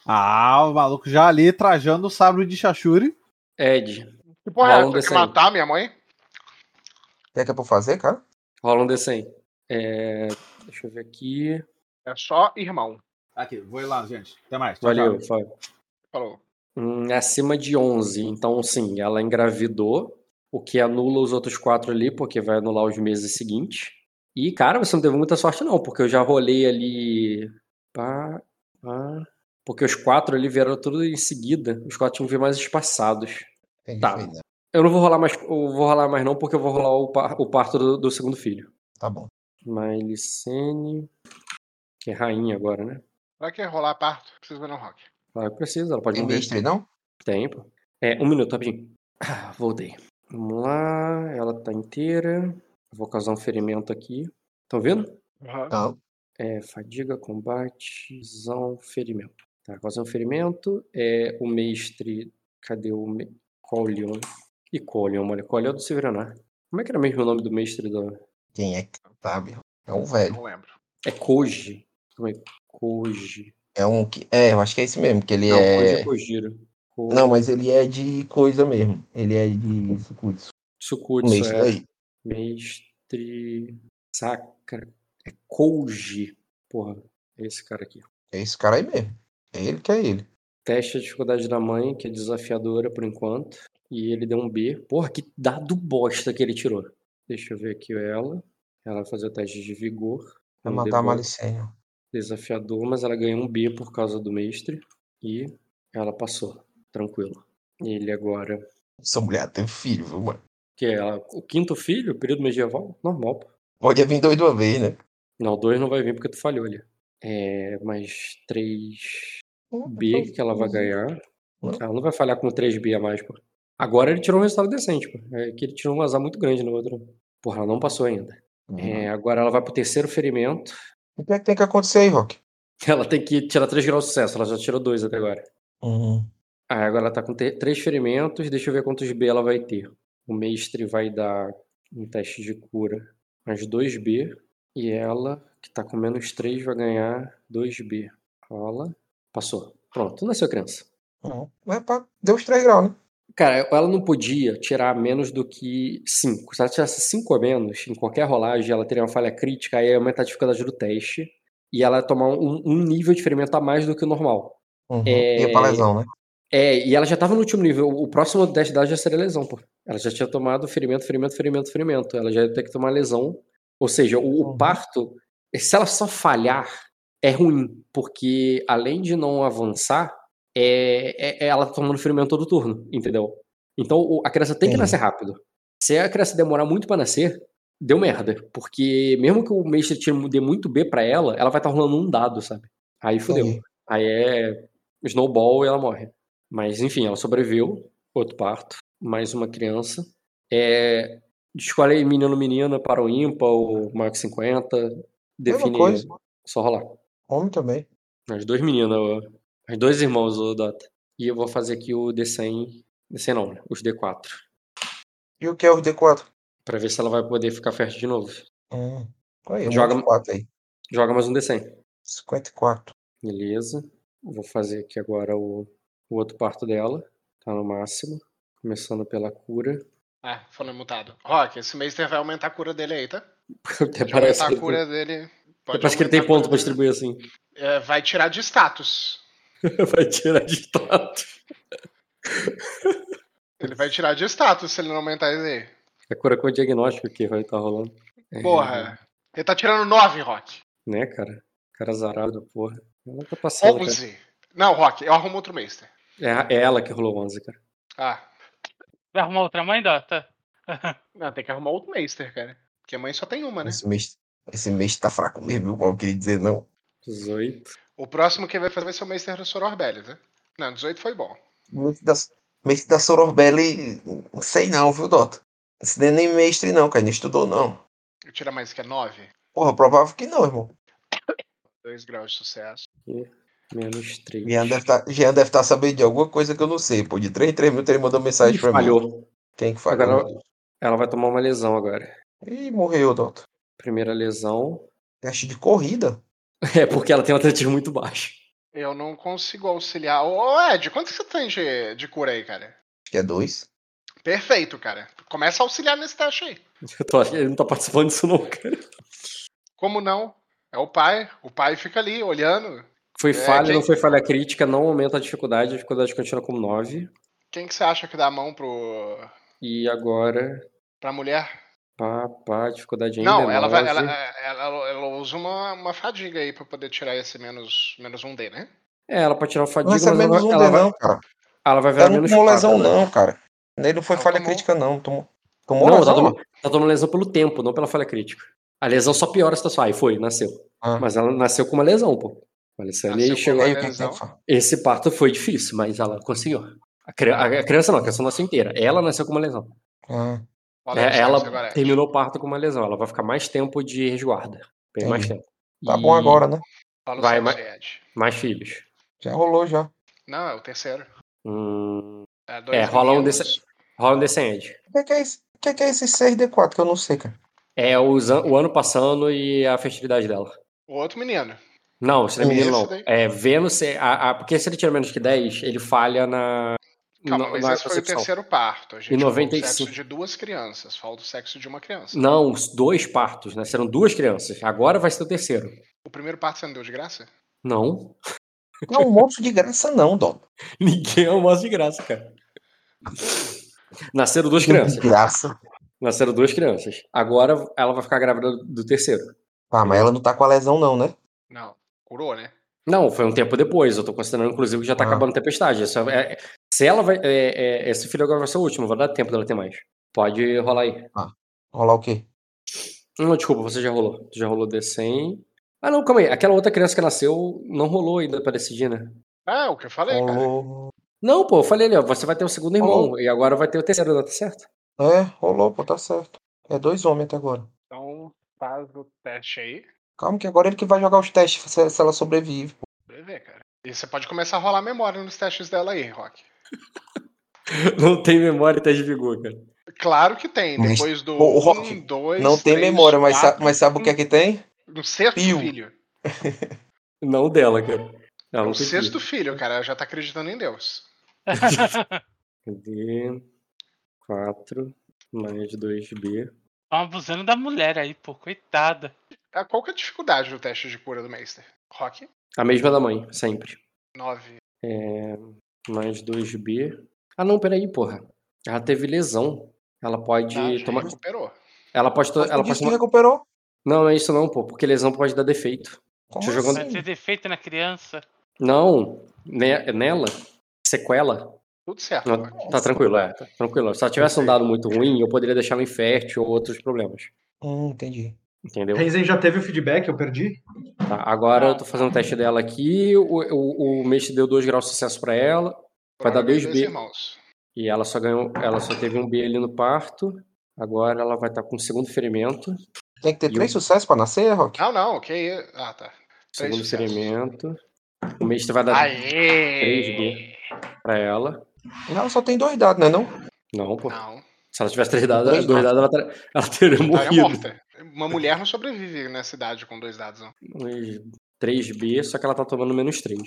Ah, o maluco já ali trajando o sabre de Shashuri.
Ed,
Que porra é
Rola um
essa? Tem que
D100.
matar minha mãe?
O que é que é pra fazer, cara?
rola um D100. É, deixa eu ver aqui.
É só irmão.
Aqui, vou ir lá, gente. Até mais. Tchau,
Valeu,
tchau.
Fábio.
Falou.
Hum, é acima de 11. Então, sim, ela engravidou, o que anula os outros quatro ali, porque vai anular os meses seguintes. E, cara, você não teve muita sorte, não, porque eu já rolei ali. Pá, pá, porque os quatro ali vieram tudo em seguida. Os quatro tinham que vir mais espaçados.
Tem
Tá.
que ver, né?
Eu não vou rolar mais, eu vou rolar mais não, porque eu vou rolar o, par- o parto do, do segundo filho.
Tá bom.
Mailicene, que é rainha agora, né?
Pra que rolar parto? Preciso ver no rock.
Claro que precisa, ela pode
Tem
morrer.
mestre, não?
Tempo. É, um minuto, rapidinho. Ah, Voltei. Vamos lá, ela tá inteira. Vou causar um ferimento aqui. Estão vendo?
Não.
É, fadiga, combate, visão, ferimento. Tá, causar um ferimento. É, o mestre. Cadê o me... Colion? E Colion, olha. Colion é do Severanar. Como é que era mesmo o nome do mestre da.
Quem é que sabe? É um velho.
Não lembro.
É Koji. Como é? Koji.
É um que. É, eu acho que é esse mesmo, que ele
Não, Koji
é.
é Kojiro. Ko...
Não, mas ele é de coisa mesmo. Ele é de sucutes.
Tsukutsu,
Mestre
é.
daí.
Mestre Sacra. É Koji. Porra, é esse cara aqui.
É esse cara aí mesmo. É ele que é ele.
Teste a dificuldade da mãe, que é desafiadora por enquanto. E ele deu um B. Porra, que dado bosta que ele tirou. Deixa eu ver aqui ela. Ela vai fazer o teste de vigor.
Vai
Um
matar a
D4
Malicênio.
Desafiador, mas ela ganhou um B por causa do mestre. E ela passou. Tranquilo. Ele agora.
Essa mulher teve filho, viu, mano?
Que é ela- o quinto filho, período medieval? Normal, pô.
Pode vir dois de uma vez, né?
Não, dois não vai vir porque tu falhou ali. É, mais 3B que ela vai ganhar. Ela não vai falhar com 3B a mais, pô. Agora ele tirou um resultado decente, pô. É que ele tirou um azar muito grande no outro. Porra, ela não passou ainda. É, agora ela vai pro terceiro ferimento.
O que é que tem que acontecer aí, Rock?
Ela tem que tirar 3 graus de sucesso. Ela já tirou dois até agora.
Hum.
Ah, agora ela tá com 3 ferimentos. Deixa eu ver quantos B ela vai ter. O mestre vai dar um teste de cura mais 2B. E ela, que tá com menos 3, vai ganhar 2B. Rola. Passou. Pronto, nasceu criança.
Não. Vai pra... Deu os três graus, né?
Cara, ela não podia tirar menos do que 5. Se ela tirasse 5 a menos em qualquer rolagem, ela teria uma falha crítica, aí ia aumentar a dificuldade do teste. E ela ia tomar um, um nível de ferimento a mais do que o normal.
Uhum.
É.
E a palesão, né?
É, e ela já tava no último nível. O próximo teste dela já seria lesão, pô. Ela já tinha tomado ferimento, ferimento, ferimento, ferimento. Ela já ia ter que tomar lesão. Ou seja, o, o
Uhum.
parto, se ela só falhar, é ruim. Porque além de não avançar, é, é- é ela tomando ferimento todo turno, entendeu? Então o- a criança tem que
Sim.
nascer rápido. Se a criança demorar muito pra nascer, deu merda. Porque mesmo que o mestre tire- dê muito B pra ela, ela vai estar rolando um dado, sabe? Aí fodeu.
Entendi.
Aí é snowball e ela morre. Mas enfim, ela sobreviveu. Outro parto. Mais uma criança. É, escolhe aí menino menina para o ímpar, o Mark 50. Define
coisa.
só rolar.
Homem também.
As duas meninas, o- as dois irmãos, o Dota. E eu vou fazer aqui o D100. D100 não, né? os D4.
E o que é os D4?
Pra ver se ela vai poder ficar fértil de novo.
Hum. Aí, um
Joga-
D4 aí.
Joga mais um D100.
54.
Beleza. Vou fazer aqui agora o, o outro parto dela. Tá no máximo. Começando pela cura.
Ah, falei mutado. Rock, esse Meister vai aumentar a cura dele aí, tá?
Até
Pode
parece
aumentar
que,
a cura dele.
até
Pode
parece que ele tem
aumentar a
ponto pra
cura
distribuir
dele.
assim.
É, vai tirar de status.
Vai tirar de status.
Ele vai tirar de status se ele não aumentar esse aí.
É cura com o diagnóstico que vai estar rolando. É,
Porra. Ele tá tirando 9, Rock.
né, cara? Cara zarado, porra. Ela tá passando, cara.
11. Não, Rock, eu arrumo outro Meister.
É, a- é ela que rolou 11, cara.
Ah.
Vai arrumar outra mãe, Dota?
Não, tem que arrumar outro Meister, cara. Porque mãe só tem uma, né?
Esse mês, esse mês tá fraco mesmo, igual eu queria dizer, não.
18.
O próximo que vai fazer vai ser o Meister do Sororbelli, né? Não, 18 foi bom.
Mês da, mês da Sororbelli, não sei não, viu, Dota? Esse nem é nem mestre não, cara, não estudou não.
Eu tirar mais que é 9.
Porra, provável que não, irmão.
2 graus de sucesso.
Menos 3.
Jean deve tá, Jean deve estar sabendo de alguma coisa que eu não sei, pô. De 3 em 3 minutos ele mandou mensagem pra mim.
falhou.
Quem que
Agora
falhou?
ela vai tomar uma lesão agora.
Ih, morreu, Dota.
Primeira lesão.
Teste de corrida?
É porque ela tem um atletismo muito baixo.
Eu não consigo auxiliar. Ô, ô, Ed, quanto que você tem de, de cura aí, cara?
Acho que é dois.
Perfeito, cara. Começa a auxiliar nesse teste aí.
Eu tô, achando- ele não tá participando disso, não, cara.
Como não? É o pai. O pai fica ali olhando.
Foi
É,
falha,
quem-
não foi falha crítica, não aumenta a dificuldade. A dificuldade continua como 9.
Quem que você acha que dá a mão pro,
E agora.
pra mulher?
Pá, pá, dificuldade ainda. é
Não, ela, vai,
nove.
ela, é, ela, ela usa uma, uma fadiga aí pra poder tirar esse menos, menos um D, né?
É, ela pode tirar o fadiga,
Não
mas
recebe
ela,
menos um
vai-
D,
ela, vai,
não, cara.
ela vai virar
Ela não
menos
tomou lesão,
quatro, né?
não, cara. Ele não foi
Ela
falha
tomou.
crítica, não. tá Tomou, tomou
Não,
lesão?
ela tomou, ela tomou tá lesão pelo tempo, não pela falha crítica. A lesão só piora a situação. Aí foi, nasceu.
Ah.
Mas ela nasceu com uma lesão, pô. A Alessandra
Nasceu
aí
com
chegou.
uma-
E aí, o que que
lesão.
eu faço?
Esse parto foi difícil, mas ela conseguiu. A, cri- a- a criança não, a criança nasceu inteira. Ela nasceu com uma lesão.
Ah,
Fala
É,
pra você
ela
agora, Ed.
terminou o parto com uma lesão. Ela vai ficar mais tempo de resguarda. Tem mais tempo.
tá
E
bom agora, né?
Fala o
vai,
sexo
mas-
aí, Ed.
Mais filhos.
Já rolou, já.
Não, é o terceiro.
Hum,
É, dois
É, rola um
meninos.
desse- rola um descende.
O que que é esse, o que que é esse 6D4 que eu não sei, cara?
É os an- o ano passando e a festividade dela.
O outro menino.
Não, se não é menino,
Esse
não.
daí?
É Vênus. é- a- a- porque se ele tira menos que 10, ele falha na.
Calma,
no-
mas
na
esse foi o
concepção.
terceiro parto. A gente
Em
falou do
95.
sexo de duas crianças. Falta o sexo de uma criança.
Não, os dois partos, né? Serão duas crianças. Agora vai ser o terceiro.
O primeiro parto você não deu de graça?
Não.
Não é um monstro de graça, não, Dom.
Ninguém é um moço de graça, cara. Nasceram duas
De
crianças.
graça.
Nasceram duas crianças. Agora ela vai ficar grávida do- do terceiro.
Ah, mas ela não tá com a lesão, não, né?
Não. Curou, né?
Não, foi um tempo depois. Eu tô considerando, inclusive, que já tá
Ah.
acabando a tempestade. Isso é- é- se ela vai. é- é- esse filho agora vai ser o último, vai dar tempo dela ter mais. Pode rolar aí.
Rolar o quê?
Não, desculpa, você já rolou. Já rolou D100. Ah, não, calma aí. Aquela outra criança que nasceu não rolou ainda pra decidir, né?
É, o que eu falei, cara.
Rolou.
Não, pô, eu falei ali, ó. Você vai ter o segundo irmão
Rolou.
e agora vai ter o terceiro, tá certo?
É, rolou, pô, tá certo. É dois homens até agora.
Então faz o teste aí.
Calma que agora ele que vai jogar os testes se, se ela sobrevive. pô.
Pra ver, cara. E você pode começar a rolar memória nos testes dela aí, Rock.
Não tem memória até de vigor, cara.
Claro que tem.
Mas-
Depois do
Ô, ô, Rock,
um, dois,
Não tem
três,
memória, mas, sa-
quatro,
mas sabe o que é que tem?
No sexto
Pio.
filho.
Não dela, cara. Ela não
No
tem
É sexto
filho.
filho, cara. ela Já tá acreditando em Deus.
Cadê? 4 mais 2B.
Tão abusando da mulher aí, pô, coitada.
Ah, Qual que é a dificuldade do teste de cura do Meister? Rock?
A mesma da mãe, sempre.
Nove.
É, mais 2B. Ah, não, peraí, porra. Ela teve lesão. Ela pode
Tá, já
tomar.
recuperou.
Ela pode. to- Ela
Ela
pode
disse que
tomar...
recuperou.
Não, não é isso não, pô, porque lesão pode dar defeito.
Como
Deixa eu jogar um
Vai
assim?
ter defeito na criança.
Não, ne- é nela, sequela.
Tudo certo, né?
Não,
Rock.
tá tranquilo, é. Tá tranquilo. Se ela tivesse um dado muito ruim, eu poderia deixar ela infértil ou outros problemas.
Hum, entendi.
Entendeu?
Renzen já teve o feedback, eu perdi?
Tá, agora eu tô fazendo o teste dela aqui. O, o, o mestre deu 2 graus de sucesso pra ela. Vai dar dois B.
irmãos.
E ela só ganhou. Ela só teve um B ali no parto. Agora ela vai estar com o segundo ferimento.
Tem que ter
E
três sucessos pra nascer, Rock?
Não, não, ok. Ah, tá. Três
Segundo
sucessos.
ferimento. O mestre vai dar
Aê!
pra ela.
Ela só tem dois dados, né não?
Não, pô. tá
Não,
Se ela tivesse três dados,
Dois
dois dados, ela, ter- ela teria
ela é
morrido.
morta. Uma mulher não sobrevive nessa idade com dois dados, não.
Mas 3B, só que ela tá tomando menos 3.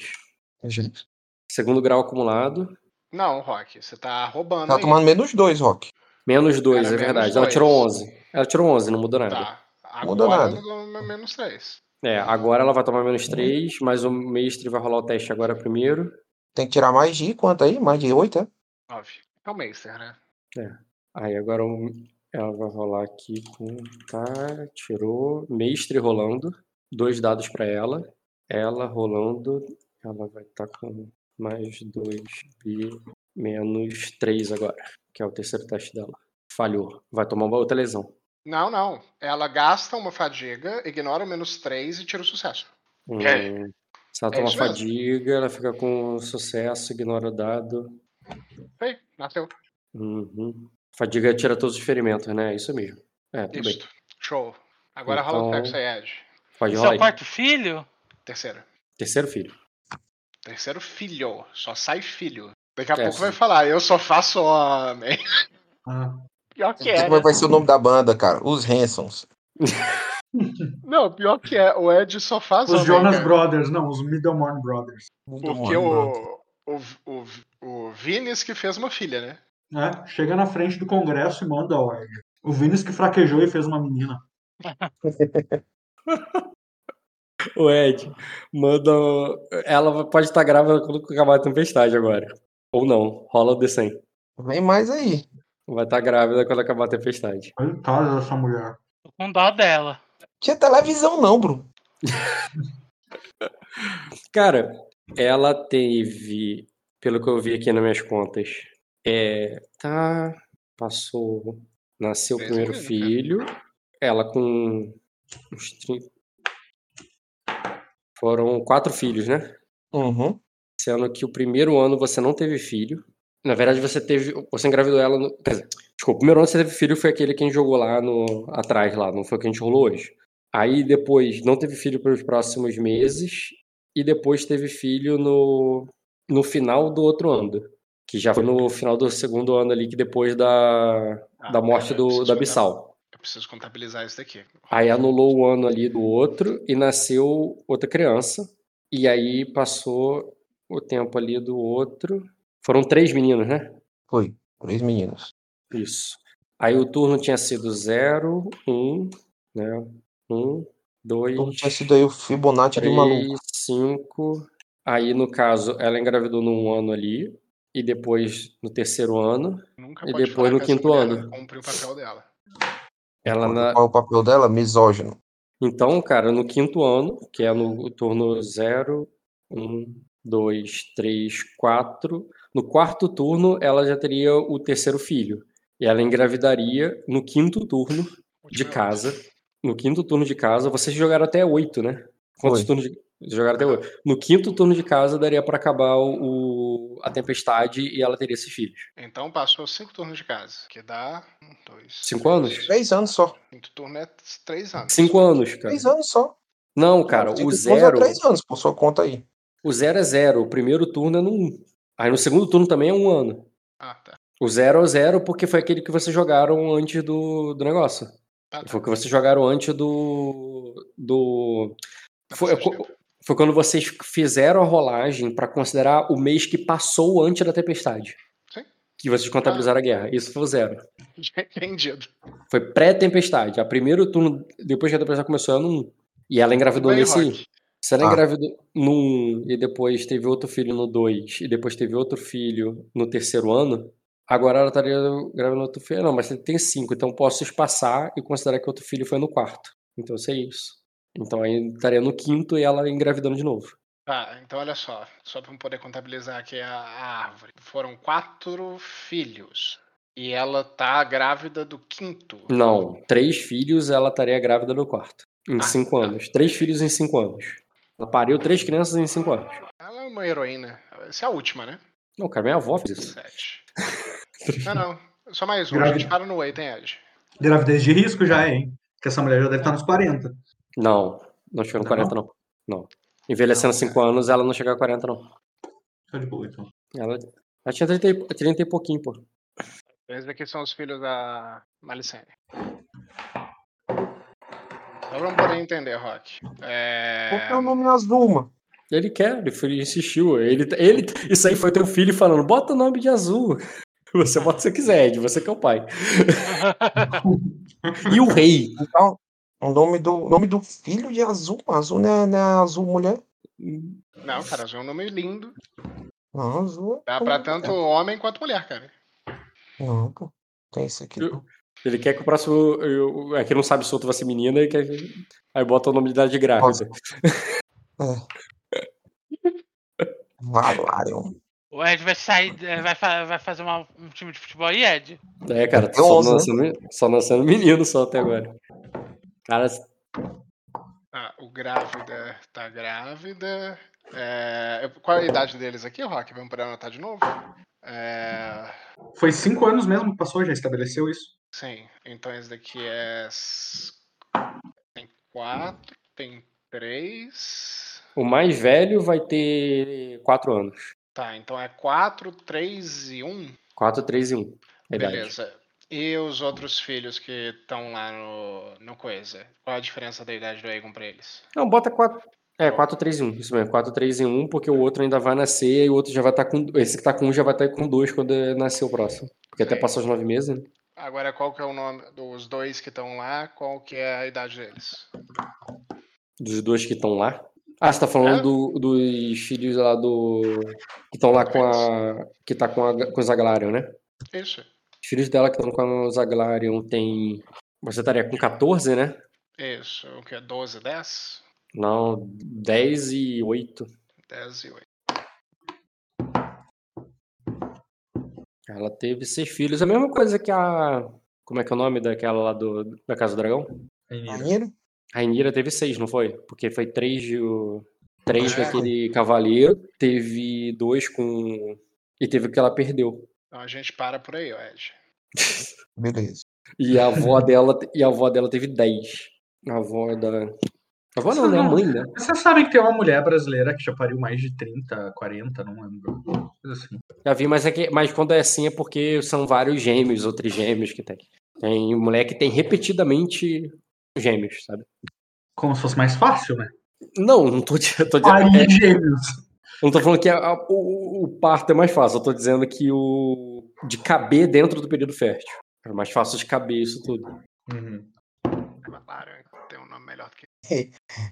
Gente.
Segundo grau acumulado,
Não, Rock, você tá roubando
Tá
aí.
tomando menos dois, Rock.
menos 2,
Cara,
é
menos
verdade. Ela
dois.
tirou 11. Ela tirou 11, não mudou nada.
Tá.
Muda
Agora
nada.
nada. menos três.
É, agora ela vai tomar
Uhum.
menos 3, mas o mestre vai rolar o teste agora primeiro.
Tem que tirar mais de quanto aí? Mais de oito, é?
Nove. É o Meister, né?
Aí agora o- ela vai rolar aqui com. Tá, tirou. Mestre rolando. Dois dados pra ela. Ela rolando. Ela vai estar com mais dois e menos três agora, que é o terceiro teste dela. Falhou. Vai tomar uma outra lesão.
Não, não. Ela gasta uma fadiga, ignora o menos três e tira o sucesso.
Hum,
É.
Se ela
É
tomar
isso mesmo.
fadiga, ela fica com sucesso, ignora o dado.
Aí, nasceu.
Uhum. Fadiga tira todos os ferimentos, né? É isso mesmo. É, tudo bem.
Isso. é Show. Agora rola o
Então-
sexo aí, Ed.
Pode
Seu
rolar. aí.
quarto filho?
Terceiro.
Terceiro filho.
Terceiro filho. Só sai filho. Daqui a
É,
pouco vai
sim.
falar, eu só faço homem.
Ah.
E
Pior que é.
Como
né?
vai ser o nome da banda, cara? Os Hansons.
Não, pior que é, o Ed só faz
Os
homem,
Jonas
cara.
Brothers, não, os Middlemore Brothers.
Porque o, o, o, o Vinícius que fez uma filha, né?
Né? Chega na frente do Congresso e manda o Ed. O Vinicius que fraquejou e fez uma menina.
O Ed, manda. Ela pode estar grávida quando acabar a tempestade agora. Ou não, rola o D100.
Vem mais aí.
Vai estar grávida quando acabar a tempestade.
Coitada dessa mulher.
Tô com dó dela.
Tinha televisão, não, Bruno.
Cara, ela teve, pelo que eu vi aqui nas minhas contas, é, tá, passou, nasceu o
Fez
primeiro
mesmo, cara.
filho, ela com uns 30, foram quatro filhos, né?
Uhum.
Sendo que o primeiro ano você não teve filho. Na verdade, você teve. Você engravidou ela. No, quer dizer, desculpa, o primeiro ano que você teve filho foi aquele que a gente jogou lá no, atrás, lá, não foi o que a gente rolou hoje. Aí depois não teve filho pelos próximos meses. E depois teve filho no, no final do outro ano. Que já foi no final do segundo ano ali, que depois da,
Ah,
da morte
é,
cara, eu
do,
preciso
da
contar-
Bissau.
Eu preciso contabilizar isso daqui.
Aí anulou o ano ali do outro e nasceu outra criança. E aí passou o tempo ali do outro. Foram três meninos, né?
Foi. Três meninos.
Isso. Aí o turno tinha sido zero, um, né? Um, dois,
Então, tinha sido aí o Fibonacci do maluco.
três, cinco. Aí, no caso, ela engravidou num ano ali. E depois, no terceiro ano,
Nunca
E
pode
depois
falar
no
que essa
quinto
mulher
ano.
Cumpriu o papel dela.
ela na,
Qual é o papel dela? Misógino.
Então, cara, no quinto ano, que é no turno 0, 1, 2, 3, 4, no quarto turno ela já teria o terceiro filho. E ela engravidaria no quinto turno de
Última-
casa. No quinto turno de casa, vocês jogaram até oito, né? Quantos
Foi.
turnos de... Jogaram até oito. No quinto turno de casa daria pra acabar o... o- a tempestade e ela teria esses filhos.
Então passou cinco turnos de casa, que dá um, dois.
Cinco
três.
anos?
Três anos só.
Quinto turno é três anos.
Cinco anos, cara.
Ah, Três anos só.
Não, cara,
Cinco
o
anos
zero.
ou Três anos, por sua conta aí.
O zero é zero, o primeiro turno é no 1. Aí no segundo turno também é um ano.
Ah, tá.
O zero é o zero porque foi aquele que vocês jogaram antes do, do negócio.
Ah, tá.
Foi o que vocês jogaram antes do. do.
Dá
Foi, é,
passagem de tempo.
foi quando vocês fizeram a rolagem pra considerar o mês que passou antes da tempestade.
Sim.
Que vocês contabilizaram a guerra. Isso foi o zero.
Entendido.
Foi pré-tempestade. A primeiro turno, depois que a tempestade começou, era no 1. E ela engravidou
Bem,
nesse.
Rock,
Se ela
Ah.
engravidou no 1 e depois teve outro filho no 2 e depois teve outro filho no terceiro ano, agora ela estaria gravando outro filho. Não, mas tem cinco, então posso espaçar e considerar que outro filho foi no quarto. Então isso é isso. Então aí estaria no quinto e ela engravidando de novo.
Tá, então olha só. Só pra eu poder contabilizar aqui a, a árvore. Foram quatro filhos. E ela tá grávida do quinto.
Não, três filhos ela estaria grávida no quarto. Em
Ah,
cinco
tá.
anos. Três filhos em cinco anos. Ela pariu três crianças em cinco anos.
Ela é uma heroína. Essa é a última, né?
Não, cara, minha avó fez isso.
Sete. não, não. Só mais um. A gente para no Wait, hein, Ed?
Gravidez de risco já é, hein? Porque essa mulher já deve estar nos 40.
Não, não chegou
Não?
no 40, não. Não. Envelhecendo cinco anos, ela não chegou a 40, não.
Tá de boa, então.
Ela, ela tinha 30 e, 30 e pouquinho, pô.
Esses aqui são os filhos da Malicene. Então vamos poder entender, Rock. É...
Qual que
Então,
é o nome azul, mano?
Ele quer, ele, foi- ele insistiu. Ele, ele, isso aí foi teu filho falando: bota o nome de azul. Você bota o que você quiser, Ed, você que é o pai. e o rei?
Então, o nome do, nome do filho de azul. Azul não é, não é azul mulher.
Não, cara, é um nome lindo.
Não, azul. é
então
Dá pra tanto homem quanto mulher, cara.
Não, pô. Tem isso aqui. não.
Ele quer que o próximo. eu- É que não sabe se o outro vai ser menina, e quer, aí bota o nome de idade grávida.
Valário.
O Ed vai sair, eh, vai, fa- vai fazer uma- um time de futebol aí, Ed?
É, cara,
Eu
só
ouso, né?
nascendo, só nascendo menino só até agora. Cara,
Ah, o grávida tá grávida. É, eu- Qual é a idade deles aqui, Rock? Vamos poder anotar de novo? É,
Foi cinco anos mesmo que passou, já estabeleceu isso.
Sim, então esse daqui é. s- Tem quatro, tem três.
o mais velho vai ter 4 anos.
Tá, então é quatro, três e um.
4, 3 e 1. Idade.
Beleza. E os outros filhos que estão lá no, no Coisa? Qual a diferença da idade do Aegon pra eles?
Não, bota 4. É, 4, 3 e 1. Isso mesmo, 4, 3 e 1, porque o outro ainda vai nascer e o outro já vai estar com. Esse que tá com um já vai estar com dois quando eh, nascer o próximo. Porque até
Sim.
passou os nove meses, né?
Agora, qual que é o nome dos dois que estão lá? Qual que é a idade deles?
Dos dois que estão lá. Ah, você tá falando
É.
do- dos filhos lá do. Que estão lá com a. Que tá com, a, com o Zaglarion, né?
Isso,
Os filhos dela que estão com o Zaglarion tem. Você estaria com 14, né?
isso. O que é 12, 10?
Não, 10 e 8.
10 e 8.
Ela teve seis filhos. É A mesma coisa que a. Como é que é o nome daquela lá do, da Casa do Dragão?
Rainira.
Maneiro.
A Rainira teve seis, não foi? Porque foi três de. o- Três
É.
daquele cavaleiro, teve dois com. E teve o que ela perdeu.
Então a gente para por aí, ó, Ed.
Beleza.
E a avó dela, e a avó dela teve dez. A avó da. A avó não, né? A mãe, né?
Vocês sabem que tem uma mulher brasileira que já pariu mais de 30, 40, não lembro. Coisa assim.
Já vi, mas, é que, mas quando é assim é porque são vários gêmeos, outros gêmeos que tem. Tem mulher que tem repetidamente gêmeos, sabe?
Como se fosse mais fácil, né?
Não, não tô, di- eu tô dizendo.
Aí,
é,
gêmeos.
não tô falando que a- a- o, o parto é mais fácil, eu tô dizendo que o. de caber dentro do período fértil. É mais fácil de caber isso tudo.
Uhum.
Claro, tem um nome melhor do que.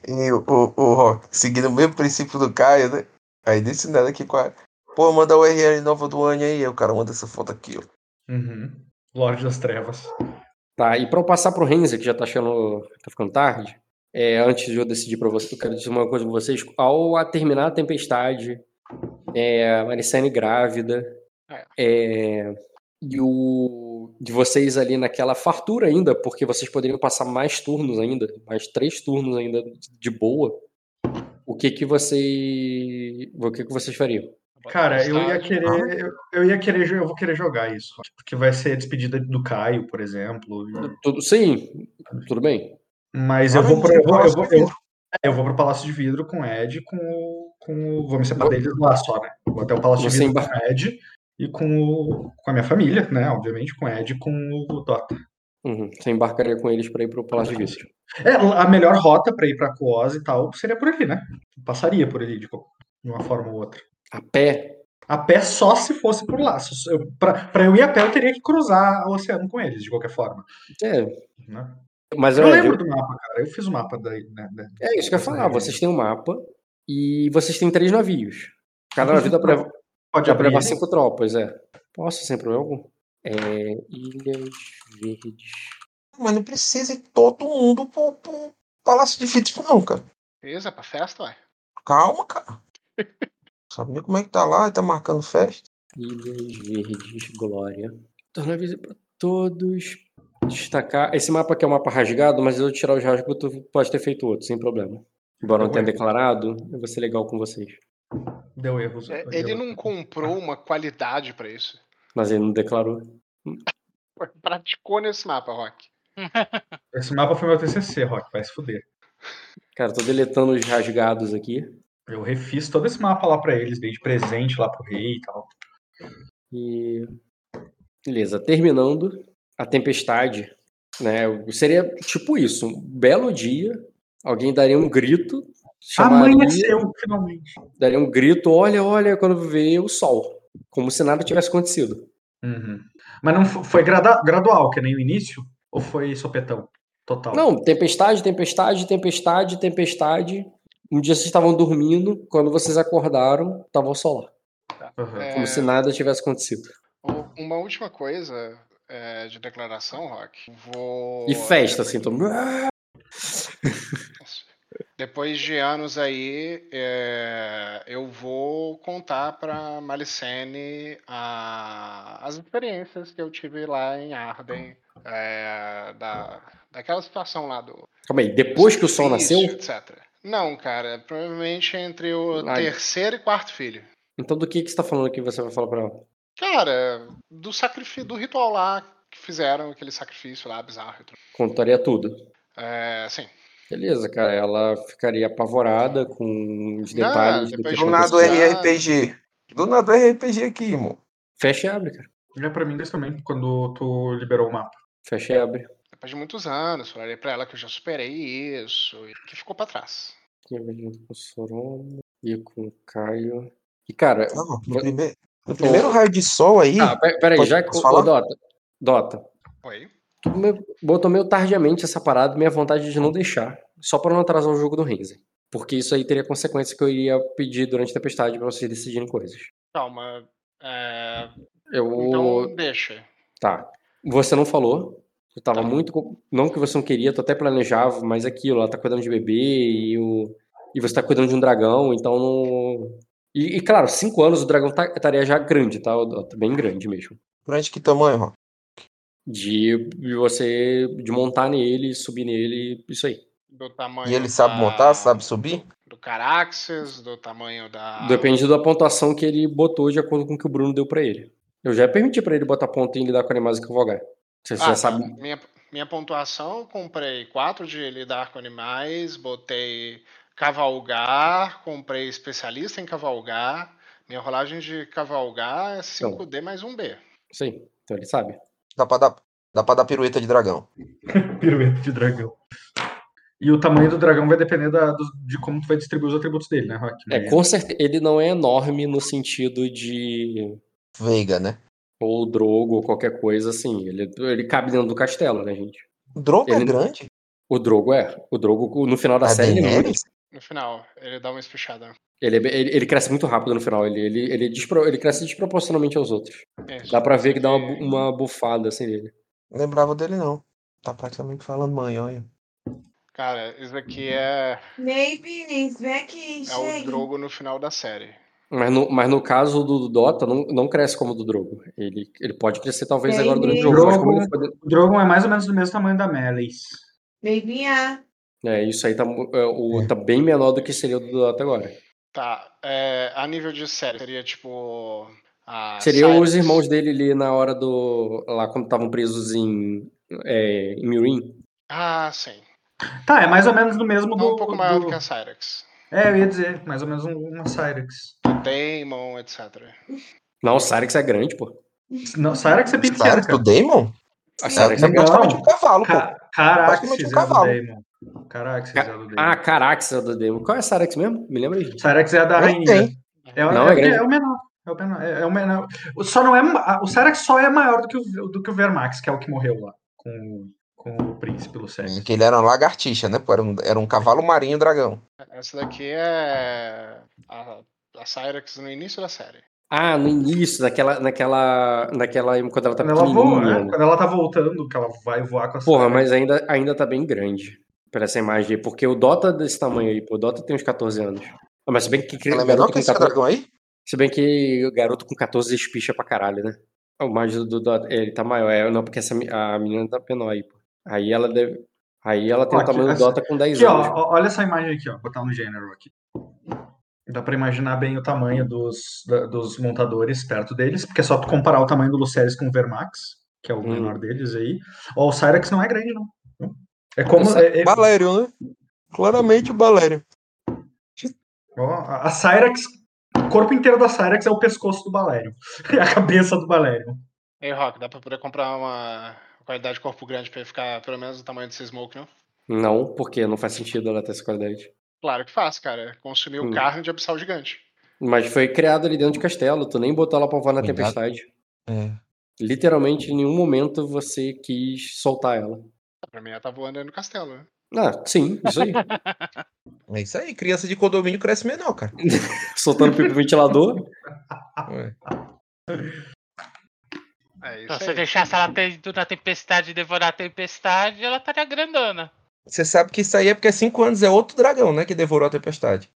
E o, o, o Rock, seguindo o mesmo princípio do Caio, né? Aí desse nada aqui com a. Pô, manda o URL nova do Anny aí. Aí O cara manda essa foto aqui, ó.
Uhum. Lorde das Trevas.
Tá, e pra eu passar pro Renzi, que já tá achando. tá ficando tarde, é, antes de eu decidir pra você, eu quero dizer uma coisa pra vocês. Ao a terminar a tempestade, é, a Maricene grávida, é, e o de vocês ali naquela fartura ainda, porque vocês poderiam passar mais turnos ainda, mais três turnos ainda de boa. O que que você, o que que vocês fariam?
Cara, eu ia
Estádio.
querer. Eu, eu ia querer, jo- eu vou querer jogar isso. Porque vai ser a despedida do Caio, por exemplo.
Tudo sim, tudo bem.
Mas eu
Ah,
vou pro.
mas
Eu vou, eu
Palácio
vou,
de
eu, é, eu vou pro Palácio de Vidro com o Ed, com o. Com o vou me separar deles lá só, né? Vou até o Palácio de
Você
Vidro com o Ed e com, o, com a minha família, né? Obviamente, com o Ed e com o Dota.
Uhum, Você embarcaria com eles pra ir pro Palácio de Vidro.
É, a melhor rota pra ir pra Coaz e tal seria por ali, né? Passaria por ali, de, qual- de uma forma ou outra.
A pé,
A pé só se fosse por lá. Se- se- Eu, pra, pra eu ir a pé, eu teria que cruzar o oceano com eles, de qualquer forma.
é,
Né?
mas
Eu
é,
lembro do mapa, cara. Eu fiz o mapa da. Né, da-
É isso que eu ia falar.
Essa
Vocês têm um mapa e vocês têm três navios. Cada navio dá pra,
Pode
dá pra levar
abrir.
cinco tropas, é. Posso, sem problema algum. É, Ilhas Verdes.
Mas não precisa ir todo mundo pro, pro Palácio de Vidro, não, cara.
Beleza, é pra festa, ué?
Calma, cara. Sabe nem como é que tá lá, tá marcando festa.
Ilhas Verdes, Glória. Dois navios é pra todos. Destacar. Esse mapa aqui é um mapa rasgado, mas eu tirar os rasgos, tu pode ter feito outro, sem problema. Embora não tenha declarado, eu vou ser legal com vocês.
Deu erros.
É, Ele não comprou uma qualidade pra isso.
Mas ele não declarou.
Praticou nesse mapa, Rock.
Esse mapa foi meu TCC, Rock. Vai se fuder.
Cara, tô deletando os rasgados aqui.
Eu refiz todo esse mapa lá pra eles, dei de presente lá pro rei e tal.
E beleza, terminando a tempestade, né? Seria tipo isso, um belo dia, alguém daria um grito, chamaria,
Amanheceu, finalmente.
daria um grito, olha, olha, quando vê o sol, como se nada tivesse acontecido.
Uhum. Mas não fo- foi grada- gradual, que é nem o início? Ou foi sopetão? Total.
Não, tempestade, tempestade, tempestade, tempestade. Um dia vocês estavam dormindo, quando vocês acordaram, estava o sol lá,
Uhum.
É,
como se nada tivesse acontecido.
u- Uma última coisa é, de declaração, Rock. Vou. é,
E festa, assim,
Depois-
todo mundo, "Ah!"
Depois de anos aí, é, eu vou contar pra Malicene a- as experiências que eu tive lá em Arden, é, da, daquela situação lá do,
Calma aí, depois que o sol
Isso,
nasceu,
etc. Não, cara, provavelmente entre o
Ai.
terceiro e quarto filho.
então do que que você tá falando que você vai falar pra ela?
Cara, do sacrifício, do ritual lá que fizeram, aquele sacrifício lá bizarro.
Contaria tudo.
É, sim.
Beleza, cara. Ela ficaria apavorada com os
Não,
detalhes. do
depois
que
de
Ah, Do é nada o
aconteceu.
pesquisar.
RRPG. Do nada o RRPG aqui, irmão.
Fecha e abre, cara.
É pra mim isso também, quando tu liberou o mapa.
Fecha e abre.
Depois de muitos anos, falarei pra ela que eu já superei isso e que ficou pra trás.
Aqui eu venho com o Soromo, ia com o Caio. E, cara,
Não, no, prime- no primeiro raio de sol aí.
ah, pe- peraí,
posso-
já que.
posso
Ô,
falar?
Dota, Dota,
Oi?
tu me- botou meio tardiamente essa parada, minha vontade de não deixar, só pra não atrasar o jogo do Renzer. Porque isso aí teria consequência que eu iria pedir durante a tempestade pra vocês decidirem coisas.
Calma. é,
Eu.
Então deixa.
Tá. Você não falou. Eu tava
Tá.
muito. co- Não que você não queria, tu até planejava, mas aquilo, ela tá cuidando de bebê e, o... e você tá cuidando de um dragão, então não. E, e, claro, cinco anos o dragão tá- estaria já grande, tá? Odota? Bem grande mesmo.
Grande que tamanho, Rock?
De, de você de montar nele, subir nele, isso aí.
Do tamanho.
E ele sabe montar, sabe subir?
Do Caraxes, do tamanho da.
Depende da pontuação que ele botou de acordo com o que o Bruno deu pra ele. Eu já permiti pra ele botar ponto em lidar com animais e cavalgar. Você
Ah,
já sabe.
Minha, minha pontuação, eu comprei 4 de lidar com animais, botei cavalgar, comprei especialista em cavalgar. Minha rolagem de cavalgar é
Então.
5D mais 1B.
Isso aí. Então ele sabe.
Dá pra dar, dá pra dar pirueta de dragão.
Pirueta de dragão. E o tamanho do dragão vai depender da- do- de como tu vai distribuir os atributos dele, né, Rock?
É, com certeza. Ele não é enorme no sentido de.
Veiga, né?
ou Drogo, ou qualquer coisa assim. Ele, ele cabe dentro do castelo, né, gente?
O Drogo é
Ele-
grande.
O Drogo é. O Drogo, no final da
A
série, ele, é muito-
Daenerys?
No final, ele dá uma espichada.
ele, é bem- ele- ele cresce muito rápido no final. Ele, ele, ele, despro- ele cresce desproporcionalmente aos outros.
Isso.
Dá pra ver que dá uma, bu- um uma bufada assim nele.
Lembrava dele, não. Tá praticamente falando mãe, olha.
Cara, isso aqui é,
Babies, vem aqui,
é o
chega.
Drogo no final da série.
Mas no, mas no caso do Dota, não, não cresce como o do Drogo. Ele, ele pode crescer talvez agora durante o jogo. mas como ele foi de-
O Drogon é mais ou menos do mesmo tamanho da Melis.
Babinha.
É, isso aí tá, mu- é, o, tá bem menor do que seria o do Dota agora.
Tá, é, a nível de série, seria tipo. a
Seria
Cyrus.
os irmãos dele ali na hora do. lá quando estavam presos em. É, em Mirim.
Ah, sim.
Tá, é mais ou menos do mesmo
Então,
do.
um pouco maior
do-
do que a Cyrex.
É, eu ia dizer, mais ou menos um- uma Cyrex.
Do Daemon, etc.
Não, o Sarex é grande, pô.
Não, Cyrex é
Cara,
pequeno,
do
cara.
Daemon?
A
Sim.
Sarex é
É
grande.
praticamente um cavalo, pô.
Ca Caraxes
praticamente um
é do
cavalo.
Daemon. Caraxes é do
Ah,
Daemon.
Carax é do Demon. Qual é a Sarex mesmo? Me lembra aí.
Cyrex é a da
Não
rainha.
tem.
É, o-
Não,
é,
é grande.
é o menor. É o menor. É, é o menor. O- Só não é, ma- o Cyrex só é maior do que, o, do que o Vermax, que é o que morreu lá com, o- com o príncipe Lucerne.
tá
Que ele era uma lagartixa, né? Pô, era um, era um cavalo marinho dragão.
Essa daqui é a, a Cyrex no início da série.
Ah, no início, naquela. naquela. naquela. quando ela tá
Quando ela voa,
pequenininha.
né? Quando ela tá voltando, que ela vai voar com a
Porra,
Cyrex.
mas ainda, ainda tá bem grande. Pra essa imagem aí. Porque o Dota é desse tamanho aí, pô. O Dota tem uns 14 anos. Ah, mas se bem que.
Ela é
garoto
menor que
com
esse
14
dragão aí?
Se bem que o garoto com 14 espicha pra caralho, né? O mágico do, do- ele tá maior. É, não, porque essa, me- a menina tá menor aí, pô. Aí ela deve. Aí ela tem
Ó,
o
aqui,
tamanho do
essa-
Dota com 10
Aqui, ó,
anos.
ó, olha essa imagem aqui, ó. Botar no gênero aqui. Dá pra imaginar bem o tamanho dos, da- dos montadores perto deles, porque é só tu comparar o tamanho do Luceres com o Vermax, que é o
Hum.
menor deles aí. Ó, o Cyrex não é grande, não. É como.
Essa-
é- é-
Balério, né? Claramente o Balério.
ó, a a Cyrex. O corpo inteiro da Cyrex é o pescoço do Balerion. É a cabeça do Balerion.
Ei, Rock, dá pra poder comprar uma qualidade de corpo grande pra ele ficar pelo menos do tamanho desse Smoke, não?
Não, porque não faz sentido ela ter essa qualidade.
Claro que faz, cara. Consumiu
Hum.
carne de abissal gigante.
Mas foi criado ali dentro de castelo, tu nem botou ela pra voar na
Cuidado.
tempestade.
É.
Literalmente, em nenhum momento você quis soltar ela.
Pra mim, ela tá voando aí no castelo, né?
Ah, sim, isso aí.
É isso aí, criança de condomínio cresce menor, cara.
Soltando pipo ventilador.
Ué.
Tá,
É
Então,
isso
se eu
aí.
deixasse ela ter ido na tempestade e devorar a tempestade, ela estaria grandona.
Você sabe que isso aí é porque cinco anos é outro dragão, né? Que devorou a tempestade.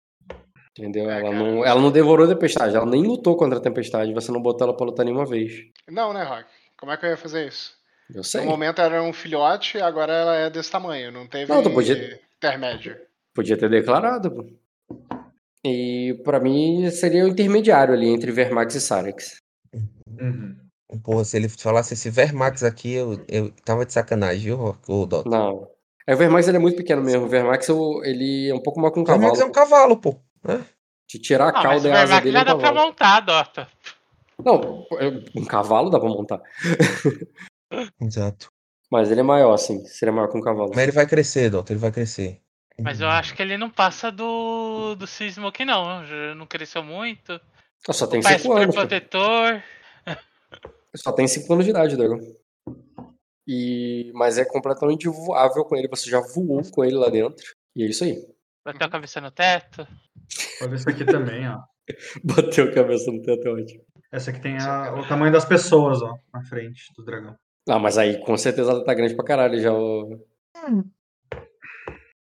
Entendeu?
É,
Ela
cara.
não, ela não devorou a tempestade, ela nem lutou contra a tempestade, você não botou ela pra lutar nenhuma vez.
Não, né, Rock? Como é que eu ia fazer isso?
Eu sei.
No momento era um filhote, agora ela é desse tamanho. Não teve
Não, tu podia-
intermédio.
Podia ter declarado, pô. E pra mim seria o intermediário ali entre Vermax e Sarex.
Uhum.
Porra, se ele falasse esse Vermax aqui, eu, eu tava de sacanagem, viu, Rock? Ô, Dota?
Não. É, o Vermax ele é muito pequeno mesmo. O Vermax eu- ele é um pouco maior que um
O Vermax
cavalo.
é um cavalo, pô.
De tirar a
Ah, mas o
cauda e a asa
Vermac
dele é
já
um
dá pra
cavalo.
montar, Dota.
Não, é, um cavalo dá pra montar.
Exato.
Mas ele é maior, assim. Seria maior que um cavalo.
Mas ele vai crescer, Doutor, ele vai crescer.
Mas
Uhum.
eu acho que ele não passa do, do sismo aqui, não. Já Não cresceu muito.
Eu Só tem
O pai é
cinco
super
anos. pô.
protetor.
Só tem cinco anos de idade, Dragon. E... Mas é completamente voável com ele. Você já voou com ele lá dentro. E é isso aí.
Uhum.
Bateu a cabeça no teto.
Olha essa aqui também, ó.
Bateu a cabeça no teto, é ótimo.
Essa aqui tem a- o tamanho das pessoas, ó, na frente do dragão.
Ah, mas aí com certeza ela tá grande pra caralho já. ô.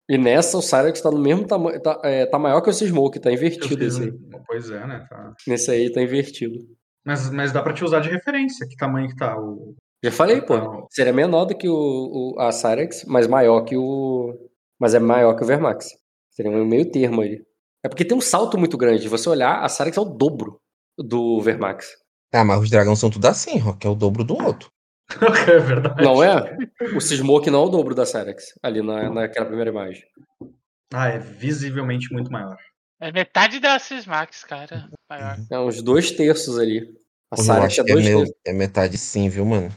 E nessa, o Cyrex tá no mesmo tamanho. Tá, é, tá maior que o Smoke, tá invertido
Eu fiz
esse aí.
um- Pois é, né? tá.
Nesse aí tá invertido.
Mas, mas dá pra te usar de referência, que tamanho que tá o.
Já falei,
Então-
pô. Seria menor do que o, o- a Cyrex, mas maior que o. Mas é maior que o Vermax. Seria um meio termo ali. É porque tem um salto muito grande. Você olhar, a Cyrex é o dobro do Vermax.
Ah, mas os dragões são tudo assim, Rock. É o dobro do outro.
é verdade.
Não é? O Smoke não é o dobro da Cyrex, ali na, naquela primeira imagem.
Ah, é visivelmente muito maior.
É metade da Sismax, cara. Maior.
É uns dois terços ali. A
Pô, eu
Cyrex
acho
é
que é,
dois
meu-
terços.
é metade sim, viu, mano?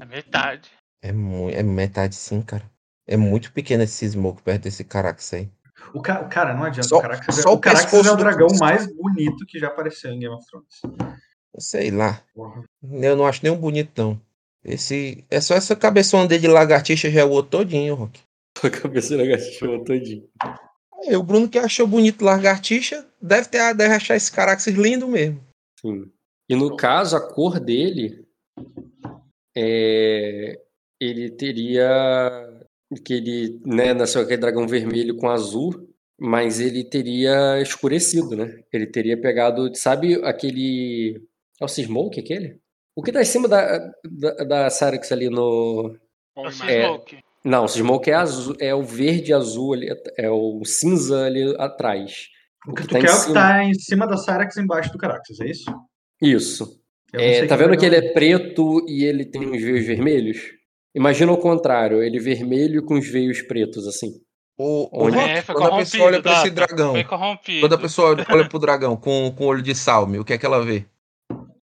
É metade.
É, mu... é metade sim, cara. É muito pequeno esse smoke perto desse caraca aí.
O ca... Cara, não adianta.
Só-
o Caraxes, é...
só
o
o
Caraxes
pescoço
é o
do-
dragão mais bonito que já apareceu em Game of Thrones.
Sei lá.
Porra.
Né, Eu não acho nenhum bonito, não. Esse... É só essa cabeçona dele de lagartixa já é o outro todinho, Rock.
A cabeça da gatinha todinho.
É, o Bruno que achou bonito lagartixa deve, ter, deve achar esse Caraxes lindo mesmo.
Sim. E no caso, a cor dele é, ele teria que ele, né, nasceu aquele dragão vermelho com azul, mas ele teria escurecido, né? Ele teria pegado, sabe aquele é o Smoke aquele? O que tá em cima da da, da Syrax ali no
É
Bom,
o
Assim,
imagem.
Sismoke.
não, o Smoke é azul, é o verde azul ali, at- é o cinza ali atrás.
O que,
que
tu
tá em
quer é o que
cima.
tá em cima da Cyrax embaixo do Caraxes, é isso?
Isso.
Eu não
É,
sei
tá
que
vendo que ele
dragão
é preto e ele tem uns veios vermelhos? Imagina o contrário, ele vermelho com os veios pretos, assim.
O, o
Olha,
Rock,
É, foi
quando a
corrompido,
pessoa olha pra esse
Data.
dragão,
Foi corrompido.
quando a pessoa olha pro dragão com, com olho de salme, o que é que ela vê?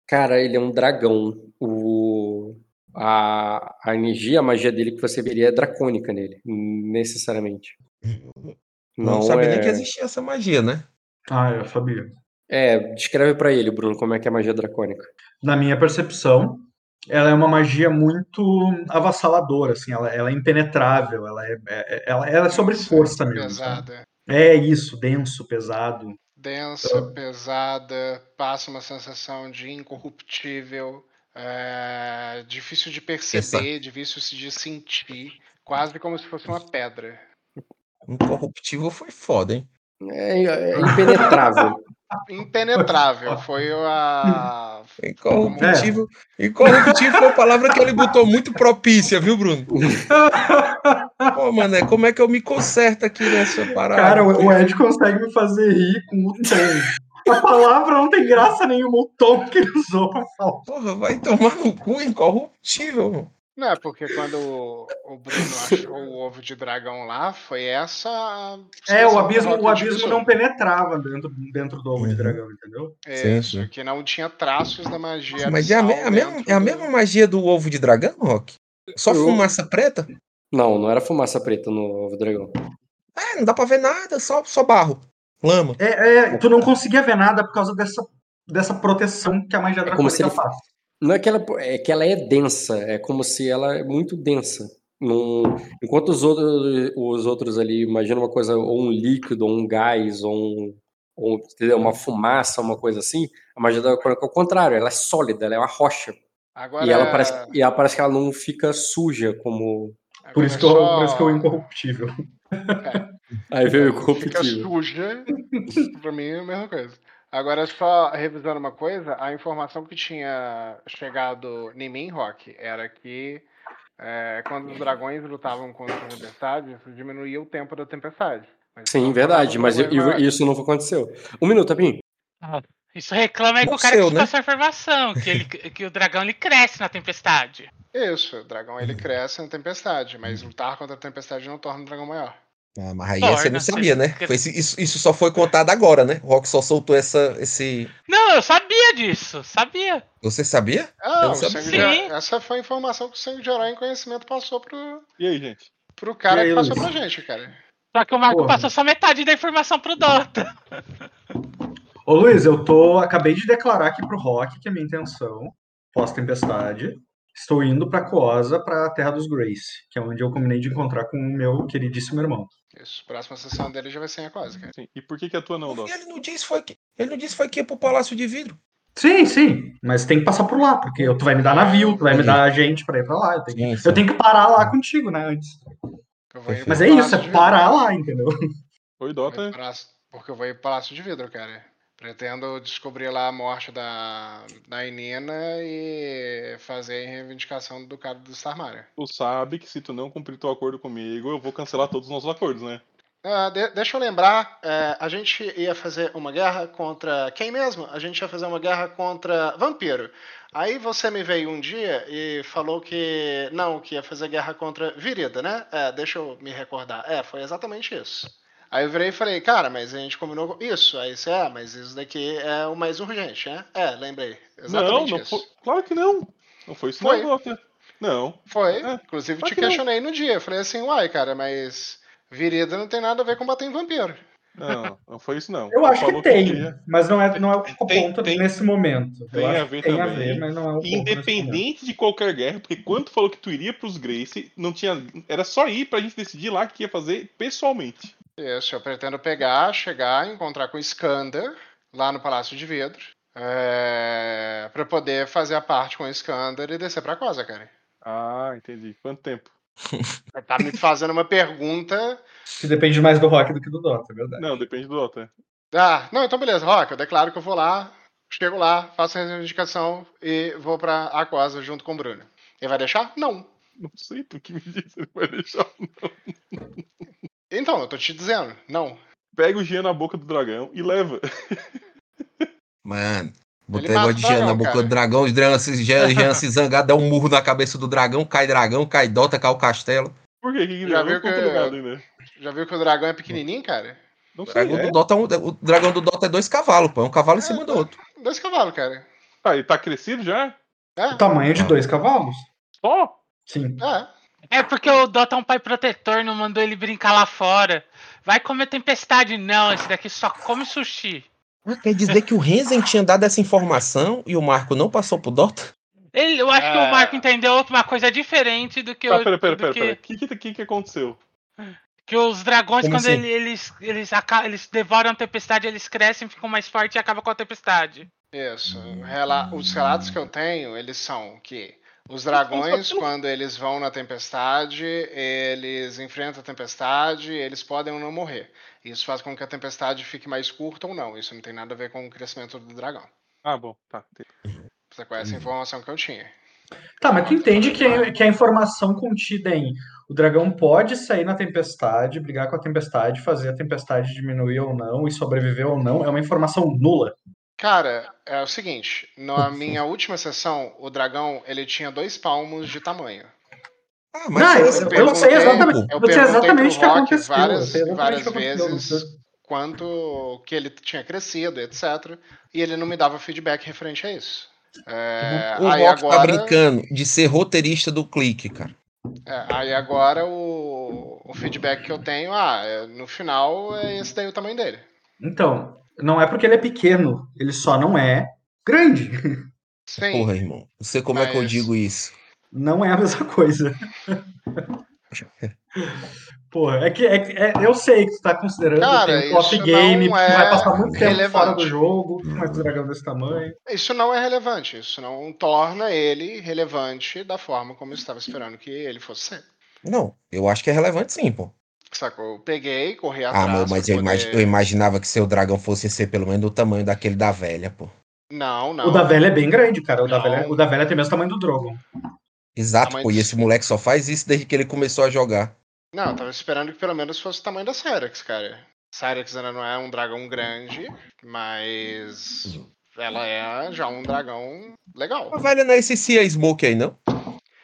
Cara, ele é um dragão. O... A, a energia, a magia dele que você veria é dracônica nele, necessariamente.
Não,
Não,
sabia
é...
nem que existia essa magia, né?
Ah, eu sabia.
É, descreve pra ele, Bruno, como é que é a magia dracônica.
na minha percepção, ela é uma magia muito avassaladora, assim, ela, ela é impenetrável, ela é, é- ela, ela é sobre
Densa,
força mesmo. sabe?
Pesada.
É isso, denso, pesado.
Então-
Densa, pesada, passa uma sensação de incorruptível, é, difícil de perceber, difícil de sentir, quase como se fosse uma pedra.
Incorruptível foi foda, hein?
É, é impenetrável.
Impenetrável, foi a.
Incorruptível. Incorruptível foi a palavra que ele botou muito propícia, viu, Bruno? Pô, mané, como é que eu me conserto aqui nessa parada?
Cara, o, o Ed consegue me fazer rir com o tom. A palavra não tem graça nenhuma, o tom que ele usou pra falar.
Porra, vai tomar no cu, incorruptível, mano.
Não, é porque quando o- o Bruno achou o ovo de dragão lá, foi essa. a
É, o
sensação
abismo,
que É.
o abismo
utilizou.
não penetrava dentro, dentro do ovo de dragão, entendeu?
É.
Sim,
Né?
Isso,
sim.
que não tinha traços da magia.
Mas é a, me- a
abissal
mesma,
dentro
é a
do-
mesma magia do ovo de dragão, Rock? Só
Eu-
fumaça preta?
não, não era fumaça preta no ovo dragão.
É, não dá pra ver nada, só, só barro. Lama.
É, é, tu não conseguia ver nada por causa dessa, dessa proteção que a magia
como se
dracônica
ele-
faz.
Não é que ela é que ela é densa, é como se ela é muito densa. Num- enquanto os outros, os outros ali, imagina uma coisa, ou um líquido, ou um gás, ou, um, ou entendeu? uma fumaça, uma coisa assim, a magia da crônica é o contrário, ela é sólida, ela é uma rocha.
Agora,
E, ela parece, e ela parece que ela não fica suja como.
Por
agora
isso, que eu,
só-
por isso que eu incorruptível.
Aí veio o
Fica
corruptível.
suja. pra mim é a mesma coisa. Agora, só revisando uma coisa, a informação que tinha chegado em mim, Rock, era que é, quando os dragões lutavam contra a tempestade, isso diminuía o tempo da tempestade. Mas
Sim,
então,
verdade, mas
dragões
eu- eu-
maiores.
isso não aconteceu. Um minuto, Apim.
Isso reclama aí com
Não
o cara que
seu,
te
né?
passou a informação, que, ele, que o dragão ele cresce na tempestade.
Isso, o dragão ele cresce na tempestade, mas lutar contra a tempestade não torna o dragão maior.
Ah, mas aí
Torna,
é
você não sabia, né?
porque-
Foi esse- isso, isso só foi contado agora, né? O Rock só soltou essa, esse.
Não, eu sabia disso, sabia?
Você sabia?
Ah,
Eu
o
sabia.
Sangue
Sim.
de Ar- Essa foi a informação que o Sangue de Orar em conhecimento passou pro,
E aí, gente?
pro
E
cara
aí,
que passou
Luiz?
pra gente, cara.
Só que o Marco
Porra.
passou só metade da informação pro Dota.
Ô Luiz, eu tô. Acabei de declarar aqui pro Rock que a minha intenção, pós-tempestade, estou indo pra Coasa, pra Terra dos Grace, que é onde eu combinei de encontrar com o meu queridíssimo irmão.
Isso, próxima sessão dele já vai ser em Aquase, cara.
Sim. E por que, que a tua não, Dota?
Ele não disse foi que ele não disse foi que ia pro Palácio de Vidro.
Sim, sim, mas tem que passar por lá, porque eu- tu vai me dar navio, tu vai me dar gente pra ir pra lá. Eu tenho,
Sim,
eu tenho que parar lá contigo, né? Antes.
Eu vou ir
Mas
pro
é isso,
Palácio
é
de
parar lá, entendeu?
Oi,
Vidro. Vou ir
Dota.
pro Palácio- Porque eu vou ir pro Palácio de Vidro, cara. Pretendo descobrir lá a morte da, da Inina e fazer a reivindicação do cara do Starmário.
Tu sabe que se tu não cumprir teu acordo comigo, eu vou cancelar todos os nossos acordos, né?
Ah, de- deixa eu lembrar, é, a gente ia fazer uma guerra contra quem mesmo? A gente ia fazer uma guerra contra vampiro. Aí você me veio um dia e falou que não, que ia fazer guerra contra virida, né? É, deixa eu me recordar. É, foi exatamente isso. Aí eu virei e falei, cara, mas a gente combinou com isso. Aí você, é, mas isso daqui é o mais urgente, né? É, lembrei.
não,
Exatamente
não
isso.
foi. Claro que não. Não foi isso,
Foi.
não, Dota. Não.
Foi,
É,
inclusive
claro
te
que não.
questionei no dia. Eu Falei assim, uai, cara, mas virida não tem nada a ver com bater em vampiro.
Não, não foi isso, não.
Eu
Tu
acho que
falou
tem,
queria-
mas não é, não é o
Tem-
ponto
tem-
nesse momento. Eu
tem a
acho que
ver
tem a
também.
ver, mas
Tá
não é o
né?
ponto. nesse momento.
Independente de qualquer guerra, porque quando tu falou que tu iria pros Grace, não tinha. Era só ir pra gente decidir lá o que ia fazer pessoalmente.
Isso, eu pretendo pegar, chegar, encontrar com o Skander lá no Palácio de Vidro, é, para poder fazer a parte com o Skander e descer pra casa, cara.
Ah, entendi. Quanto tempo?
Você Tá me fazendo uma pergunta.
Que depende mais do rock do que do Dota, é verdade.
Não, depende do né? Dota.
Ah, não, então beleza, Rock, eu declaro que eu vou lá, chego lá, faço a reivindicação e vou pra Aquasa junto com o Bruno. Ele vai deixar? Não.
Não sei tu que me disse, ele vai deixar.
Então, eu tô te dizendo, não.
Pega o Jean na boca do dragão e leva.
Mano, botei
Ele mata
negócio de
o
Jean na
dragão,
boca
cara.
do dragão, o Jean se, Jean, Jean se zangar, dá um murro na cabeça do dragão, cai dragão, cai Dota, cai o castelo.
Por quê? Que
Já
dragão
viu que-
controlado ainda.
Já viu que o dragão é pequenininho, cara?
Não
O
sei.
dragão,
É.
do Dota é um- o dragão do Dota é dois cavalos, pô. É um cavalo em cima do outro.
Dois cavalos, cara.
Tá, ele tá crescido já?
É,
O tamanho de dois cavalos?
Só?
Sim.
é.
É porque o Dota é um pai protetor, não mandou ele brincar lá fora. Vai comer tempestade, não. Esse daqui só come sushi.
Ah, quer dizer que o Renzen tinha dado essa informação e o Marco não passou pro Dota?
Ele, eu acho que o
É.
Marco entendeu uma coisa diferente do que,
Tá,
o-
pera, pera,
do
pera,
que,
pera. O que tá- que, que que aconteceu?
que os dragões,
Como
quando
assim?
ele- eles, eles, aca- eles devoram a tempestade, eles crescem, ficam mais fortes e acabam com a tempestade.
Isso. Rela- Os relatos que eu tenho, eles são que os dragões, quando eles vão na tempestade, eles enfrentam a tempestade, eles podem ou não morrer. Isso faz com que a tempestade fique mais curta ou não. Isso não tem nada a ver com o crescimento do dragão.
Ah, bom, tá.
Você conhece a informação que eu tinha.
Tá, mas tu entende que, que a informação contida em o dragão pode sair na tempestade, brigar com a tempestade, fazer a tempestade diminuir ou não e sobreviver ou não, é uma informação nula.
Cara, é o seguinte, na minha última sessão, o dragão, ele tinha dois palmos de tamanho.
Ah,
Não, eu-
essa-
eu
essa-
sei exatamente.
pô.
Eu
Eu sei
perguntei
exatamente o que
pro Rock
aconteceu, eu
várias,
sei exatamente o
várias
que aconteceu, né?
vezes quanto que ele tinha crescido, etc. E ele não me dava feedback referente a isso. É,
O
aí,
Rock tá
agora,
brincando de ser roteirista do clique, cara.
é, aí agora o, o feedback que eu tenho, ah, é, no final é esse daí o tamanho dele.
Então, não é porque ele é pequeno, ele só não é grande.
Sim.
Porra, irmão. Não sei como é que eu
Mas-
digo isso.
Não é a mesma coisa. Porra, é que, é que- é- eu sei que tu tá considerando
Cara,
tem um top
isso
game,
não
tu vai
é
passar muito tempo fora
relevante.
do jogo, com esse dragão desse tamanho.
Isso não é relevante, isso não torna ele relevante da forma como eu estava esperando que ele fosse ser.
Não, eu acho que é relevante sim, pô.
Sacou? Eu peguei, corri
Ah,
atrás.
amor, mas
pra
eu, imagi-
poder-
eu imaginava que seu dragão fosse ser pelo menos do tamanho daquele da velha, pô.
Não, não.
O da velha é bem grande, cara. O da
Não.
velha, o da velha tem o mesmo tamanho do Drogon.
Exato,
Tamanho
pô. E
de-
esse moleque só faz isso desde que ele começou a jogar.
Não, eu tava esperando que pelo menos fosse o tamanho da Cyrex, cara. Cyrex ainda não é um dragão grande, mas ela é já um dragão legal.
A velha não é esse Cia Smoke aí, não?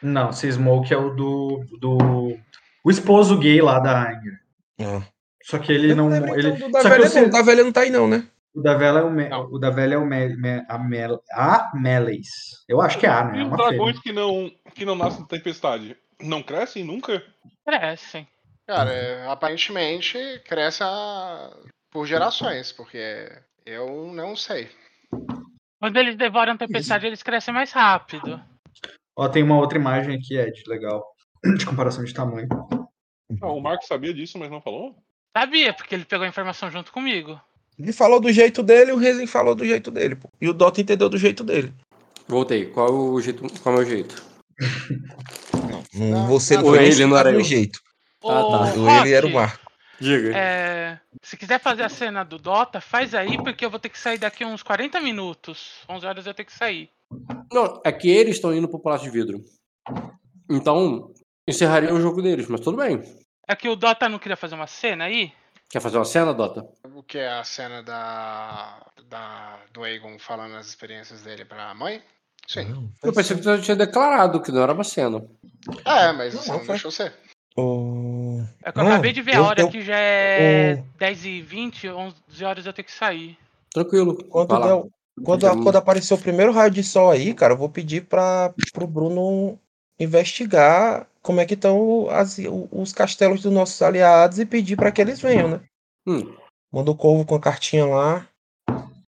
Não, se Smoke é o do, do. O esposo gay lá da Ranger.
Ah.
Só que ele
Eu
não.
lembro,
ele...
então, do da
Só que
velha
o
não.
Cia-
Da velha não tá aí, não, né?
O da vela é o, me...
Não.
o da vela é o me... Me... a, mel... a Meleis. Eu acho que é a, né?
E
É
os
uma
dragões
fêmea.
que não, que não nascem de tempestade não crescem nunca?
Crescem.
Cara, é, aparentemente cresce a- por gerações, porque eu não sei.
Quando eles devoram a tempestade, eles crescem mais rápido.
Ó, tem uma outra imagem aqui, Ed, legal. De comparação de tamanho.
Ah, o Marco sabia disso, mas não falou?
Sabia, porque ele pegou a informação junto comigo.
Ele falou do jeito dele, o Rezin falou do jeito dele, pô. E o Dota entendeu do jeito dele.
Voltei. Qual é o jeito? Qual é o meu jeito?
Não,
Um Hum, você
não,
foi
ele não era
ensinado
eu.
um jeito.
Ô,
Ah, tá.
Ou
Rock,
ele era o Marco.
Diga.
é, se quiser fazer a cena do Dota, faz aí, porque eu vou ter que sair daqui uns 40 minutos. 11 horas eu tenho que sair.
Não, é que eles estão indo pro Palácio de Vidro. Então, encerraria o jogo deles, mas tudo bem.
É que o Dota não queria fazer uma cena aí?
Quer fazer uma cena, Dota?
O que é a cena da, da do Aegon falando as experiências dele pra mãe? Sim.
Eu pensei que tu já tinha declarado que não era uma cena.
É, mas
Não,
você não,
foi-
deixou ser.
Oh,
É que eu
Não,
acabei de ver a
eu-
hora
eu-
que já é 10h20, 11 horas eu tenho que sair.
Tranquilo.
quando,
vai lá.
der, quando, a-
Hum.
quando aparecer o primeiro raio de sol aí, cara, eu vou pedir para pro Bruno investigar como é que estão as- o- os castelos dos nossos aliados e pedir para que eles venham, né?
Hum.
Manda o corvo com a cartinha lá.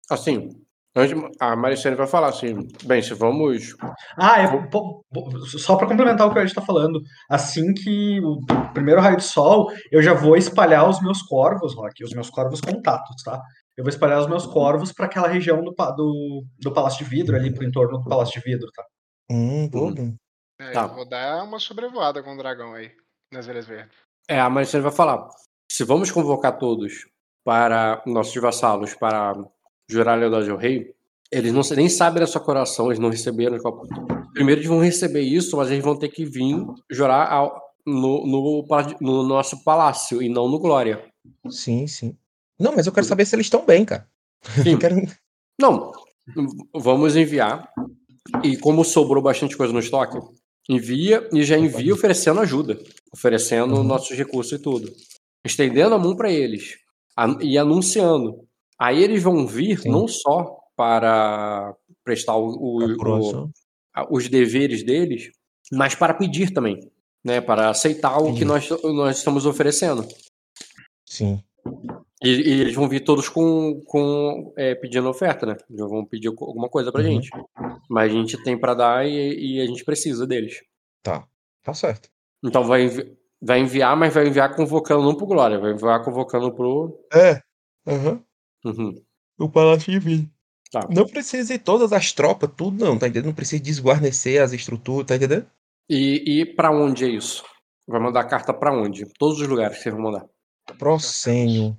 Assim, antes- a Maricene vai falar assim, bem, se vamos...
Ah, é, po- po- só para complementar o que a gente está falando, assim que o primeiro raio de sol, eu já vou espalhar os meus corvos, Rock, os meus corvos contatos, tá? Eu vou espalhar os meus corvos para aquela região do, pa- do, do Palácio de Vidro, ali pro entorno do Palácio de Vidro, tá?
Hum, boa,
Uhum.
Bruno.
É,
Tá.
Eu vou dar uma sobrevoada com o dragão aí, nas velhas verdes.
É, a Maricene vai falar, se vamos convocar todos para nossos vassalos, para jurar lealdade ao rei, eles não se- nem sabem da sua coração, eles não receberam. qual- Primeiro eles vão receber isso, mas eles vão ter que vir jurar ao- no, no pala- no nosso palácio e não no Glória.
Sim, sim. Não, mas eu quero saber se eles estão bem, cara.
Sim.
Eu quero-
Não, vamos enviar. E como sobrou bastante coisa no estoque, envia e já envia oferecendo ajuda, oferecendo
Uhum.
nossos recursos e tudo, estendendo a mão para eles an- e anunciando. Aí eles vão vir
Sim.
não só para prestar o-
Tá
o- o-
Próximo.
a- os deveres deles, mas para pedir também, né, para aceitar o que
Entendi.
nós, nós estamos oferecendo.
Sim.
E, e eles vão vir todos com, com é, pedindo oferta, né? Já vão pedir co- alguma coisa pra
Uhum.
gente. Mas a gente tem pra dar e, e a gente precisa deles.
Tá. Tá certo.
Então vai, envi- vai enviar, mas vai enviar convocando não pro Glória, vai enviar convocando pro.
É. Aham.
Uhum.
O Palácio de Vidro.
Tá.
Não precisa ir todas as tropas, tudo não, tá entendendo? Não precisa desguarnecer as estruturas, tá entendendo?
E, e para onde é isso? Vai mandar carta pra onde? Todos os lugares que vocês vão mandar.
Proscênio,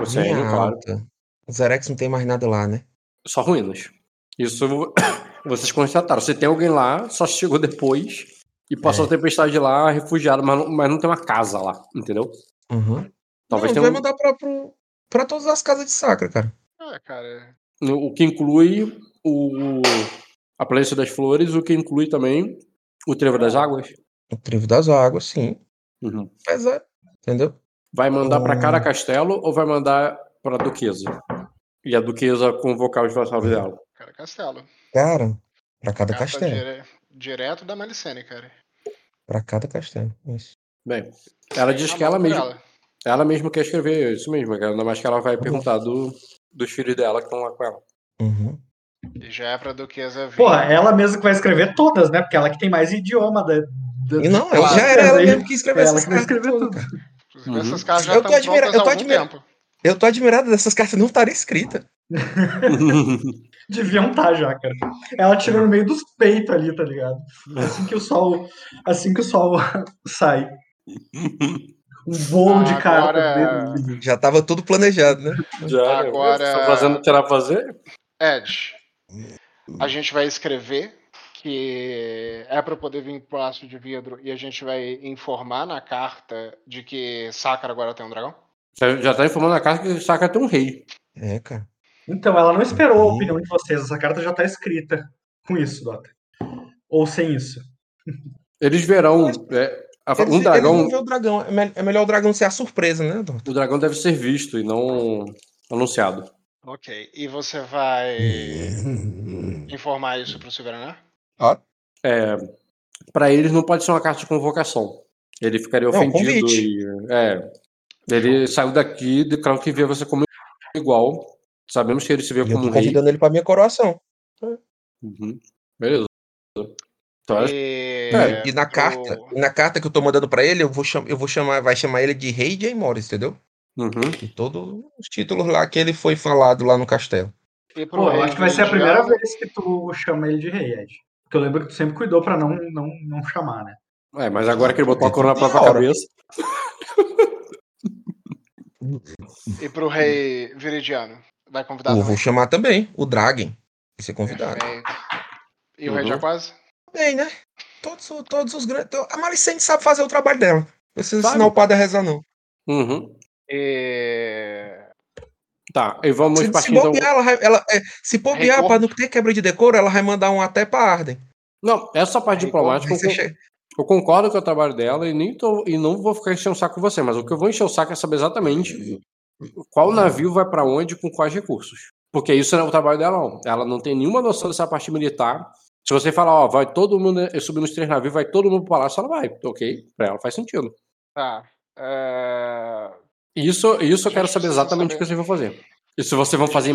Você
Linha
ainda, claro.
Alta. Os Arex não tem mais nada lá, né?
Só ruínas. Isso vo- vocês constataram. Se tem alguém lá, só chegou depois e passou
É.
a tempestade lá, refugiado, mas não, mas não tem uma casa lá, entendeu?
Uhum.
Talvez
não,
tenha
vai
um-
mandar pra, pro- pra todas as casas de sacra, cara.
Ah, cara.
No- um- o que inclui o a Planície das Flores, o que inclui também o Trevo das Águas.
O Trevo das Águas, sim.
Uhum.
Mas é, entendeu?
Vai mandar pra
Ah.
cada castelo ou vai mandar pra Duquesa? E a Duquesa convocar os vassalos dela.
Cara, castelo.
Cara, pra
Carta
cada É castelo.
dire- direto da Malicene, cara.
Pra cada castelo. Isso.
Bem, ela diz
Na
que ela
mão por
mesma, ela mesma quer escrever isso mesmo, cara, ainda mais que ela vai perguntar do, dos filhos dela que estão lá com ela.
Uhum.
E já é pra Duquesa vir.
Porra, é- ela mesma que vai escrever todas, né? Porque ela que tem mais idioma da. da
E não,
da-
ela já era ela
aí.
mesmo que escreveu
Ela
essas
que vai
cartas.
escrever
todas,
tudo.
cara.
Inclusive,
Uhum.
essas casas já
Eu tô
estão
admira-
prontas
eu
há
tô
algum
admira-
tempo.
Eu tô admirado dessas cartas não estarem escritas.
Deviam estar já, cara. Ela tirou no meio dos peitos ali, tá ligado? Assim que o sol, assim que o sol sai. Um voo de carta.
Agora-
dele.
Já tava tudo planejado, né?
Já, né?
Agora-
Só fazendo o que era fazer?
Ed, a gente vai escrever que é para poder vir pro Aço de Vidro e a gente vai informar na carta de que Sakura agora tem um dragão?
Já, já tá informando a carta que saca tem um rei.
É, cara.
Então, ela não esperou a opinião de vocês. Essa carta já tá escrita com isso, Dota. Ou sem isso.
Eles verão. é, a-
Eles-
um
eles
dragão.
vão ver o dragão. É, me- é melhor o dragão ser a surpresa, né, Dom?
O dragão deve ser visto e não anunciado.
Ok. E você vai informar isso pro Silveranar?
É, para eles não pode ser uma carta de convocação. Ele ficaria
Não,
ofendido.
convite.
E, é, ele saiu daqui, de claro que vê você como igual. Sabemos que ele se vê
Eu
como
tô
um rei.
convidando ele é pra minha coroação.
Uhum. Beleza. Então, acho-
E,
É,
E na
pro-
carta, na carta que eu tô mandando pra ele, eu vou, cham- eu vou chamar, vai chamar ele de Rei Jay Morris, entendeu?
uhum.
E todos os títulos lá que ele foi falado lá no castelo.
e pro
Pô, eu
rei
acho que vai ser a
Viridiano,
primeira vez que tu chama ele de rei, Ed. Porque eu lembro que tu sempre cuidou pra não, não, não chamar, né?
É, mas agora que ele botou a coroa na
Tem
própria
hora.
cabeça.
E pro rei Viridiano. Vai convidar
Eu
também?
vou chamar também o Dragon, vai ser convidado.
Perfeito. É, E o rei
Uhum.
já quase?
Bem, né? Todos, o- todos os grandes. A Malicente sabe fazer o trabalho dela. Não precisa
Sabe.
ensinar o padre a rezar, não.
Uhum.
E...
Tá, e vamos
Se, se
partir então.
bobear, ela, vai- ela, é, se bobear
Recorte.
pra não ter quebra de decoro, ela vai mandar um até pra Arden.
Uhum. Não, essa parte
Aí,
diplomática
aí
eu,
você
con-
che-
eu concordo com o trabalho dela e, nem tô- e não vou ficar enchendo o saco com você, mas o que eu vou encher o saco é saber exatamente qual navio vai pra onde com quais recursos. Porque isso não é o trabalho dela, não. Ela não tem nenhuma noção dessa parte militar. Se você falar, ó, vai todo mundo eh, subir nos três navios, vai todo mundo pro palácio, ela vai. Ok, pra ela faz sentido.
Tá. É,
Isso, isso eu
Gente,
quero saber
precisa
exatamente o
saber.
que vocês vão fazer. E se vocês vão fazer
Precisa saber.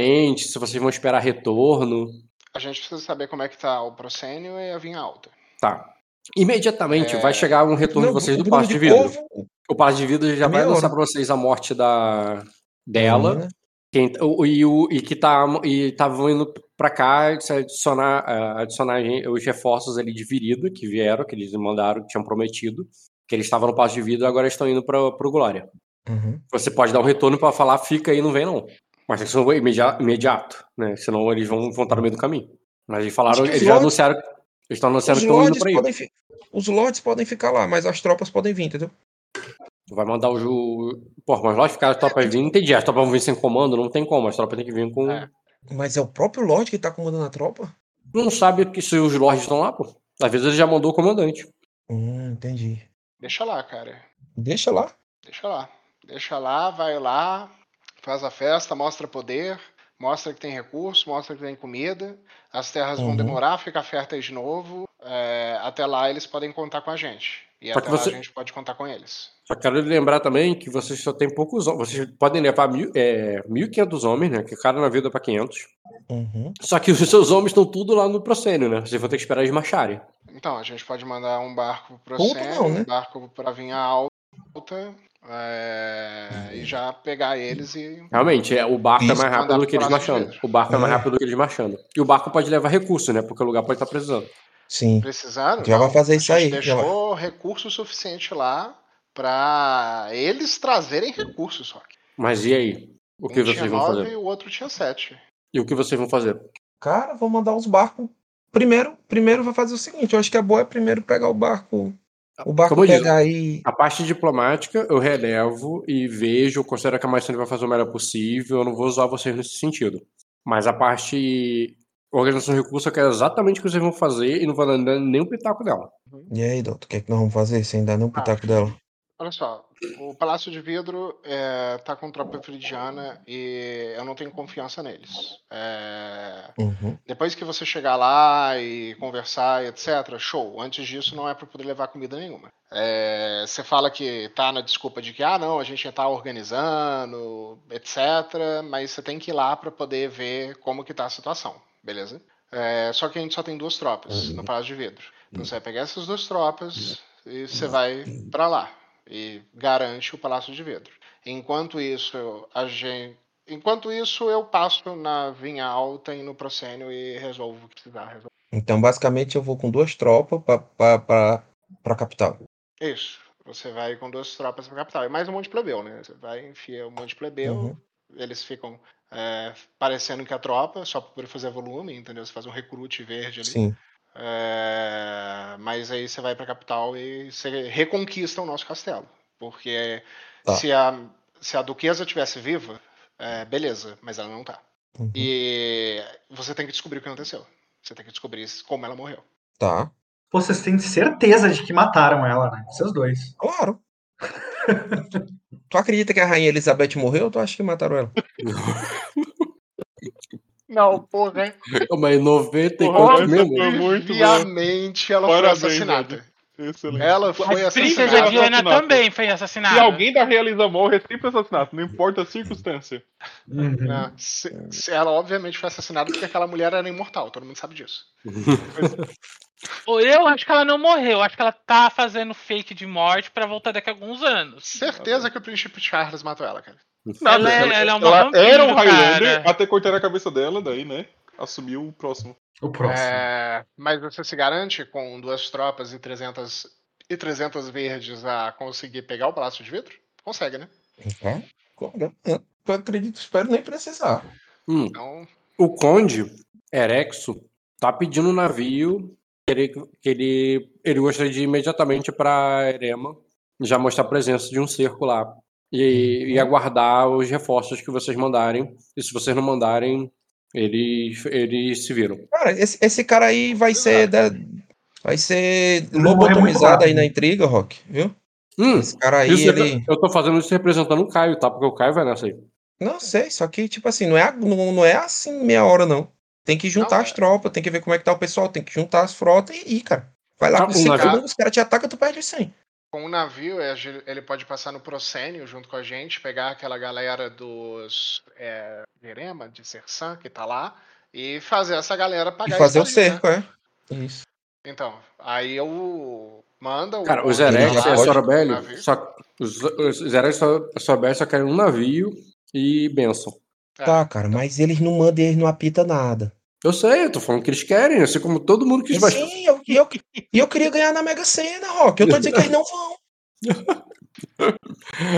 imediatamente, se vocês vão esperar retorno.
A gente precisa saber como é que tá o Procênio e a Vinha Alta.
Tá. Imediatamente
É.
vai chegar um retorno
Não,
de vocês
o
do
Bruno
Palácio de Vidro.
Corvo,
O Palácio de Vidro já
É
vai
meia
anunciar
hora.
pra vocês a morte da dela.
né?
Quem, o, o- e, o, e que tá e estavam indo pra cá se adicionar, ah, adicionar gen- os reforços ali de Virida, que vieram, que eles mandaram, que tinham prometido, que eles estavam no Palácio de Vidro e agora estão indo pra, pro Glória.
Uhum.
Você pode dar um retorno pra falar, fica aí, não vem não. Mas isso não é imedia- imediato, né? Senão eles vão, vão estar no meio do caminho. Mas eles falaram,
Acho que
eles
os
já
lords-
anunciaram, eles estão anunciando
Os
que estão então indo
lords,
pra aí.
podem fi- os lords podem ficar lá, mas as tropas podem vir, entendeu?
Vai mandar o. Ju... Pô, mas lá ficar as tropas vindo, entendi. As tropas vão vir sem comando, não tem como. As tropas têm que vir com.
É.
Mas é o próprio lord que tá comandando a tropa?
Não sabe que se os lords estão lá, pô. Às vezes ele já mandou o comandante.
Hum, entendi.
Deixa lá, cara.
Deixa lá.
Deixa lá. Deixa lá, vai lá, faz a festa, mostra poder, mostra que tem recurso, mostra que tem comida. As terras vão
Uhum.
demorar, fica fértil aí de novo. É, até lá eles podem contar com a gente. E
Só
até
que
lá a
você-
gente pode contar com eles.
Só quero lembrar também que vocês só tem poucos homens. Vocês podem levar mil, é, 1.500 homens, né? Que cada navio dá pra 500.
Uhum.
Só que os seus homens estão tudo lá no Procênio, né? Vocês vão ter que esperar eles marcharem.
Então, a gente pode mandar um barco pro
Ponto
Procênio,
não, né?
um barco pra Vinha Alta, é, e já pegar eles e
Uhum. Realmente, é, o barco é
Isso,
mais rápido
mandar
do que eles
pro Palácio de
marchando. O barco é mais
É.
rápido do que eles marchando. E o barco pode levar recurso, né? Porque o lugar pode estar precisando.
Sim.
Precisaram?
Já vai fazer isso
a gente
aí, já vai.
deixou recurso suficiente lá pra eles trazerem recursos, Rock.
Mas e aí? O que
um tinha
vocês vão
nove
fazer?
e o outro tinha sete.
E o que vocês vão fazer?
Cara, vou mandar os barcos. Primeiro, primeiro vai fazer o seguinte, eu acho que a boa é primeiro pegar o barco. O barco
Como eu disse,
pegar aí.
a parte diplomática eu relevo e vejo, considero que a Maestria vai fazer o melhor possível, eu não vou usar vocês nesse sentido. Mas a parte organização de recursos eu quero exatamente o que vocês vão fazer e não vou dar nem um pitaco dela.
E aí, Doutor, o que é que nós vamos fazer sem dar
Ah.
nenhum pitaco dela?
Olha só, o Palácio de Vidro é, tá com tropa fridiana e eu não tenho confiança neles. É,
Uhum.
depois que você chegar lá e conversar, etc., show. Antes disso, não é para poder levar comida nenhuma. É, você fala que tá na desculpa de que, ah, não, a gente já tá organizando, etc., mas você tem que ir lá para poder ver como que tá a situação, beleza? É, só que a gente só tem duas tropas no Palácio de Vidro. Então você vai pegar essas duas tropas e você vai para lá e garante o Palácio de Vidro. Enquanto isso, a gente Enquanto isso, eu passo na vinha alta e no procênio e resolvo o que precisar resolver.
Então, basicamente, eu vou com duas tropas pra, pra, pra, pra capital.
Isso. Você vai com duas tropas pra capital. E mais um monte de plebeu, né? Você vai, enfia um monte de plebeu,
Uhum.
eles ficam é, parecendo que a tropa, só pra poder fazer volume, entendeu? Você faz um recrute verde ali.
Sim.
É, mas aí você vai pra capital e você reconquista o nosso castelo. Porque
Tá.
se, a, se a duquesa tivesse viva, é, beleza, mas ela não tá.
Uhum.
E você tem que descobrir o que aconteceu. Você tem que descobrir como ela morreu.
Tá.
Pô, vocês têm certeza de que mataram ela, né? Vocês dois.
Claro. Tu acredita que a rainha Elizabeth morreu ou tu acha que mataram ela?
Não, porra, hein?
Ô, Mas 90 e
Porra,
quanto
essa
mesmo?
foi muito boa.
Obviamente ela
Parabéns,
foi assassinada.
Excelente.
Ela foi
A
princesa
princesa
assassinada.
de-
Diana
assassinato.
também foi assassinada.
Se alguém da Realiza morre, é sempre assassinato, não importa a circunstância.
Uhum.
né? Se- se- ela obviamente foi assassinada porque aquela mulher era imortal, todo mundo sabe disso.
Eu acho que ela não morreu. Acho que ela tá fazendo fake de morte pra voltar daqui a alguns anos.
Certeza que o príncipe Charles matou ela, cara.
Ela, é- ela é uma
Ela
vampiro,
era um Highlander,
cara.
até cortar a cabeça dela, daí, né? Assumiu o próximo.
O próximo.
É, mas você se garante com duas tropas e 300 e 300 verdes a conseguir pegar o palácio de vidro? Consegue, né?
É? Claro. Eu acredito, espero nem precisar.
Hum,
Então,
o conde, Erexo, tá pedindo um navio que ele, que ele, ele gostaria de ir imediatamente pra Erema, já mostrar a presença de um cerco lá. E, e aguardar os reforços que vocês mandarem. E se vocês não mandarem, eles, eles se viram.
Cara, esse, esse cara aí vai ser. da- vai ser
Ele vai morrer muito
lobotomizado aí
rápido.
na intriga, Rock, viu?
Hum,
Esse cara aí,
isso eu tô-
ele.
eu tô fazendo isso representando o Caio, tá? Porque o Caio vai nessa aí.
Não sei, só que, tipo assim, não é, não, não é assim meia hora, não. Tem que juntar
Não,
as
é.
tropas, tem que ver como é que tá o pessoal, tem que juntar as frotas e ir, cara. Vai lá
Tá,
com
um
cinco
navio-
segundos, os caras te atacam, tu perde 100.
com o navio, é, ele pode passar no proscênio junto com a gente, pegar aquela galera dos é, Verema, de Sersan, que tá lá, e fazer essa galera
E
pagar
fazer o
isso daí, né?
cerco, é. Isso.
Então, aí eu manda o.
Cara, os
o-
Erex
Não,
e a
pode.
Sorabelli
Navio.
só. Os, os Erex e a Sorabelli só querem um navio e benção.
É,
Tá, cara, mas eles não mandam e eles não apitam nada.
Eu sei, eu tô falando que eles querem, assim como todo mundo quis. Mas...
Sim, eu, e eu, e eu queria ganhar na Mega Sena, Rock. Eu tô dizendo que eles não vão.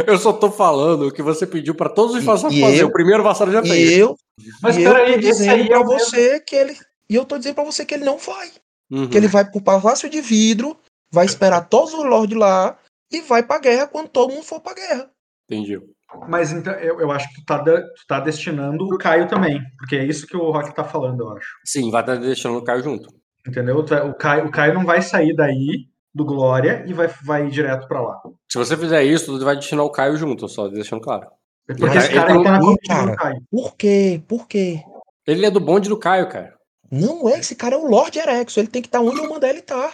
Eu só tô falando o que você pediu pra todos os
E-
vassalos
e
fazer.
eu-
O primeiro vassalo já
E
fez.
eu,
Mas
e eu
peraí,
tô
esse aí
dizendo
é
pra
o mesmo.
você que ele. E eu tô dizendo pra você que ele não vai.
Uhum.
que ele vai pro Palácio de Vidro, vai esperar todos os lords lá e vai pra guerra quando todo mundo for pra guerra.
Entendi.
Mas então, eu, eu acho que tu tá, da- tu tá destinando o Caio também, porque é isso que o Rock tá falando, eu acho.
Sim, vai estar deixando o Caio junto.
Entendeu? Tu é- O Caio, o Caio não vai sair daí do Glória e vai, vai ir direto pra lá.
Se você fizer isso, tu vai destinar o Caio junto, só deixando claro.
Porque
Cara,
esse cara
então,
aí tá na
não,
comitiva do
cara.
Caio.
Por quê? Por quê?
Ele é do bonde do Caio, cara.
Não é, esse cara é o Lorde Erexo, ele tem que estar onde eu mandar ele estar.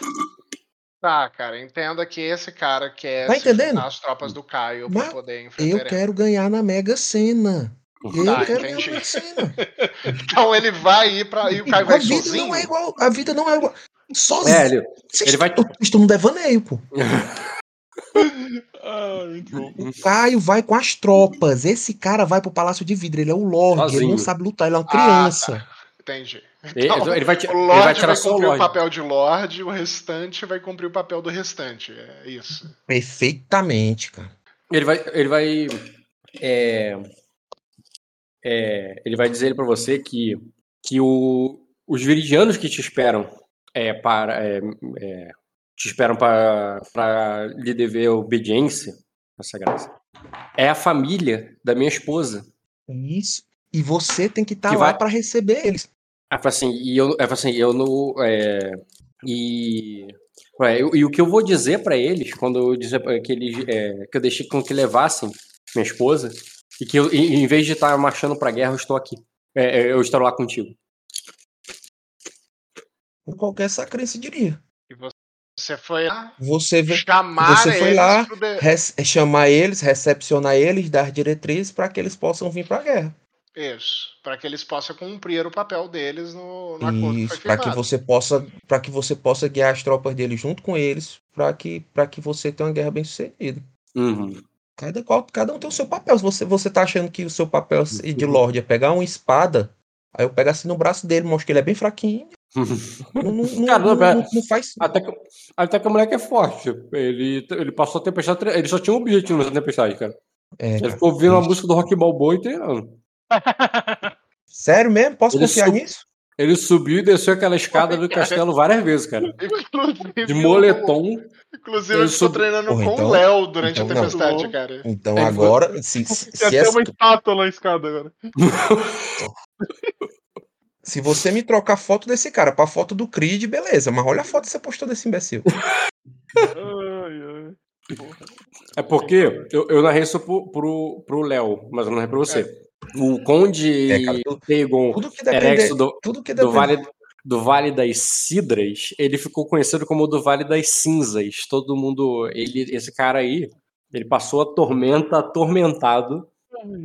Tá, cara, entenda que é esse cara quer
Tá
se
entendendo?
juntar às tropas do Caio pra
Mas
poder enfrentar
Eu
ele.
quero ganhar na Mega Sena. Eu
Uhum.
Tá,
quero ganhar na
entendi.
Mega Sena.
Então ele vai ir pra. E o Caio
A
vai
vida
sozinho?
não é igual, a vida não é igual.
É,
Sozinho.
ele. ele vai-
Eu estou num devaneio, pô.
Ah, muito bom.
O Caio vai com as tropas. Esse cara vai pro Palácio de Vidro. Ele é o Lorde. Ele
Sozinho.
não sabe lutar. Ele é uma
Ah,
criança.
Entendi.
Ele,
Não,
ele vai, ti-
O
ele vai
Lorde
tirar
vai
só o
cumprir o
Lorde.
papel de Lorde e o restante vai cumprir o papel do restante. É isso.
Perfeitamente, cara.
Ele vai. Ele vai. É, é, ele vai dizer pra você que, que o- os viridianos que te esperam é, para. é, é, te esperam para para lhe dever obediência, essa graça. É a família da minha esposa.
É Isso. E você tem que estar
Que
lá
vai-
pra receber eles.
Ela fala assim, e eu, ela fala assim, eu não. é, e, ué, eu- e o que eu vou dizer pra eles quando eu dizer pra- que eles é, que eu deixei com que levassem minha esposa e que eu, em em vez de estar marchando pra guerra, eu estou aqui. É, é, eu estou lá contigo.
Por qualquer sacra, se diria.
Você foi lá
Você vê,
chamar
Você foi
eles
lá,
pro de-
rece- chamar eles, recepcionar eles, dar diretrizes pra que eles possam vir pra guerra.
Isso. Pra que eles possam cumprir o papel deles no, no acordo que foi
Isso, para que
firmado.
você possa, para que você possa guiar as tropas deles junto com eles, pra que, para que você tenha uma guerra bem sucedida.
Uhum.
Cada qual, cada um tem o seu papel. Se você, você tá achando que o seu papel de lorde é pegar uma espada, aí eu pego assim no braço dele, mostro que ele é bem fraquinho. Não, não- não-
Cara, não,
não-
pera.
não- não faz
Até que, até que o moleque é forte. Ele, ele passou a tempestade. tre- Ele só tinha um objetivo nessa tempestade, cara.
É,
Ele
cara.
ficou ouvindo a
Isso.
música do Rock Balboa e treinando.
Sério mesmo? Posso
Ele
confiar
sub-
nisso?
Ele subiu e desceu aquela escada do castelo várias vezes, cara.
Inclusive,
De moletom.
o- Inclusive,
eu
ele ficou
sou-
treinando
Porra,
com
então-
o Léo durante
então
a
não.
tempestade,
Não.
cara.
Então
Ele foi-
agora, se, se,
Tem
se é,
até
essa-
uma estátua lá na escada agora.
se você me trocar a foto desse cara pra foto do Creed, beleza. Mas olha a foto que você postou desse imbecil.
Ai, ai.
É porque eu, eu narrei isso pro- pro pro Léo, mas eu não narrei pra você. O Conde
É, cara,
e
tudo-
Dagon
Tudo que
Erexo
depender,
do,
tudo que
do,
depender
vale, do Vale das Cidras, ele ficou conhecido como do Vale das Cinzas. Todo mundo. Ele, esse cara aí, ele passou a tormenta atormentado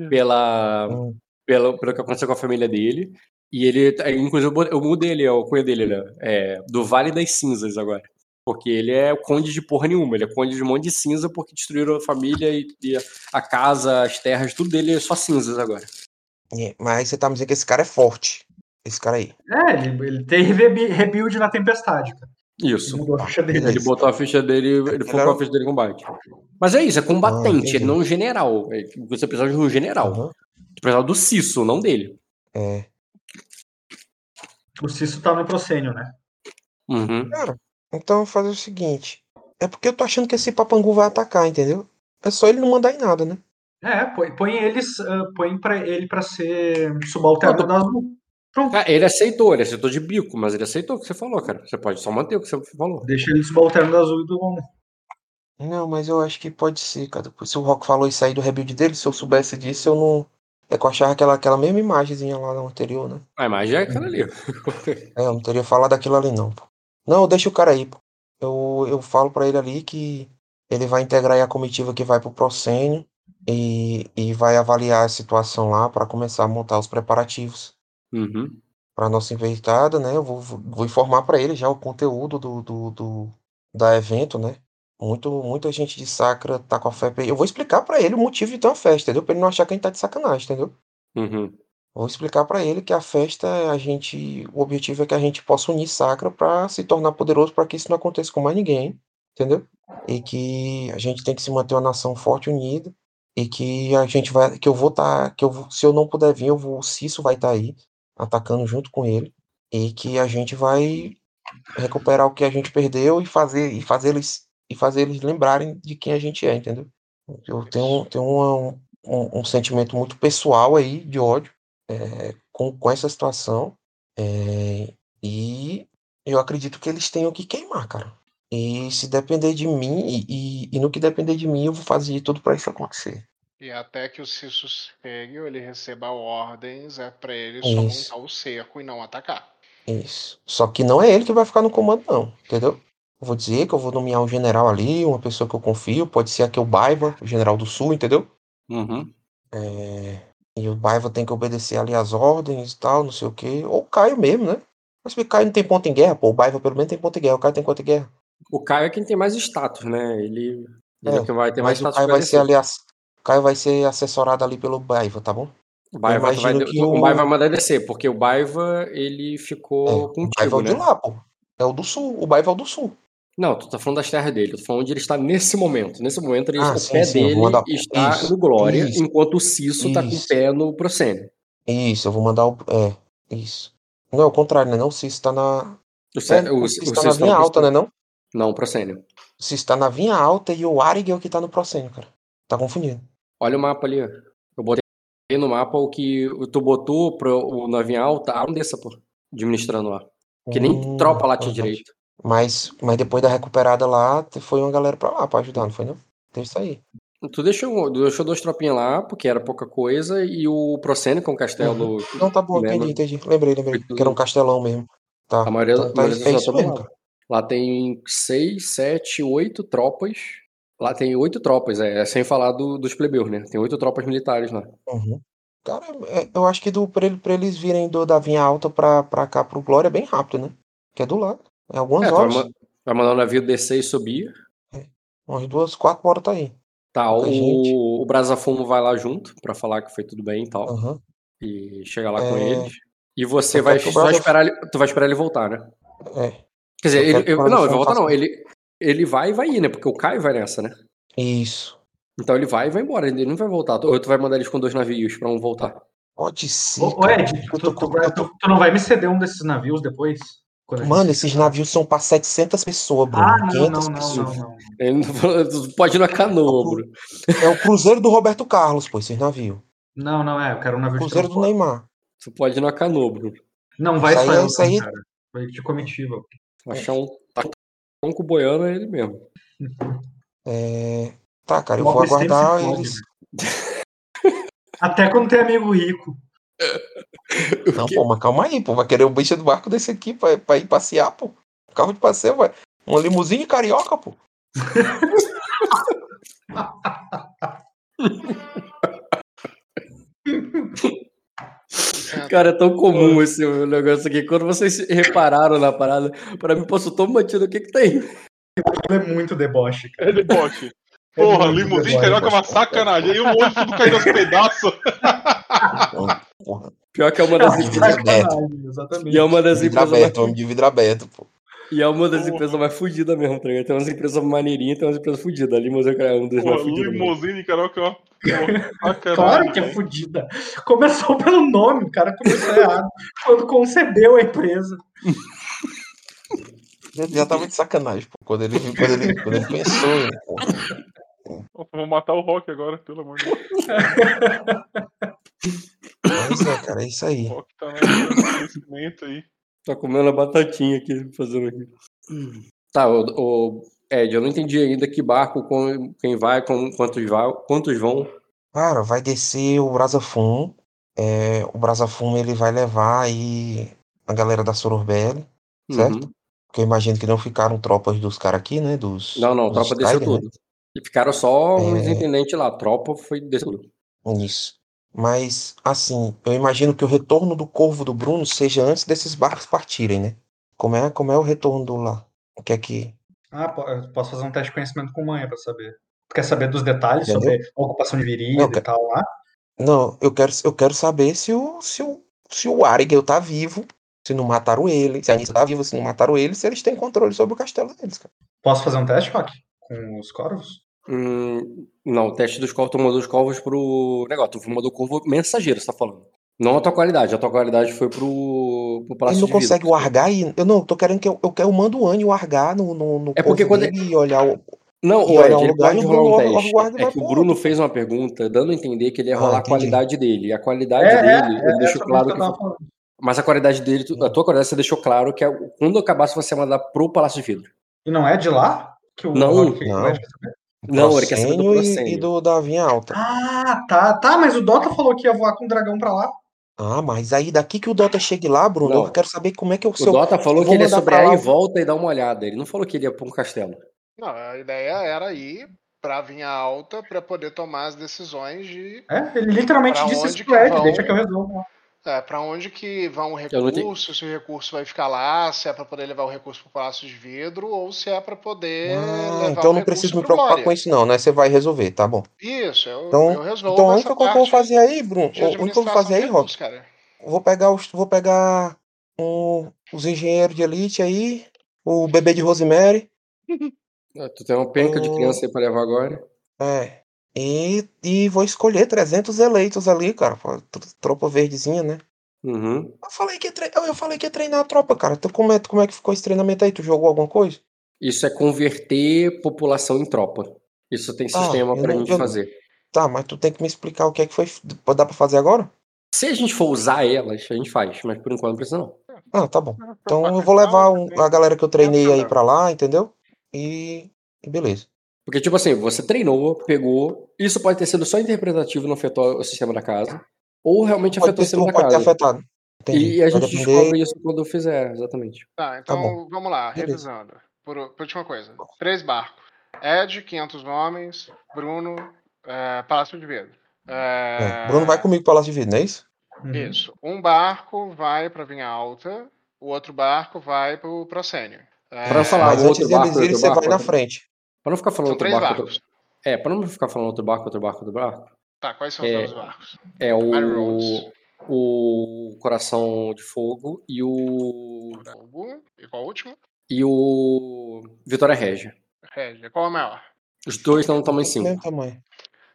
pela,
Hum.
pelo, pelo que aconteceu com a família dele. E ele, aí, inclusive, eu bot- eu mudei ele, ó, o cunho dele, né? É, do Vale das Cinzas agora. Porque ele é o conde de porra nenhuma, ele é conde de um monte de cinza porque destruíram a família e, e a casa, as terras, tudo dele é só cinzas agora.
É, Mas você tá me dizendo que esse cara é forte. Esse cara aí.
É, ele, ele tem rebi- rebuild na tempestade, cara. Ele
Isso.
Hum.
mudou a ficha dele.
Beleza.
Ele botou a ficha dele, ele focou a ficha dele em combate. Mas é isso, é
Ah,
combatente,
entendi.
ele não é um general. É, Você precisava de um general.
Aham.
Você precisava do Cisso, não dele.
É.
O Cisso tá no proscênio, né?
Uhum.
Então eu vou fazer o seguinte. É porque eu tô achando que esse papangu vai atacar, entendeu? É só ele não mandar em nada, né?
É, põe, põe eles, ah, põe pra ele pra ser subalterno
Pronto.
das Lu. Pronto.
Ah, ele aceitou, ele aceitou de bico, mas ele aceitou o que você falou, cara. Você pode só manter o que você falou.
Deixa ele subalterno da Azul e do Gomu.
Não, mas eu acho que pode ser, cara. Depois, Se o Rock falou isso aí do rebuild dele, se eu soubesse disso, eu não. É que eu achava aquela, aquela mesma imagenzinha lá no anterior, né?
A imagem é aquela ali.
É, eu não teria falado daquilo ali, não, pô. Não, deixa o cara aí, pô. Eu, eu falo pra ele ali que ele vai integrar aí a comitiva que vai pro Procênio e, e vai avaliar a situação lá pra começar a montar os preparativos
Uhum.
pra nossa empreitada, né? Eu vou, vou vou informar pra ele já o conteúdo do, do, do- da evento, né? Muito, muita gente de Sacra tá com a fé. pe- Eu vou explicar pra ele o motivo de ter uma festa, entendeu? Pra ele não achar que a gente tá de sacanagem, entendeu?
Uhum.
Vou explicar pra ele que a festa, a gente, o objetivo é que a gente possa unir Sacra pra se tornar poderoso pra que isso não aconteça com mais ninguém, entendeu? E que a gente tem que se manter uma nação forte e unida e que a gente vai, que eu vou estar, que eu vou- se eu não puder vir, eu vou, o Cício vai estar aí atacando junto com ele e que a gente vai recuperar o que a gente perdeu e fazer e fazer eles e fazer eles lembrarem de quem a gente é, entendeu? Eu tenho, tenho uma- um, um, um sentimento muito pessoal aí de ódio é, com, com essa situação. é, e eu acredito que eles tenham que queimar, cara. E se depender de mim, e, e- e no que depender de mim, eu vou fazer de tudo pra isso acontecer.
E até que o Cisso chegue ou ele receba ordens, é pra ele só
Isso.
montar o cerco e não atacar.
Isso. Só que não é ele que vai ficar no comando, não, entendeu? Eu vou dizer que eu vou nomear um general ali, uma pessoa que eu confio, pode ser aqui o Baiba, o general do sul, entendeu?
Uhum.
É, e o Baiva tem que obedecer ali as ordens e tal, não sei o quê. Ou o Caio mesmo, né? Mas o Caio não tem ponto em guerra, pô. O Baiva pelo menos tem ponto em guerra, o Caio tem ponto em guerra.
O Caio é quem tem mais status, né? Ele, ele é,
É,
quem vai ter mais
Mas o
status
Caio
pra
vai ser
descer.
ali, ass- o Caio vai ser assessorado ali pelo Baiva, tá bom?
O Baiva, tu vai,
imagino que
o
o-
Baiva vai mandar descer, porque o Baiva, ele
É,
ficou
o Baiva é
contigo,
o de
né?
lá, pô. É o do sul, o Baiva é o do sul.
Não, tu tá falando das terras dele, eu tô falando onde ele está nesse momento. Nesse momento, ele-
Ah,
o
sim,
pé
sim, eu vou
dele
mandar-
está
isso,
no Glória,
isso,
enquanto o Cisso tá com o
isso.
pé no Procênio.
Isso, eu vou mandar o. É, isso. Não, é o contrário, né? Não, se está na.
O, Cé-
É,
o,
o
o
Cis tá na
Cisso tá
vinha
no
alta, né?
Procênio.
Não?
Não, o Procênio.
Se está na vinha alta e o Arig é o que tá no procênio, cara. Tá confundindo.
Olha o mapa ali. ó. Eu botei no mapa o que tu botou pro, o navinha alta, ah, não desça, pô, administrando lá. Que nem
Hum,
tropa lá tinha
verdade.
direito.
Mas, mas depois da recuperada lá, te- foi uma galera pra lá pra ajudar, não foi não? Teve isso aí.
Tu deixou, deixou duas tropinhas lá, porque era pouca coisa, e o Procênio, que é um castelo.
Não, tá bom, entendi,
Lembra?
entendi. Lembrei, lembrei. Que era um castelão mesmo. Tá.
A maioria,
Então
a
tá,
maioria
é
só
isso
tá do
mesmo,
lado.
cara.
Lá tem seis, sete, oito tropas. Lá tem oito tropas, é, é sem falar do- dos plebeus, né? Tem oito tropas militares lá.
Uhum. Cara, é- eu acho que do, pra, ele- pra eles virem do, da vinha alta pra, pra cá, pro Glória, é bem rápido, né? Que é do lado. É algumas
É, tu vai,
horas.
ma- vai mandar o navio descer e subir.
Umas duas, quatro horas tá aí.
Tá,
Pouca gente.
o, o Brasafumo vai lá junto pra falar que foi tudo bem e tal.
Uhum.
E chega lá com
É.
eles. E você
Eu
vai
quero que o
só
Brasa-
esperar ele. Tu vai esperar ele voltar, né?
É.
Quer
Eu
dizer,
quero
ele,
que o
eu- não, ele vai
Brasa
voltar, não.
faça-
Ele, ele vai e vai ir, né? Porque o Caio vai nessa, né?
Isso.
Então ele vai e vai embora, ele não vai voltar. Ou tu vai mandar eles com dois navios pra um voltar.
Pode ser,
Ô, ô,
cara.
Ed,
Eu
tu,
tô
tu,
com- eu
vai-
tô-
tu- tu não vai me ceder um desses navios depois? Quando
né?
a gente
Mano,
se
esses
encontrar?
navios são pra 700 pessoas, Bruno.
Ah, não,
500
não, não,
pessoas.
não, não.
Ele não falou, tu pode ir na canoa, Bruno.
É o cruzeiro do Roberto Carlos, pô, esses navios.
Não, não é. Eu quero um navio de
Cruzeiro
tá
do
transporte.
Neymar.
Tu pode ir na canoa, Bruno.
Não vai
Isso aí
só
é
eu,
isso
não,
aí.
cara. Vai de comitiva.
tá é Achar um tronco boiano é ele mesmo.
É, tá, cara, eu
Logo
vou
eles sempre se
aguardar
fodem,
eles.
Até quando tem amigo rico.
Não, Então, pô, mas calma aí, pô. Vai querer um bicho do barco desse aqui pra, pra ir passear, pô. Carro de passeio, vai. Uma limusine carioca, pô.
Tipo
Cara, é tão comum esse negócio aqui. Quando vocês repararam na parada, pra mim passou tão batido. O que que tem?
Aquilo é muito deboche, cara.
É deboche.
É
Porra,
muito
limusine
deboche.
carioca é uma sacanagem. Aí o olho tudo caindo aos pedaços.
Então, porra,
Pior que é uma das
Não,
empresas.
Sacanagem, exatamente.
E é uma das
vidro
empresas
aberto,
mais,
homem de vidro aberto, pô.
e é uma das
Porra.
empresas mais fudidas mesmo, tá ligado? Tem umas empresas maneirinhas, tem umas empresas fudidas. Ali, mas eu é um dos mais
Porra,
fudidos. mesmo.
limusine carioca é uma porra,
um
sacanagem.
Claro que é fodida. Começou pelo nome, o cara começou errado quando concebeu a empresa.
Ele já tava de sacanagem, pô. Quando ele, quando ele, quando ele né, pensou, ele, pô.
Nossa, Vou matar o Rock agora, pelo amor de Deus.
Mas é, cara, é isso aí.
O Rock tá na hora do crescimento aí.
Tá comendo a batatinha aqui, fazendo aqui. Tá, o, o- Ed, eu não entendi ainda que barco, com- quem vai, como- quantos, vai, quantos vão. Uhum.
Cara, vai descer o Brasafum. É, o Brasafum ele vai levar aí a galera da Sororbelli, certo?
Uhum.
Porque eu imagino que não ficaram tropas dos caras aqui, né? Dos,
Não, não, a
dos
tropa desceu
Tiger, né?
tudo. E ficaram só uns
É.
intendentes lá. A tropa foi desceu tudo.
Isso. Mas, assim, eu imagino que o retorno do Corvo do Bruno seja antes desses barcos partirem, né? Como é, como é o retorno do lá? O que é que.
Ah, po- eu posso fazer um teste de conhecimento com manha pra saber. Tu quer saber dos detalhes
Entendeu?
sobre a ocupação de
Não,
virilha e
cara.
tal lá?
Não, eu quero, eu quero saber se o, se o, se o Arigel tá vivo, se não mataram ele, se a Anissa tá viva, se não mataram ele, se eles têm controle sobre o castelo deles, cara.
Posso fazer um teste, Rock? Com os corvos?
Hum, não, o teste dos corvos, tu mandou os corvos pro negócio. Tu mandou o corvo mensageiro, você tá falando. Não a tua qualidade. A tua qualidade foi pro, pro
Ele
Palácio
não
de Vidro.
consegue o Argar e. Eu não, tô querendo que eu, eu, quero- eu mando o Anny o Argar no, no, no
É porque
corvo
quando
dele e olhar o.
Não,
E
o
olhar
Ed,
o
ele
lugar
pode
e o
rolar um
Bruno logo-
teste.
logo guarda e
É
vai
que o
pro
Bruno
outro.
fez uma pergunta dando a entender que ele ia
Ah,
rolar a
entendi.
qualidade dele. E a qualidade
É, é,
dele, ele
é
deixou
sobre isso
claro
que eu
que
tava
foi.
falando.
Mas a qualidade dele, tu- a tua qualidade você deixou claro que é- quando acabasse você ia mandar pro Palácio de Vidro.
E não é de lá que o
Não,
Rock quer
não.
saber?
Não, ele quer saber do
Procênio e, e
Procênio.
do da Vinha Alta.
Ah, tá. Tá, mas o Dota falou que ia voar com o dragão pra lá.
Ah, mas aí daqui que o Dota chegue lá, Bruno,
Não.
eu quero saber como é que eu
O
seu.
Dota falou
eu
que
vou
ele ia
mandar pra
sobrear
lá
e
o-
volta e dar uma olhada. Ele não falou que ele ia pra um castelo.
Não, a ideia era ir pra vinha alta pra poder tomar as decisões de
É, ele literalmente
Pra
disse
onde
isso
que
pro Ed,
vão?
deixa que eu resolvo. lá.
é, para onde que vão o
Eu não entendi.
recurso, se o recurso vai ficar lá, se é pra poder levar o recurso pro Palácio de Vidro ou se é pra poder
Ah,
levar
então
o
eu não
recurso
preciso me
pro
preocupar
Glória.
com isso, não, né? Você vai resolver, tá bom.
Isso, eu,
Então,
eu resolvo
então a
essa
única coisa que eu vou
parte
fazer aí, Bruno,
de
o único que eu vou
administração
fazer é
de
aí, Rock,
recursos, cara.
vou pegar os, vou pegar um- os engenheiros de elite aí, o bebê de Rosemary,
Ah, Tu tem uma penca de
Hum.
criança aí pra levar agora.
é, e, e vou escolher 300 eleitos ali, cara, pô, tro- tropa verdezinha, né?
Uhum.
Eu falei que ia, tre... eu falei que ia treinar a tropa, cara. Tu, como, é... como é que ficou esse treinamento aí? Tu jogou alguma coisa?
Isso é converter população em tropa. Isso tem
Ah,
sistema
eu
pra
não-
gente
eu-
fazer.
Tá, mas tu tem que me explicar o que é que foi. Dá pra fazer agora?
Se a gente for usar elas, a gente faz, mas por enquanto não precisa não.
Ah, tá bom. Então eu vou levar um- a galera que eu treinei aí pra lá, entendeu? E, e beleza.
Porque, tipo assim, você treinou, pegou. Isso pode ter sido só interpretativo, não afetou o sistema da casa. Ou realmente
Pode
afetou o
ter,
sistema da
não pode ter
casa.
afetado. Entendi.
E a
Vai
gente
depender.
descobre isso quando eu fizer, exatamente.
Tá,
Tá
então vamos lá,
Beleza. Tá
revisando. Por, por última coisa: três barcos. Ed, 500 homens. Bruno, é, Palácio de Vidro. Eh,
É. Bruno vai comigo pra Palácio de Vidro, não é isso?
Uhum.
Isso. Um barco vai pra Vinha Alta, o outro barco vai pro Procênio. É,
Pra falar
Mas
o
antes
outro barco,
deles irem,
outro
você
barco. né?
vai na
outro-
frente.
Pra não ficar falando
São
outro
três
barco. outro-
barcos.
É, pra não ficar falando outro barco, outro barco, outro barco.
Tá, quais são os
É.
novos barcos?
É
Iron
o. O Coração de Fogo e o.
Fogo. E qual o último?
E o. Vitória Regia.
Regia. Qual é o maior?
Os dois estão no tamanho
Do
5.
mesmo tamanho.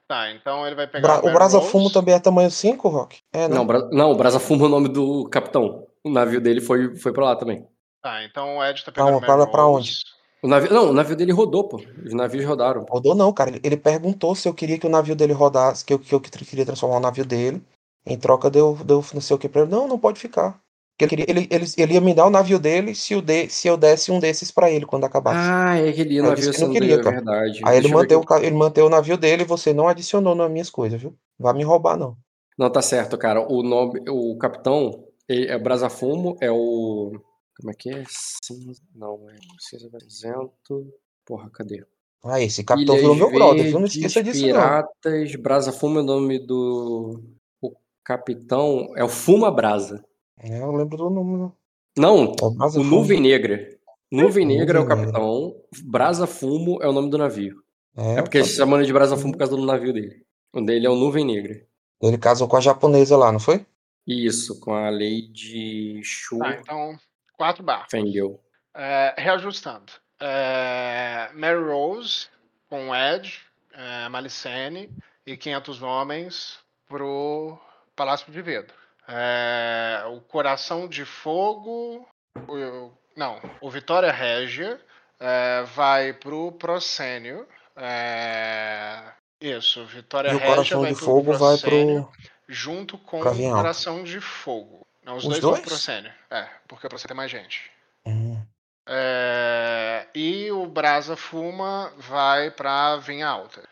Tá, então ele vai pegar
Bra-
o
o
Barrel
Brasa
Rolls.
Fumo também é tamanho 5, Rock? É, né?
Não, Bra... não, o Brasa Fuma é o nome do capitão. O navio dele foi, foi pra lá também.
Tá, então o Ed tá
Pra
pegando o
onde? Pra-
Barrel
é pra onde?
Rolls.
O navio... Não, o navio dele rodou, pô. Os navios rodaram. pô.
Rodou não, cara. Ele- Ele perguntou se eu queria que o navio dele rodasse, que eu, que eu queria transformar o navio dele. Em troca deu, deu não sei o que pra ele. Não, não pode ficar. Que Ele, queria- ele, ele, ele ia me dar o navio dele se, o de, se eu desse um desses pra ele quando acabasse.
Ah, é que ele ia
Ela
no
disse
avião
que não
sendo
queria,
é
cara.
verdade.
Aí ele
Deixa eu ver
manteve, o,
aqui.
ca- ele manteve o navio dele e você não adicionou nas minhas coisas, viu? Vai me roubar, não.
Não, tá certo, cara. O nome, o capitão ele é Brasafumo, é o. Como é que é? Cinza. Não, é. Cinza Cinzento. Porra, cadê?
Ah, esse capitão
Ilhas
virou meu brother, viu? Não
Verdes,
esqueça disso, não.
Piratas, Brasa Fuma é o nome do o capitão. É o Fuma Brasa.
É, Eu lembro do nome, não.
Não,
É o Brasa
o
Fumo.
Nuvem Negra. Nuvem
Nuvem
Negra é o
Negra.
capitão, Brasa Fumo é o nome do navio.
É,
É porque eles chamam ele de Brasa Fumo
Uhum.
por causa do navio dele. O dele é o Nuvem Negra.
Ele casou com a japonesa lá, não foi?
Isso, com a lei de Shu
Tá, então, quatro barcos.
Fengel.
É, reajustando. É, Mary Rose com Ed, é, Malicene e 500 homens pro Palácio de Vidro. É, o Coração de Fogo. o- não, o Vitória Régia é, vai pro Procênio. É, isso, Vitória
E o
Régia
Coração
vai
de
pro
Fogo vai
Procênio
pro.
junto com
Pra vir
o
alto.
Coração de Fogo. Não, os,
Os
dois, vão
dois?
pro Procênio. É, porque o Procênio tem mais gente.
Hum.
É, e o Brasa Fuma vai pra Vinha Alta.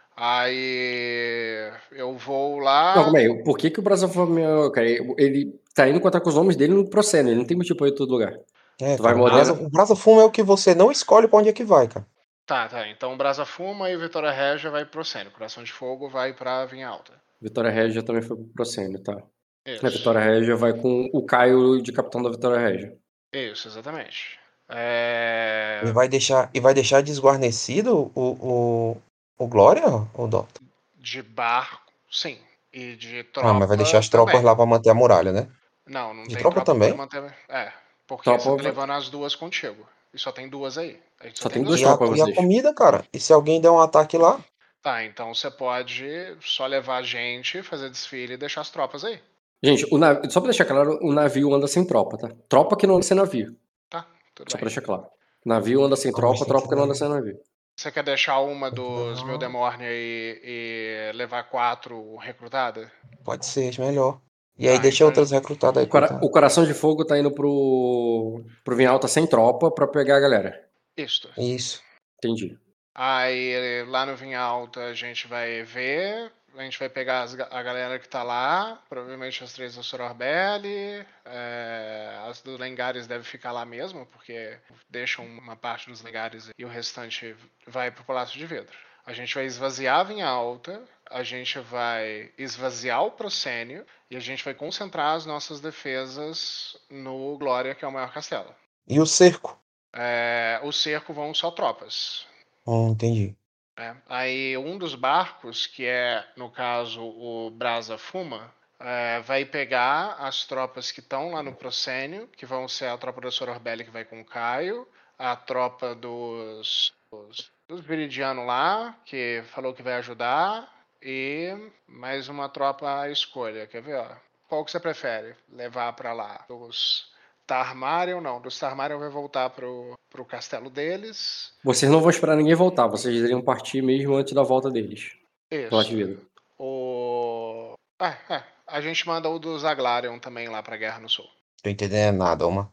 Aí eu vou
Não,
lá.
calma aí. Por que, que o Brasa Fuma é o cara? Ele tá indo contar com os nomes dele no Procênio. Ele não tem motivo pra ir em todo lugar.
É,
Tu vai
cara, o,
morrer,
Brasa, o Brasa Fumo é o que você não escolhe pra onde é que vai, cara.
Tá, tá. Então o Brasa Fuma e o Vitória Régia vai pro Sênio. Coração de Fogo vai pra Vinha Alta.
Vitória Régia também foi pro Procênio, tá?
É,
A
Isso,
Vitória Régia vai com o Caio de capitão da Vitória Régia.
isso, exatamente. É,
E vai deixar, e vai deixar desguarnecido o, o, o Glória, o Doctor?
de barco, sim. E de tropa.
Ah, mas vai deixar as tropas
também.
lá pra manter a muralha, né?
Não, não
De
tem
tropa
tropa pra
também?
manter. É, porque
Tropa
você tá
vai-
levando as duas contigo. E só tem duas aí. A gente só,
Só
tem
tem
duas
duas tá.
E a,
tropas
e a
vocês.
comida, cara? E se alguém der um ataque lá?
Tá, então você pode só levar gente, fazer desfile e deixar as tropas aí.
Gente, o nav- só pra deixar claro, o navio anda sem tropa, tá? Tropa que não anda sem navio.
Tudo
Só pra
bem.
deixar claro. Navio anda sem
Ah,
tropa,
mas tem
tropa
que
que não
dar-
anda sem navio.
Você quer deixar uma dos
Não.
Mil Demorne aí e levar quatro recrutada?
Pode ser, melhor. E aí
Tá,
deixa
então-
outras recrutadas aí,
O, cora-
coitado.
o Coração de Fogo tá indo pro, pro Vinhalta sem tropa pra pegar a galera.
Isto.
Isso.
Entendi.
Aí lá no Vinha Alta a gente vai ver, a gente vai pegar as ga- a galera que tá lá, provavelmente as três do Sororbelli, é, as do Lengares devem ficar lá mesmo, porque deixam uma parte dos Lengares e o restante vai pro Palácio de Vidro. A gente vai esvaziar a Vinha Alta, a gente vai esvaziar o Procênio e a gente vai concentrar as nossas defesas no Glória, que é o maior castelo.
E o cerco?
É, o cerco vão só tropas.
Hum, entendi.
né? Aí um dos barcos, que é, no caso, o Brasa Fuma, é, vai pegar as tropas que estão lá no Procênio, que vão ser a tropa da Sororbelli que vai com o Caio, a tropa dos, dos, dos Viridiano lá, que falou que vai ajudar, e mais uma tropa à escolha, quer ver? Ó? Qual que você prefere levar pra lá? Dos Tarmarion? Não, dos Tarmarion vai voltar pro, pro castelo deles.
Vocês não vão esperar ninguém voltar, vocês iriam partir mesmo antes da volta deles. Pro
Isso.
Lado de Vidro.
O. Ah, é. A gente manda o do Zaglarion também lá pra Guerra no Sul.
Tô entendendo nada, uma.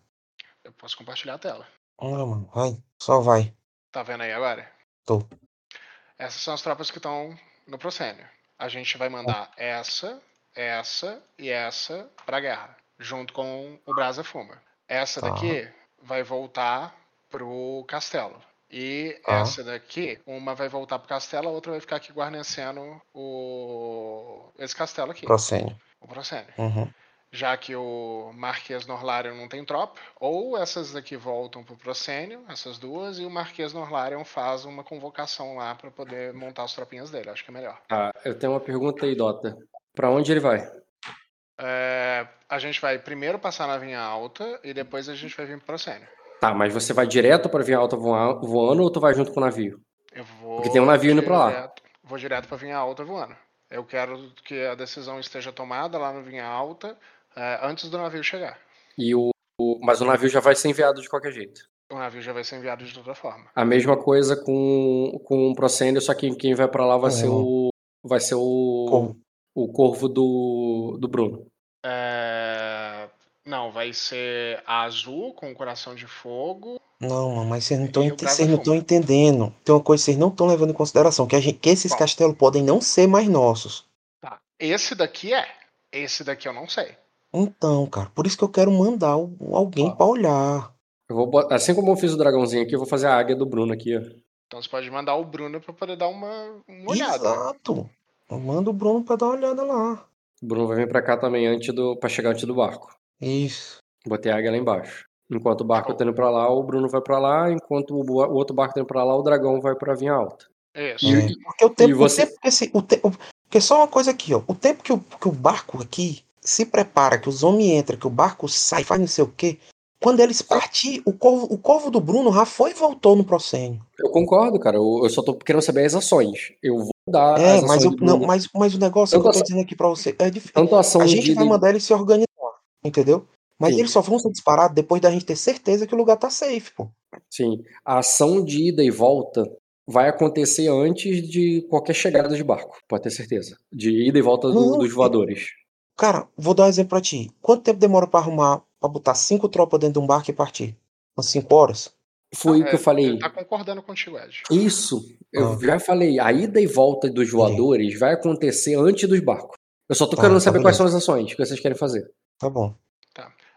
Eu posso compartilhar a tela.
Ah,
Não, mano, vai. Só vai.
Tá vendo aí agora?
Tô.
Essas são as tropas que estão no Procênio. A gente vai
Tá.
mandar essa, essa e essa pra guerra. Junto com o Brasa Fuma. Essa
Tá.
daqui vai voltar pro castelo. E
Tá.
essa daqui, uma vai voltar pro castelo, a outra vai ficar aqui guarnecendo o... esse castelo aqui,
Procênio.
o Procênio.
Uhum.
já que o Marquês Norlarion não tem tropa, ou essas daqui voltam pro Procênio, essas duas, e o Marquês Norlarion faz uma convocação lá pra poder montar as tropinhas dele, acho que é melhor.
Tá, eu tenho uma pergunta aí, Dota. Pra onde ele vai?
É, a gente vai primeiro passar na Vinha Alta e depois a gente vai vir pro Procênio.
Tá, mas você vai direto pra Vinhalta voa- voando ou tu vai junto com o navio?
Eu vou
Porque tem um navio indo pra lá.
direto- Vou direto pra Vinha Alta voando. Eu quero que a decisão esteja tomada lá no Vinha Alta é, antes do navio chegar.
E o, o- mas o navio já vai ser enviado de qualquer jeito.
O navio já vai ser enviado de toda forma.
A mesma coisa com com o Procênio, só que quem vai pra lá vai ser o vai ser o
Corvo.
o corvo do, do Bruno.
É, Não, vai ser a azul com o coração de fogo.
Não, mano, mas vocês não estão
E o Brasa
estão
Fumo.
entendendo. Tem uma coisa que vocês não estão levando em consideração, que, a gente- que esses
Qual?
castelos podem não ser mais nossos.
Tá. Esse daqui é. Esse daqui eu não sei.
Então, cara, por isso que eu quero mandar o- alguém
Ó.
pra olhar.
Eu vou, bot- assim como eu fiz o dragãozinho aqui, eu vou fazer a águia do Bruno aqui, ó.
Então você pode mandar o Bruno pra poder dar uma, uma olhada.
Exato. Manda o Bruno pra dar uma olhada lá.
O Bruno vai vir pra cá também antes do, pra chegar antes do barco.
Isso.
Botei a águia lá embaixo. Enquanto o barco
Show.
tá indo pra lá, o Bruno vai pra lá. Enquanto o, bo- o outro barco tá indo pra lá, o dragão vai pra vinha alta.
Isso.
E,
É.
e-
Porque o tempo,
você-
o tempo que esse- o te- o- porque só uma coisa aqui, ó. O tempo que o, que o barco aqui se prepara, que os homens entram, que o barco sai, faz não sei o quê. Quando eles partir, o corvo, o corvo do Bruno já foi e voltou no proscênio.
eu concordo, cara. Eu, eu só tô querendo saber as ações. Ah, Eu vou dar
é,
as ações
mas, eu,
do
não,
Bruno.
mas, mas o negócio é
Eu
que eu
tô
tô
só-
dizendo aqui pra você. É difícil.
Tanto a ação
A
de
gente
ida
vai
e-
mandar eles se organizar, entendeu? Mas
Sim.
eles só vão ser disparados depois da gente ter certeza que o lugar tá safe, pô.
Sim, a ação de ida e volta vai acontecer antes de qualquer chegada de barco, pode ter certeza. De ida e volta do-
Não,
dos voadores.
Cara, vou dar um exemplo pra ti. Quanto tempo demora pra arrumar, pra botar cinco tropas dentro de um barco e partir? Umas cinco horas?
Foi o
É,
que eu falei.
Ele tá concordando contigo, Ed.
Isso, eu
Ah. Hum.
já falei. A ida e volta dos voadores vai acontecer antes dos barcos. Eu só tô querendo
tá
saber quais
beleza.
são as ações que vocês querem fazer.
Tá bom.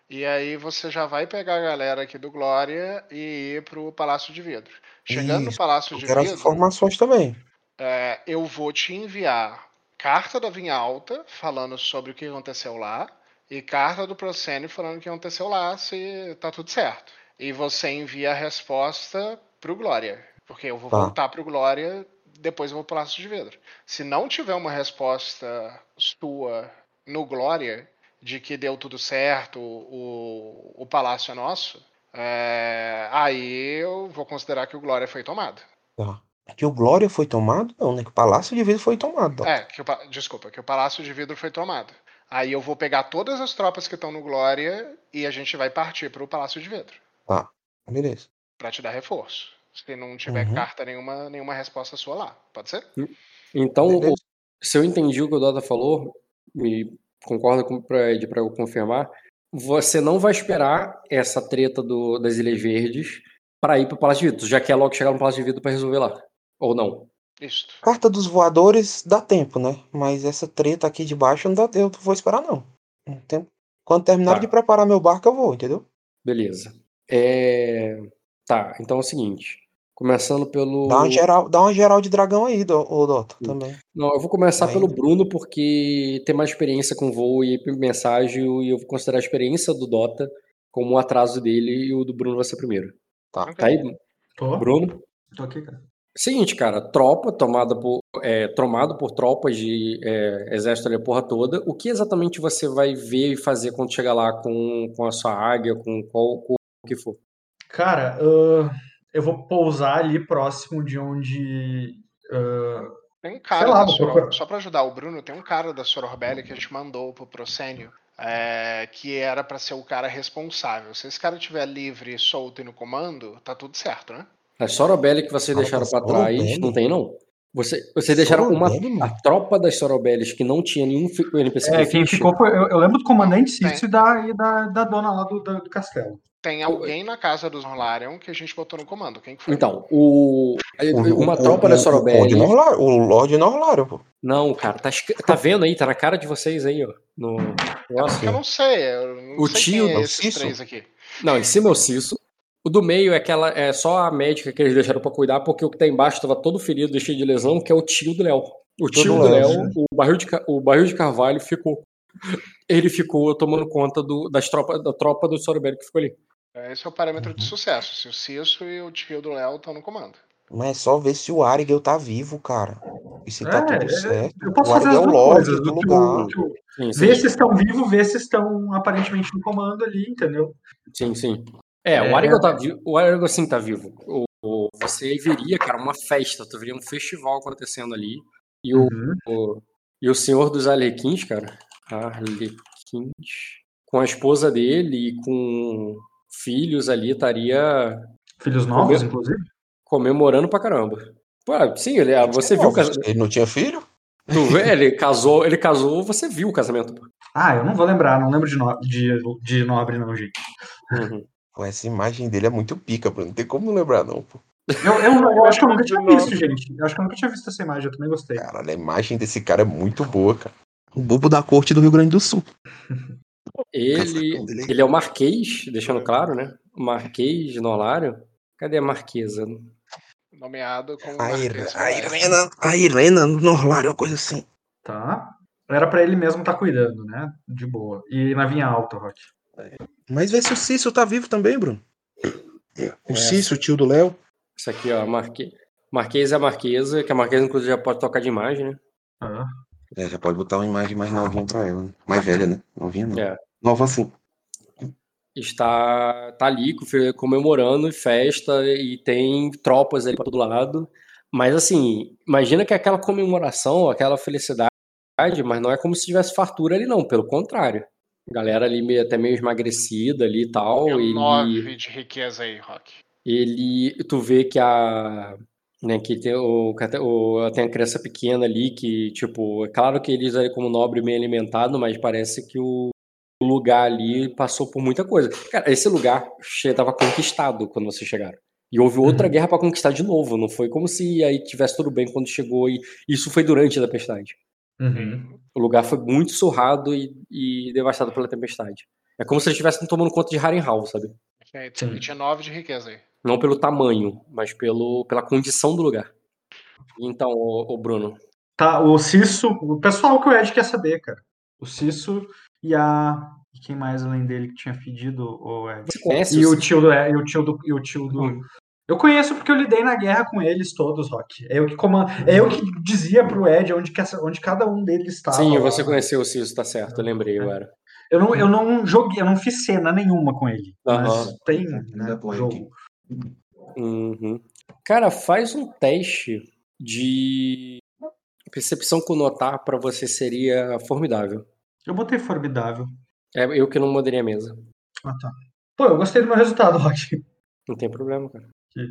E aí você já vai pegar a galera aqui do Glória e ir pro Palácio de Vidro. Chegando no
Isso,
Palácio
Eu
de
quero as
Vidro,
informações também.
é, eu vou te enviar carta da Vinha Alta falando sobre o que aconteceu lá e carta do Procênio falando o que aconteceu lá, se tá tudo certo. E você envia a resposta pro Glória, porque eu vou
Tá.
voltar pro Glória, depois eu vou pro Palácio de Vidro. Se não tiver uma resposta sua no Glória de que deu tudo certo, o, o palácio é nosso, é, aí eu vou considerar que o Glória foi tomado.
Tá. Que o Glória foi tomado? Não, né? Que o Palácio de Vidro foi tomado. ó.
É, que o, pa- desculpa, que o Palácio de Vidro foi tomado. Aí eu vou pegar todas as tropas que estão no Glória e a gente vai partir pro Palácio de Vidro
Beleza.
pra te dar reforço. Se não tiver
Uhum.
carta nenhuma, nenhuma resposta sua lá, pode ser?
Então,
Beleza.
o- se eu entendi o que o Dota falou, e concordo com o Ed para eu confirmar, você não vai esperar essa treta do- das Ilhas Verdes para ir para o Palácio de Vidro, já que é logo chegar no Palácio de Vidro para resolver lá. Ou não?
Isto.
Carta dos voadores dá tempo, né? Mas essa treta aqui de baixo não dá Eu não vou esperar, não. Não tem- Quando terminar
Tá.
de preparar meu barco, eu vou, entendeu?
Beleza. É, Tá, então é o seguinte. Começando pelo.
Dá uma geral, dá uma geral de dragão aí, do, ô, Dota,
Hum.
também.
Não, eu vou começar
Aí.
pelo Bruno, porque tem mais experiência com voo e mensagem, e eu vou considerar a experiência do Dota como um atraso dele e o do Bruno vai ser primeiro.
Tá.
Tá aí,
Tô,
Bruno?
tô aqui, cara.
Seguinte, cara, tropa tomada por, é, tomado por tropas de é, exército ali a porra toda. O que exatamente você vai ver e fazer quando chegar lá com, com a sua águia, com qual com o que for?
Cara, ahn, eu vou pousar ali próximo de onde. uh, ahn,
Tem um cara
Sei lá,
da
vou
Soror...
procurar.
Só pra ajudar o Bruno, tem um cara da Sororbelli que a gente mandou pro Procênio, é, que era pra ser o cara responsável. Se esse cara estiver livre, solto e no comando, tá tudo certo, né?
A Sorobelli É que vocês
Cara,
deixaram
tá
pra trás,
Sorobelli?
não tem não? Você, vocês deixaram uma
Sorobelli, mano?
a tropa das Sorobellis que não tinha nenhum fi- NPC
É,
com
quem
ficha.
ficou foi. Eu, eu lembro do comandante
Tem.
Cício e da, e da, da dona lá do, do, do castelo.
Tem alguém na casa dos Rolarion que a gente botou no comando. Quem que foi?
Então, o
O-
uma
o-
tropa né,
o-
das
o Conde
Sorobellis.
Norlar- O Lorde Norlário, pô.
Não, cara, tá, escri- tá vendo aí, tá na cara de vocês aí, ó, no
É
negócio.
porque eu não sei. Eu não
O
sei
tio
quem
do
é esses
Cício?
três aqui.
Não, em cima é o Cisso. O do meio é aquela é só a médica que eles deixaram pra cuidar, porque o que tá embaixo tava todo ferido, cheio de lesão, que é o tio do Léo. O tio do
Léo, né?
Léo,
sim.
o barril de Ca- o barril de Carvalho ficou ele ficou tomando conta do, das tropa, da tropa do Sorobelli que ficou ali.
É, Esse é o parâmetro de
Uhum.
sucesso. Se o Cisso e o tio do Léo estão no comando.
Mas é só ver se o Arigel tá vivo, cara. E se tá
É,
tudo
é,
certo.
Eu posso
o
fazer
Arigel
as
é o
duas
Lorde
coisas.
do
Do que
lugar.
o, que o-
Sim, sim.
ver se estão vivos, ver se estão aparentemente no comando ali, entendeu?
Sim, sim. É,
É,
o Aragorn tá vivo. O Aragorn sim tá vivo. O, o- você veria, cara, uma festa, tu veria um festival acontecendo ali. E o,
Uhum.
o- e o senhor dos Arlequins, cara, Arlequins, com a esposa dele e com filhos ali, estaria
Filhos novos,
Comeu-
inclusive.
comemorando pra caramba. Pô, sim, ele,
Tem que ser
você viu o
novos.
casamento.
Ele não tinha filho?
Tu vê, ele casou, ele casou, você viu o casamento. pô.
Ah, eu não vou lembrar, não lembro de, no- de- de nobre, não, gente.
Pô, essa imagem dele é muito pica, Bruno. Não tem como não lembrar, não, pô.
Eu, eu- eu acho que eu nunca tinha
De
visto,
nobre.
gente. Eu acho que eu nunca tinha visto essa imagem, eu também gostei.
Caralho, a imagem desse cara é muito boa, cara. O bobo da corte do Rio Grande do Sul.
Ele, ele é o Marquês, deixando claro, né? Marquês Nolário. Cadê a Marquesa?
Nomeado como
A, Ir-
Marquês
a é
Noel.
Irena, a Irena Norlário, uma coisa assim.
Tá? Era pra ele mesmo estar cuidando, né? De boa. E na vinha alta, Rock.
Mas vê se o Cício tá vivo também, Bruno. O
É.
Cício, tio do Léo.
Isso aqui, ó, Marque... Marquês é a Marquesa, que a Marquesa, inclusive, já pode tocar de imagem, né?
Ah.
É, já pode botar uma imagem mais novinha pra ela. né? Mais velha, né? Novinha não.
É.
Nova assim.
Está tá ali co- comemorando festa e tem tropas ali para todo lado. Mas, assim, imagina que aquela comemoração, aquela felicidade, mas não é como se tivesse fartura ali, não. Pelo contrário. Galera ali meio, até meio emagrecida ali e tal.
Deu
e...
nove de riqueza aí, Rock.
ele tu vê que a né, que tem o, que até- o- tem a criança pequena ali que tipo é claro que eles ali como nobre bem alimentado mas parece que o lugar ali passou por muita coisa cara esse lugar estava conquistado quando vocês chegaram e houve outra guerra para conquistar de novo não foi como se aí tivesse tudo bem quando chegou e isso foi durante a tempestade
Uhum.
o lugar foi muito surrado e, e devastado pela tempestade é como se eles estivessem tomando conta de Harrenhal sabe
Tinha-
Sim.
Tinha nove de riqueza aí.
não pelo tamanho, mas pelo, pela condição do lugar. Então, ô, ô Bruno,
Tá, o Cisso, o pessoal que o Ed quer saber, cara. O Cisso e a. e Quem mais além dele que tinha pedido o Ed?
você conhece
E o
o
tio do. é, E o tio do. E o tio do...
É Hum.
Eu conheço porque eu lidei na guerra com eles todos, Rock. É eu que comando, é eu que dizia pro Ed onde, que essa- onde cada um deles estava.
Sim,
lá. É.
você conheceu o Ciso, tá certo, eu lembrei agora.
Eu não, eu não joguei, eu não fiz cena nenhuma com ele. Mas
Aham.
tem jogo.
Uhum. Cara, faz um teste de percepção com notar pra você seria formidável.
Eu botei formidável.
É eu que não mudaria a mesa.
Ah, tá. Pô, eu gostei do meu resultado, Rock.
Não tem problema, cara.
Que-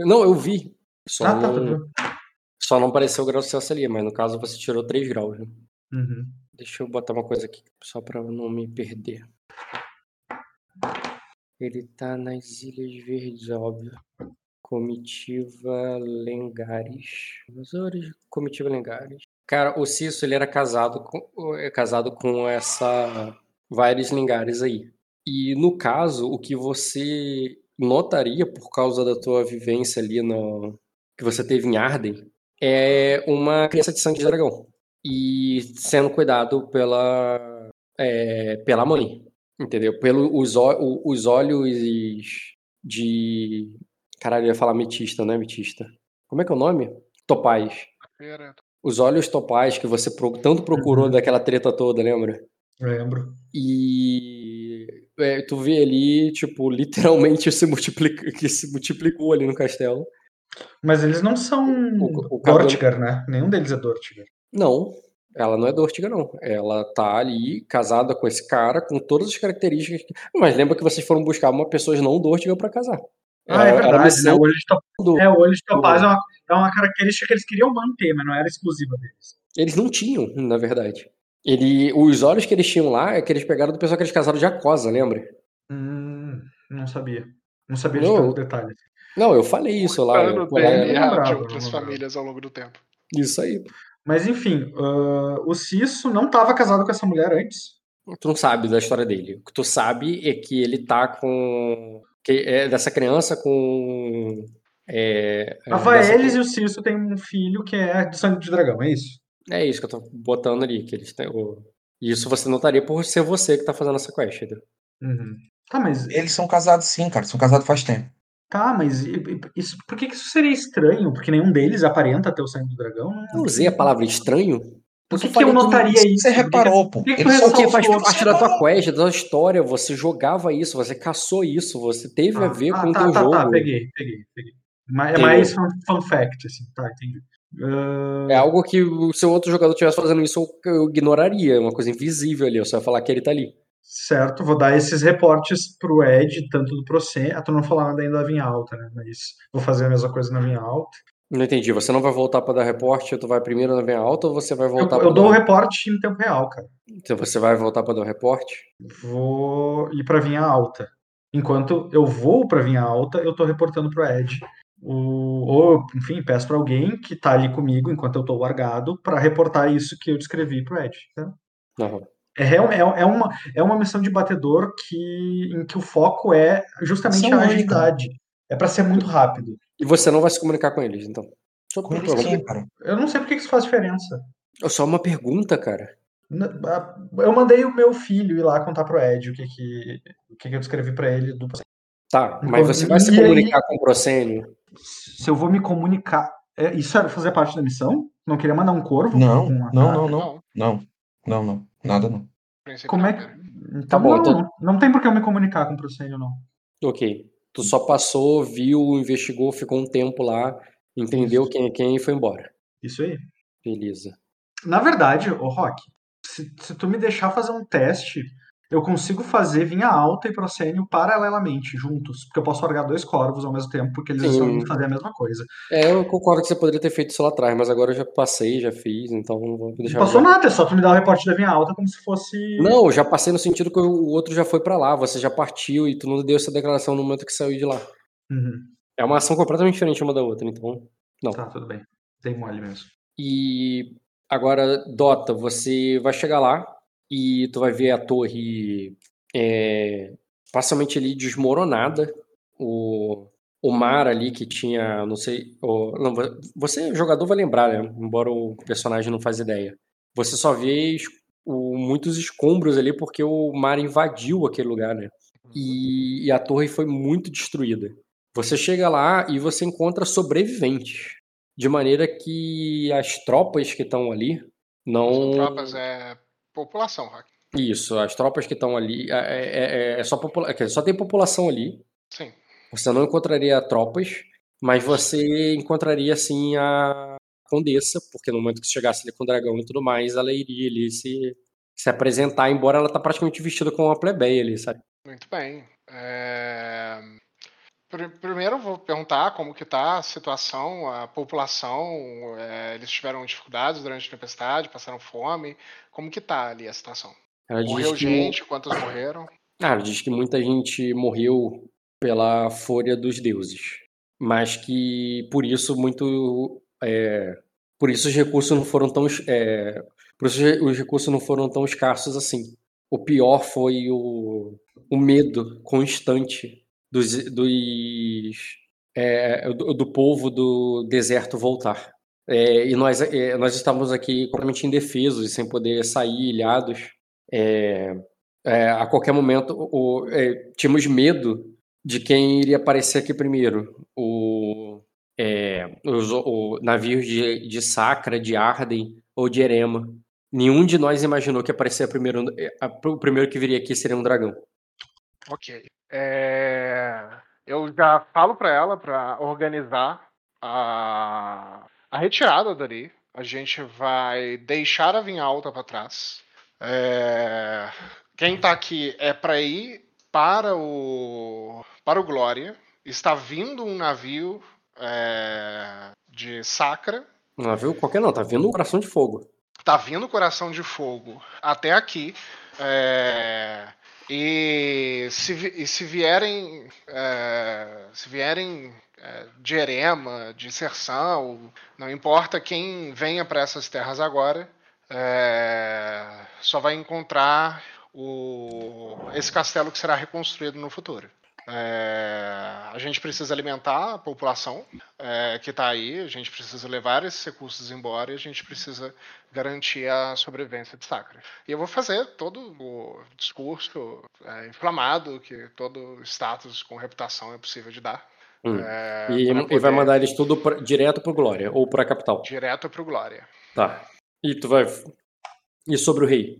Não, eu vi. Só,
Ah, tá, tá.
não,
tá.
só não apareceu o grau Celsius ali, mas no caso você tirou 3 graus. né?
Uhum.
Deixa eu botar uma coisa aqui, só pra eu não me perder. Ele tá nas Ilhas Verdes, óbvio. Comitiva Lengares. Invasores, Comitiva Lengares. Cara, o Cício, ele era casado com, é casado com essa Vares Lengares aí. E no caso, o que você notaria por causa da tua vivência ali no que você teve em Arden é uma criança de sangue de dragão e sendo cuidado pela é, pela mãe, entendeu? Pelo os, ó- o- os olhos de caralho, eu ia falar metista, né, metista? Como é que é o nome? Topaz.
Feira.
Os olhos topaz que você pro- tanto procurou
Uhum.
daquela treta toda, lembra?
Lembro.
E é, tu vê ali, tipo, literalmente se multiplica, que se multiplicou ali no castelo.
Mas eles não são
O- o cabelo-
Dortigar, né? Nenhum deles é Dortigar.
Não, ela não é Dortiga, não. Ela tá ali, casada com esse cara, com todas as características. que- Mas lembra que vocês foram buscar uma pessoa não Dortiga pra casar.
Ah,
Era-
é
era a
verdade, né?
missão
O olho de Topaz,
do-
é, o olho de Topaz é, uma, é uma característica que eles queriam manter, mas não era exclusiva deles.
Eles não tinham, na verdade. Ele, os olhos que eles tinham lá é que eles pegaram do pessoal que eles casaram de Acosa, lembra?
Hum, não sabia. Não sabia de
Não.
tanto detalhe.
Não, eu falei isso lá. eu-
Ano
né?
pô, lá,
dele.
eu-
DNA de
lembrava,
outras
não lembrava.
famílias ao longo do tempo.
isso aí.
Mas enfim, ah, o Cisso não estava casado com essa mulher antes.
Tu não sabe da história dele. O que tu sabe é que ele tá com. Que é dessa criança com. É, é,
a
dessa-
Vaelis e o Cisso têm um filho que é do sangue de dragão, é isso?
É isso que eu tô botando ali. Que eles têm, o- Isso você notaria por ser você que tá fazendo essa quest. entendeu?
Uhum. Tá, mas
Eles são casados sim, cara. São casados faz tempo.
tá, mas e- e- isso, por que que isso seria estranho? Porque nenhum deles aparenta ter o sangue do dragão. né?
Eu usei a palavra estranho.
Por que,
só
que
falei
eu notaria isso?
Você
Por que que-
reparou, pô.
por que que
Eles
tu
são
Porque
ressaltou?
faz
Você
parte da tua quest, da tua história. Você jogava isso, você caçou isso, você teve a ver com o
tá,
teu
tá,
jogo.
tá, peguei, peguei, peguei. Ma- É
Entendeu?
mais fun, fun fact, assim, tá, entendi. Ah,
É algo que o- se o outro jogador estivesse fazendo isso, eu eu ignoraria. É uma coisa invisível ali. Eu só ia falar que ele tá ali.
certo, vou dar esses reportes pro Ed, tanto do Procen. Ah, tu não falou nada ainda da vinha alta, né? Mas vou fazer a mesma coisa na vinha alta.
Não entendi. Você não vai voltar pra dar reporte, tu vai primeiro na veia alta ou você vai voltar
Eu,
pra
eu dou o
dar- um
reporte em tempo real, cara.
Então você vai voltar pra dar o reporte?
Vou ir pra vinha alta. Enquanto eu vou pra vinha alta, eu tô reportando pro Ed. O, ou, enfim, peço pra alguém que tá ali comigo enquanto eu tô largado pra reportar isso que eu descrevi pro Ed. tá?
Aham.
É, real- é, é, uma, é uma missão de batedor que, em que o foco é justamente
Missão
a
única.
agilidade. É pra ser muito rápido.
E você não vai se comunicar com eles, então. Só,
Com
uma
eles
pergunta.
quem, cara?
Eu não sei por que que isso faz diferença.
Só uma pergunta, cara.
Na- a- Eu mandei o meu filho ir lá contar pro Ed o que, que, o que, que eu descrevi pra ele do
Tá, mas você vai se
E aí-
comunicar com o Procênio?
se eu vou me comunicar. é, isso era fazer parte da missão? Não queria mandar um corvo?
Não,
com uma
não,
cara?
não, não. Não, não, não. Nada não.
princípio
Como
não, né?
é
cara.
que. Então,
Tá bom,
não,
então-
não tem por que eu me comunicar com o Procênio, não.
Ok. Tu só passou, viu, investigou, ficou um tempo lá, entendeu quem é quem e foi embora.
Isso aí.
Beleza.
Na verdade, ô Rock, se, se tu me deixar fazer um teste, eu consigo fazer vinha alta e Procênio paralelamente, juntos. Porque eu posso largar dois corvos ao mesmo tempo, porque eles
Sim.
estão indo fazer a mesma coisa.
É, eu concordo que você poderia ter feito isso lá atrás, mas agora eu já passei, já fiz, então não vou deixar.
Não passou nada, é só tu me dar o reporte da vinha alta como se fosse.
Não, eu já passei no sentido que o outro já foi pra lá, você já partiu e tu não deu essa declaração no momento que saiu de lá.
Uhum,
É uma ação completamente diferente uma da outra, então.
tá, tudo bem. Tem mole mesmo.
E agora, Dota, você vai chegar lá e tu vai ver a torre é, parcialmente ali desmoronada. O, o mar ali que tinha, não sei. o- não, vo- você, jogador, vai lembrar, né? Embora o personagem não faz ideia. Você só vê es- o- muitos escombros ali porque o mar invadiu aquele lugar, né? E, e a torre foi muito destruída. Você chega lá e você encontra sobreviventes. De maneira que as tropas que estão ali não.
São tropas, é população, Rock.
Isso, as tropas que estão ali. É, é- é- é só, popula... quer dizer, só tem população ali.
Sim.
Você não encontraria tropas, mas você encontraria assim a Condessa, porque no momento que você chegasse ali com o dragão e tudo mais, ela iria ali se, se apresentar, embora ela tá praticamente vestida como uma plebeia ali, sabe?
Muito bem. É, pri- Primeiro eu vou perguntar como que tá a situação, a população, é, eles tiveram dificuldades durante a tempestade, passaram fome, como que tá ali a situação?
Ela diz
Morreu
que-
gente, quantos morreram?
Ah, diz que muita gente morreu pela fúria dos deuses, mas que por isso muito, é, por isso os recursos não foram tão, es- é, por isso os re- os recursos não foram tão escassos assim. O pior foi o, o medo constante dos, dos é, do, do povo do deserto voltar. É, e nós, é, nós estávamos aqui completamente indefesos, sem poder sair, ilhados. É, é, a qualquer momento, o- o- é, tínhamos medo de quem iria aparecer aqui primeiro. O, é, os o- navios de, de Sacra, de Arden ou de Erema. Nenhum de nós imaginou que aparecer primeiro, é, a- o primeiro que viria aqui seria um dragão.
Ok. É, Eu já falo para ela para organizar a... a retirada dali. A gente vai deixar a vinha alta para trás. É, Quem tá aqui é para ir para o para o Glória. Está vindo um navio é, de Sacra.
Um navio qualquer não, tá vindo um coração de fogo.
Tá vindo o Coração de Fogo até aqui. é, E, se, vi- e se vierem, é, se vierem é, de Erema, de Serção, não importa quem venha para essas terras agora, é, só vai encontrar o, esse castelo que será reconstruído no futuro. É, a gente precisa alimentar a população é, que está aí, a gente precisa levar esses recursos embora e a gente precisa garantir a sobrevivência de Sacra. E eu vou fazer todo o discurso é, inflamado que todo status com reputação é possível de dar.
Hum.
É,
e, e
pra
vai
poder
mandar eles tudo pra- direto pro Glória ou pra capital.
direto para o Glória.
Tá. E tu vai. E sobre o rei?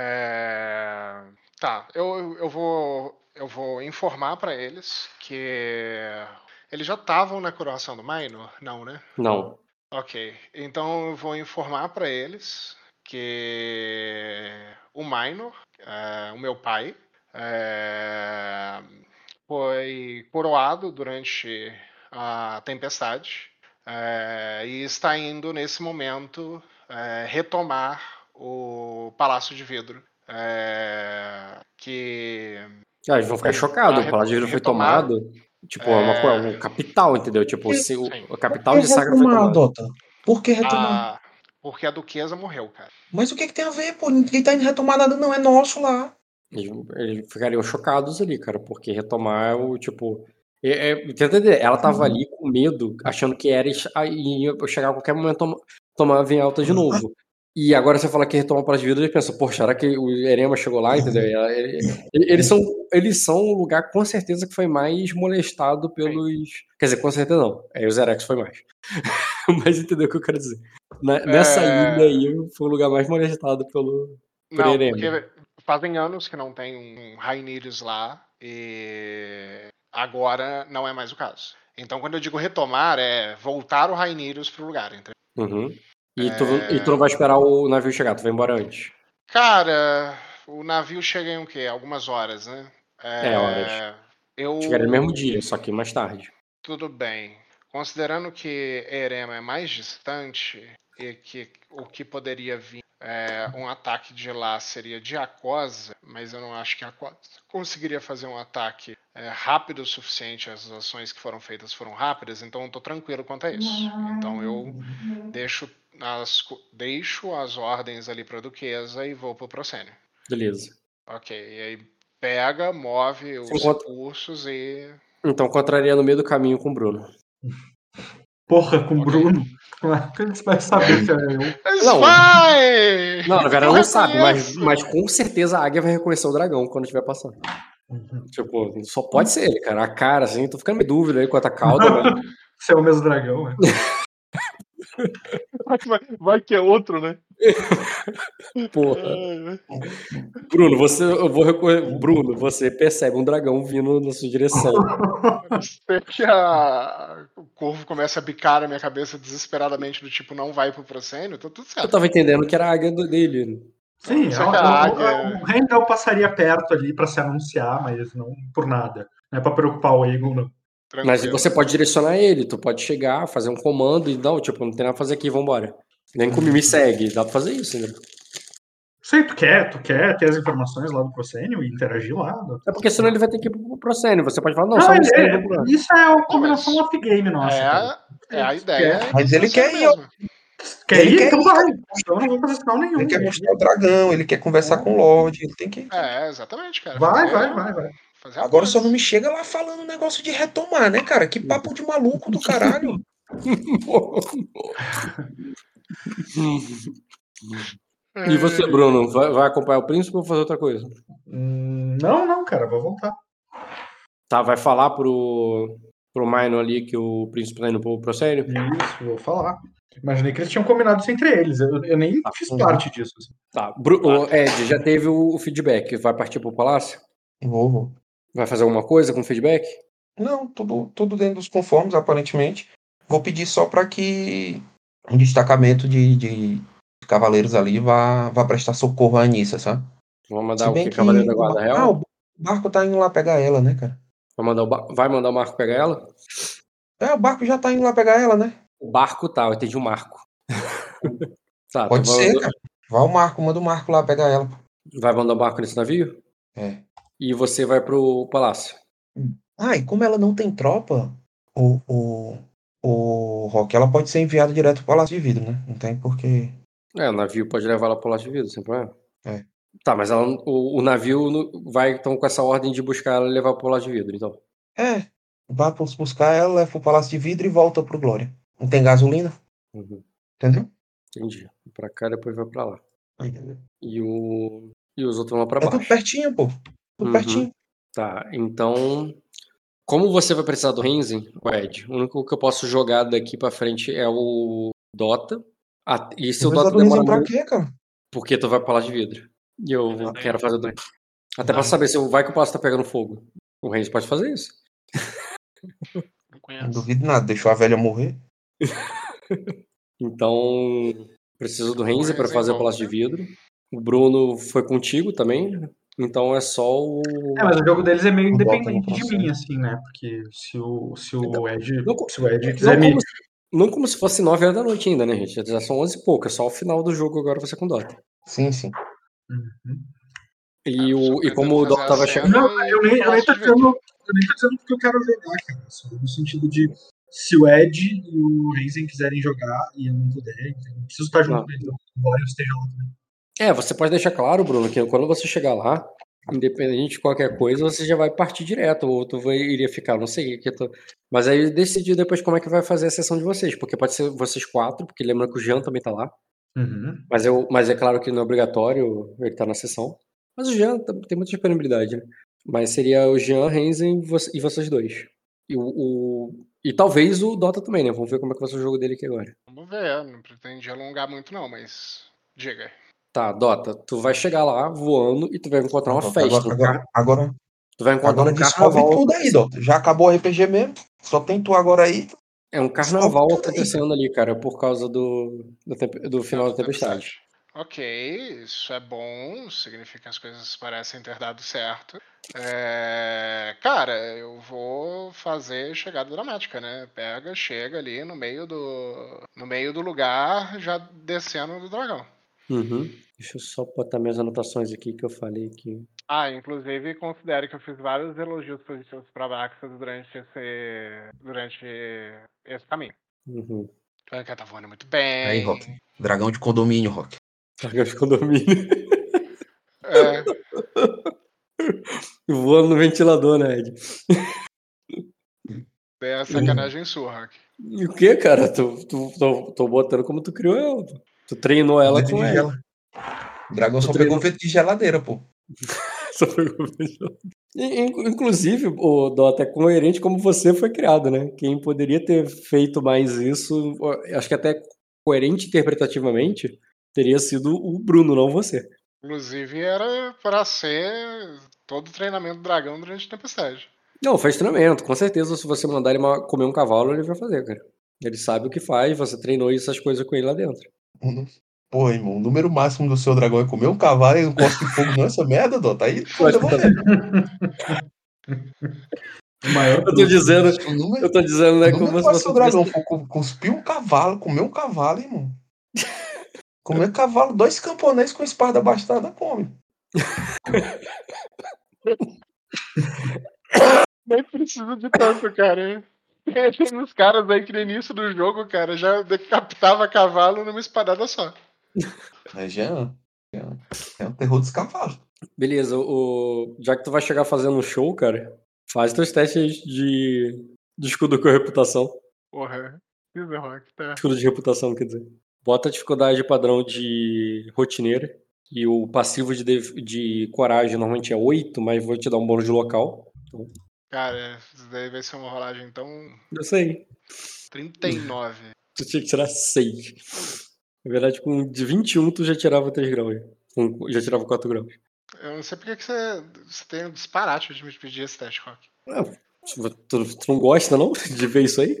É, Tá, eu, eu vou eu vou informar para eles que eles já estavam na coroação do Minor? Não, né?
Não.
Ok, então eu vou informar para eles que o Minor, eh, o meu pai, eh, foi coroado durante a tempestade. É, e está indo nesse momento é, retomar o Palácio de Vidro. é, que
Ah, eles vão ficar chocados. O Palácio de Vidro foi
Retomado.
tomado. Tipo, é uma, co-
É.
um capital, entendeu? Tipo, se o,
Sim.
a capital de Sagra foi
retomar,
tomada.
Dota? Por que retomar?
a, porque a Duquesa morreu, cara.
Mas o que, que tem a ver, pô? Ninguém tá indo retomar nada, não. É nosso lá.
Eles, eles ficariam chocados ali, cara, porque retomar é o tipo. É, é, tenta entender, ela tava ali com medo, achando que era es- a- e ia chegar a qualquer momento toma, tomar vinha alta de novo. E agora você fala que retomar para as vidas, ele pensa, poxa, será que o Erema chegou lá, entendeu? E ela- ele- ele- eles, são, eles são o lugar com certeza que foi mais molestado pelos. Quer dizer, com certeza não. É, o Zerex foi mais. Mas entendeu o que eu quero dizer? Na- nessa
É.
ilha aí foi o lugar mais molestado pelo. Por
Não,
Erema.
porque fazem anos que não tem um Rainiris lá e agora não é mais o caso. Então, quando eu digo retomar, é voltar o Rainiris pro lugar, entendeu?
Uhum. E, tu,
É.
e tu não vai esperar o navio chegar, tu vai embora antes.
Cara, o navio chega em o quê? Algumas horas, né?
É, horas.
Eu...
Chegaria no mesmo dia, só que mais tarde.
Tudo bem. Considerando que Erema é mais distante e que o que poderia vir é, um ataque de lá seria de Acosa, mas eu não acho que Acosa conseguiria fazer um ataque é, rápido o suficiente. As ações que foram feitas foram rápidas, então eu tô tranquilo quanto a isso. Então eu deixo as, co- deixo as ordens ali pra Duquesa e vou pro Procênio.
Beleza.
Ok, e aí pega, move os
encontra-
recursos e
Então encontraria no meio do caminho com o Bruno.
Porra, com o
Ok.
Bruno. Como é que você vai saber se é eu?
Mas
Não.
vai!
Não, na
Eu
verdade não sabe, mas,
reconheço.
mas com certeza a águia vai reconhecer o dragão quando estiver passando. Tipo, só pode ser ele, cara. A cara, assim, tô ficando meio dúvida aí quanto a né? cauda, mas.
Se é o mesmo dragão, né?
Vai, vai que é outro, né?
Porra.
Ai,
Bruno, você. Eu vou recorrer. Bruno, você percebe um dragão vindo na sua direção.
Até que a- o corvo começa a bicar na minha cabeça desesperadamente, do tipo, não vai pro procênio, tá tudo
Eu
certo.
tava entendendo que era a águia do- dele. né?
Sim,
Isso
é
é
uma-
da
o- o-
águia.
o Heimdall passaria perto ali pra se anunciar, mas não por nada. Não é pra preocupar o Eagle, não.
Mas
Tranquilo.
você pode direcionar ele, tu pode chegar, fazer um comando e não, tipo, não tem nada pra fazer aqui, vambora. Nem comigo me segue, dá pra fazer isso, né?
Sei, tu quer, tu quer ter as informações lá do Procênio e interagir lá. né?
É porque senão ele vai ter que ir pro Procênio, você pode falar, não,
Não,
Ah,
só me
ele-
segue.
ele-
vamos lá.
isso é uma combinação
mas-
off-game nossa.
é,
cara.
a- é a ideia.
Quer-
é
Mas ele
isso
quer ir,
mesmo.
Quer
Ele
ir?
quer
Então
ir,
vai. Então eu não vou fazer sinal nenhum.
Ele quer
gente.
mostrar o dragão, ele quer conversar com o Lorde, ele tem que.
É, exatamente, cara.
Vai,
Fazer-
vai, vai, vai.
fazer a
Agora
coisa.
só não me chega lá falando um negócio de retomar, né, cara? Que papo de maluco do caralho.
e
É.
você, Bruno, vai, vai acompanhar o príncipe ou fazer outra coisa?
Hum, Não, não, cara, vou voltar.
Tá, vai falar pro, pro Mino ali que o príncipe tá indo pro Procênio?
Isso, vou falar. Imaginei que eles tinham combinado isso entre eles. Eu, eu nem
Ah,
fiz parte disso. assim.
Tá, Bru- ô, Ed, já teve o, o feedback, vai partir pro palácio?
Vou, vou.
Vai fazer alguma coisa com o feedback?
Não, tudo, tudo dentro dos conformes, aparentemente. Vou pedir só para que um destacamento de, de cavaleiros ali vá, vá prestar socorro à Anissa, sabe?
Vamos
Se
mandar o
bem
que,
que
Cavaleiro da
o
Guarda
ba-
Real?
Ah, o barco tá indo lá pegar ela, né, cara?
Vai mandar, o Ba- vai mandar o Marco pegar ela?
É, o barco já tá indo lá pegar ela, né?
O barco tá, eu entendi o marco. tá,
Pode
tu vai,
ser,
mandar-
cara. Vai o Marco, manda o Marco lá pegar ela.
vai mandar o barco nesse navio?
É.
E você vai pro palácio.
Ah, e como ela não tem tropa, o, o, o Rock, ela pode ser enviada direto pro Palácio de Vidro, né? Não tem porquê.
É, o navio pode levar ela pro palácio de vidro, sem problema.
É.
Tá, mas ela- o, o navio no- vai então com essa ordem de buscar ela e levar pro palácio de vidro, então.
É, vai pros- buscar ela, leva pro Palácio de Vidro e volta pro Glória. Não tem gasolina,
Uhum,
entendeu?
entendi. Pra cá, depois vai pra lá.
Entendeu?
E, o, e os outros vão lá pra
É tudo
baixo.
pertinho, pô. Tudo
Uhum.
pertinho.
Tá, então. Como você vai precisar do Renzen, o Ed, o único que eu posso jogar daqui pra frente é o Dota. A- E se o
Não precisa
Dota
do Rizin
demorar
pra
muito-
quê, cara?
Porque tu vai pro Palácio de Vidro. E eu
Não tem.
quero fazer o Dante. Até pra saber se eu- vai que o Palácio tá pegando fogo. O Reis pode fazer isso.
Não
É.
Não
conheço.
duvido nada, deixou a velha morrer.
Então, preciso do Renzi pra
Renzi
fazer o
volta.
né?
Palácio de Vidro. O Bruno foi contigo também. né? Então é só o.
É, mas o jogo deles é meio
O Dota no
independente de
processo.
mim, assim, né? Porque se o, se o Ed,
Não co-
se o Ed
Não
quiser me
como, Não como se fosse 9 horas da noite ainda, né, gente? Já- Já são 11 e pouco, é só o final do jogo agora você com Dota.
Sim, sim.
Uhum. Ah,
E,
só
o, e
tentando
como o
fazer
Dota
a
vai
cena
chegando.
Não,
e
eu nem, eu
falar
nem tô
se divertir.
dizendo, eu nem tô dizendo porque eu quero jogar, cara. Só no sentido de se o Ed e o Renzen quiserem jogar e eu não puder, então eu preciso estar junto
Não.
com eles, embora eu esteja lá também.
É, você pode deixar claro, Bruno, que quando você chegar lá, independente de qualquer coisa, você já vai partir direto, ou tu vai- iria ficar, não sei. Que tu... Mas aí decidir depois como é que vai fazer a sessão de vocês, porque pode ser vocês quatro, porque lembra que o Jean também tá lá.
Uhum.
Mas, eu, mas é claro que não é obrigatório ele estar na sessão. Mas o Jean tá- tem muita disponibilidade, né? Mas seria o Jean, Renzen e voc- e vocês dois. E, o, o- e talvez o Dota também, né? Vamos ver como é que vai ser o jogo dele aqui agora.
Vamos ver, não pretendi alongar muito não, mas diga.
Tá, Dota, tu vai chegar lá voando e tu vai encontrar uma
Pronto,
festa.
agora, agora, agora,
Tu vai encontrar
agora
um
descobre
carnaval.
tudo aí, Dota. Já acabou o RPG mesmo. Só tem tu agora aí.
É um carnaval acontecendo ali, cara, por causa do, do, temp- do final da tempestade.
Ok, isso é bom, significa que as coisas parecem ter dado certo. É, cara, eu vou fazer chegada dramática, né? Pega, chega ali no meio do no meio do lugar, já descendo do dragão.
Uhum. Deixa eu só botar minhas anotações aqui que eu falei que.
Ah, inclusive considere que eu fiz vários elogios positivos para Baxas durante esse durante esse caminho.
Uhum.
Então, que tá voando muito bem.
Aí, Rock. Dragão de condomínio, Rock.
Dragão de condomínio.
É,
Voando no ventilador, né, Ed?
é a sacanagem sua, Rock.
E o que, cara? Tu, tu, tô, tô botando como tu criou ela. pô. Tu treinou ela
Vento
com
de
ela.
gela. O dragão só
Eu
pegou
treino-
vento de geladeira, pô.
Só foi como ventilador. E, in- Inclusive, o Dota, é coerente como você foi criado, né? Quem poderia ter feito mais isso, ó, acho que até coerente interpretativamente, teria sido o Bruno, não você.
Inclusive era para ser todo o treinamento do dragão durante a tempestade.
Não, faz treinamento. Com certeza, se você mandar ele ma- comer um cavalo, ele vai fazer, cara. Ele sabe o que faz, você treinou essas coisas com ele lá dentro.
Pô, irmão, o número máximo do seu dragão é comer um cavalo e um cospe de fogo, não, essa merda, Dota. Aí, pô,
acho
eu
que
vou
tá-
ver.
O maior
Eu tô dizendo,
O número,
eu tô dizendo, né,
o número
como se
máximo
você
do dragão
tivesse...
foi cu- cuspir um cavalo, comer um cavalo, irmão. Comer um cavalo, dois camponeses com espada bastada, come.
Nem precisa de tanto, cara. É, Tem uns caras aí que no início do jogo, cara, já decapitava cavalo numa espadada só.
É Jean. Jean. É o terror dos cavalos.
Beleza, o... já que tu vai chegar fazendo um show, cara, faz teus testes de, de escudo com reputação.
Porra. Precisa, Rock, tá.
Escudo de reputação, quer dizer. Bota a dificuldade padrão de rotineira. E o passivo de, def- de coragem normalmente é 8, mas vou te dar um bônus de local. Então,
Cara, isso daí vai ser uma rolagem então
eu sei.
39.
Tu tinha que tirar 6. Na verdade, com de 21, tu já tirava 3 graus. Com- Um, Já tirava 4 graus.
Eu não sei porque que você, você tem um disparate de me pedir esse teste, Rock.
Ah, tu, tu não gosta, não, de ver isso aí?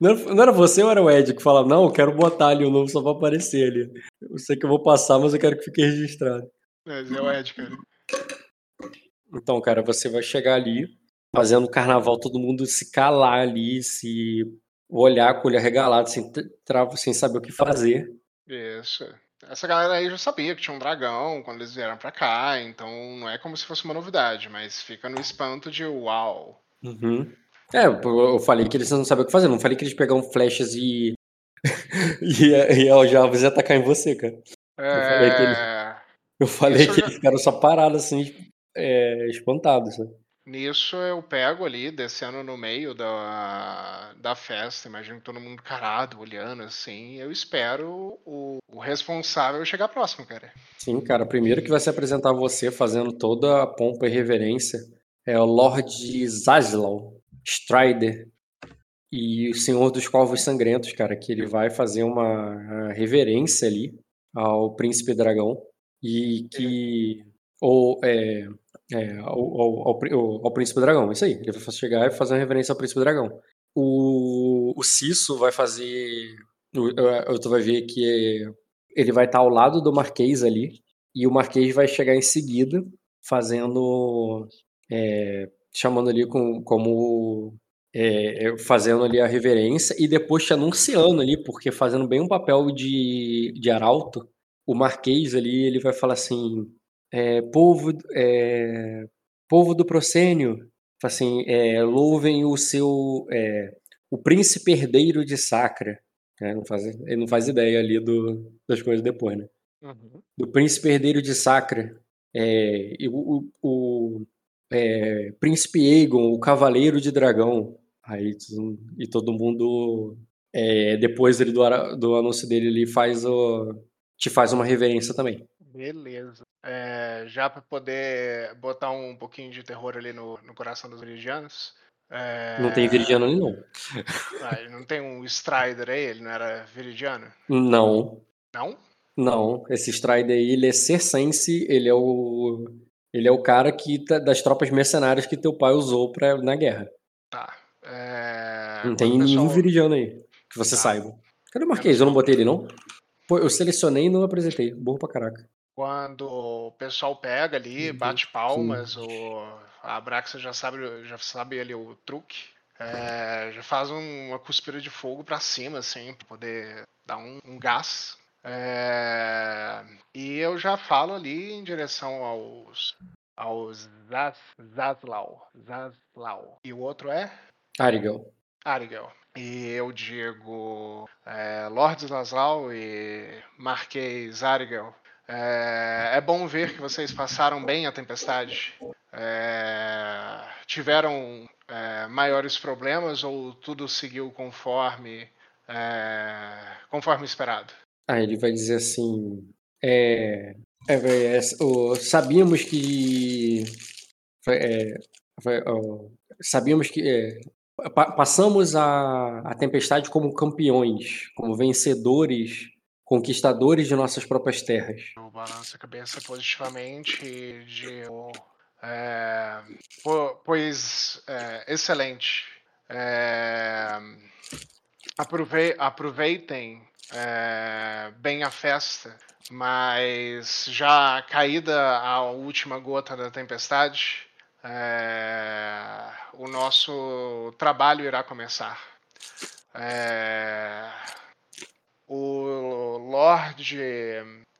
Não era, não era você ou era o Ed que falava, não, eu quero botar ali o novo só pra aparecer ali. Eu sei que eu vou passar, mas eu quero que fique registrado.
Mas é o Ed, cara.
Então, cara, você vai chegar ali, fazendo o carnaval, todo mundo se calar ali, se olhar com o olho arregalado, sem, tra- trava- sem saber o que fazer.
Isso. Essa galera aí já sabia que tinha um dragão quando eles vieram pra cá, então não é como se fosse uma novidade, mas fica no espanto de uau.
É, eu eu falei que eles não sabiam o que fazer, não falei que eles pegavam flechas e. e, e aljavas e atacar em você, cara. Eu falei que eles-
É...
Eu falei
Isso
que
já-
eles ficaram só parados, assim, é, espantados. Né?
Nisso eu pego ali, descendo no meio da, da festa, imagino todo mundo carado, olhando assim. Eu espero o, o responsável chegar próximo, cara.
Sim, cara, primeiro que vai se apresentar a você, fazendo toda a pompa e reverência, é o Lorde Zaslau Strider e o Senhor dos Corvos Sangrentos, cara, que ele vai fazer uma reverência ali ao Príncipe Dragão e que... Ou, é, é, ao, ao, ao prí- ao- ao Príncipe Dragão, isso aí. Ele vai chegar e fazer uma reverência ao Príncipe Dragão. O, o Cisso vai fazer... o- eh, Tu vai ver que é ele vai estar ao lado do Marquês ali, e o Marquês vai chegar em seguida, fazendo. é, chamando ali com, como é, é, fazendo ali a reverência e depois te anunciando ali, porque fazendo bem um papel de, de arauto, o Marquês ali ele vai falar assim: é, povo, é, povo do Procênio, fala assim, é, louvem o seu é, o príncipe herdeiro de Sacra. né? não faz, ele não faz ideia ali do, das coisas depois, né? do príncipe herdeiro de Sacra, é, e o, o- o, é, príncipe Aegon, o cavaleiro de dragão, aí, tu- e todo mundo, é, depois dele, do, ara- do anúncio dele, ele faz o, te faz uma reverência também.
Beleza. É, já para poder botar um pouquinho de terror ali no, no coração dos viridianos. é,
Não tem viridiano ali, não.
ah, ele não tem um Strider aí? Ele não era viridiano?
Não,
Não?
não. Esse Strider aí, ele é Cercense, ele é o... Ele é o cara que tá- das tropas mercenárias que teu pai usou pra, na guerra.
Tá. É,
Não
quando
tem
o pessoal-
nenhum viridiano aí, que você
Tá.
saiba. Cadê o Marquês? Eu não botei ele, não? Pô, eu selecionei e não apresentei. Burro pra caraca.
Quando o pessoal pega ali,
Meu
bate palmas, o, a Abraxa já sabe, já sabe ali o truque. É, já faz um- uma cuspira de fogo pra cima, assim, pra poder dar um, um gás. É, e eu já falo ali em direção aos, aos Zaz, Zazlau, Zazlau. E o outro é?
Arigel.
Arigel. E eu digo, é, Lorde Zaslau e Marquês Arigel, é, é bom ver que vocês passaram bem a tempestade. É, tiveram é, maiores problemas ou tudo seguiu conforme, é, conforme esperado?
Aí Ah, ele vai dizer assim: é, é, vai- é, o- sabíamos que. vai- é, vai- ó, sabíamos que. é, pa- passamos a, a tempestade como campeões, como vencedores, conquistadores de nossas próprias terras.
Eu balanço a cabeça positivamente e digo, é, po- pois, é, excelente. É, aprove- aproveitem é, bem a festa, mas já caída a última gota da tempestade, é, o nosso trabalho irá começar. É, o Lorde.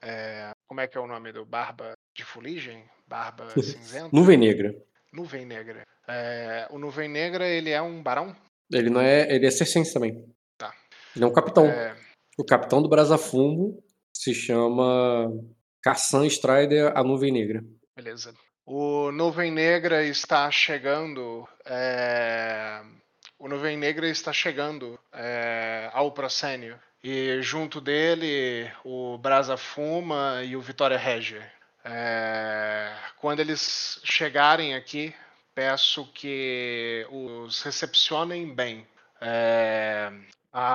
é, como é que é o nome do Barba de Fuligem? Barba Cinzenta?
Nuvem Negra.
Nuvem Negra. É, o Nuvem Negra, ele é um barão?
Ele não é. Ele é circense também.
Tá.
Ele é um capitão.
É,
O capitão do Brasafumo se chama Cassan Strider, a Nuvem Negra.
Beleza. O Nuvem Negra está chegando. é, O Nuvem Negra está chegando é, ao Procênio. E junto dele, o Brasa Fuma e o Vitória Regia. É, Quando eles chegarem aqui, peço que os recepcionem bem. É,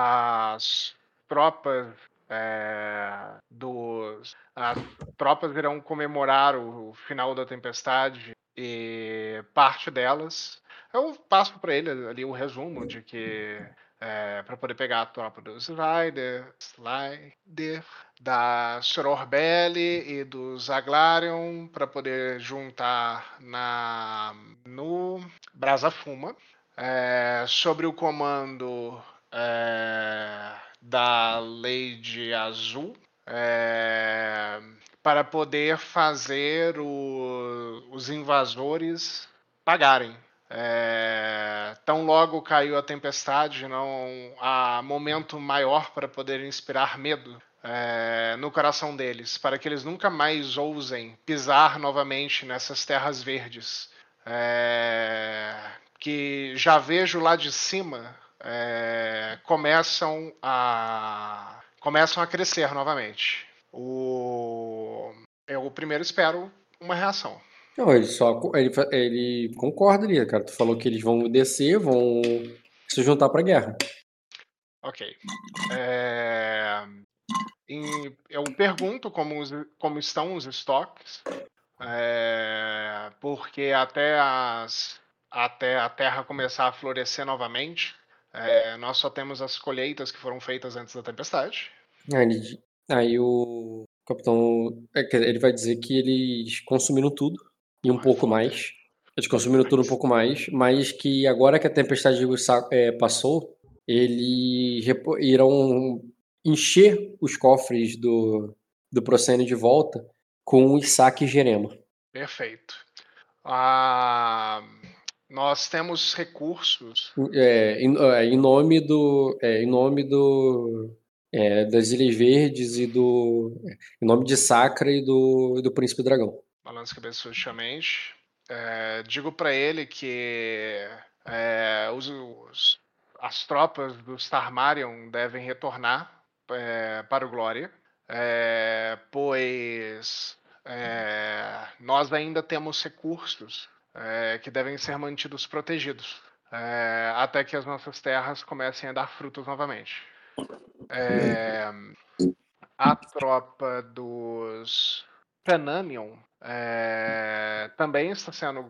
As tropas é, dos. As tropas irão comemorar o, o final da tempestade e parte delas. Eu passo para ele ali o resumo de que é, para poder pegar a tropa do Slider, Slider da Sororbelli e do Zaglarion para poder juntar na no Brasa Fuma é, sobre o comando é, da Lady Azul. é, para poder fazer o- os invasores pagarem. É, tão logo caiu a tempestade, não há momento maior para poder inspirar medo é, no coração deles, para que eles nunca mais ousem pisar novamente nessas terras verdes. É, que já vejo lá de cima é, começam a começam a crescer novamente. O... Eu primeiro espero uma reação.
Não, ele só ele, fa- ele concorda ali, cara. Tu falou que eles vão descer, vão se juntar pra guerra.
Ok. É, em- Eu pergunto como, os- como estão os estoques, é, porque até, as... até a terra começar a florescer novamente, é, nós só temos as colheitas que foram feitas antes da tempestade.
Aí, Ah, ele di- aí o capitão, é, quer dizer, ele vai dizer que eles consumiram tudo e um
Ai,
pouco
foda.
mais. Eles consumiram tudo um pouco mais, mas que agora que a tempestade de Gusaku é, passou, eles repo- irão encher os cofres do, do Procene de volta com o Isaac e Jerema.
Perfeito. Ah, nós temos recursos.
É, em, é, em nome do. é, em nome do. é, das Ilhas Verdes e do. é, Em nome de Sacra e do, e do Príncipe Dragão.
Balança a cabeça sutilamente. É, digo pra ele que é, os, os- as tropas dos Tarmarion devem retornar é, para o Glória, é, pois é, nós ainda temos recursos é, que devem ser mantidos protegidos é, até que as nossas terras comecem a dar frutos novamente. É, a tropa dos Penamion é, também está sendo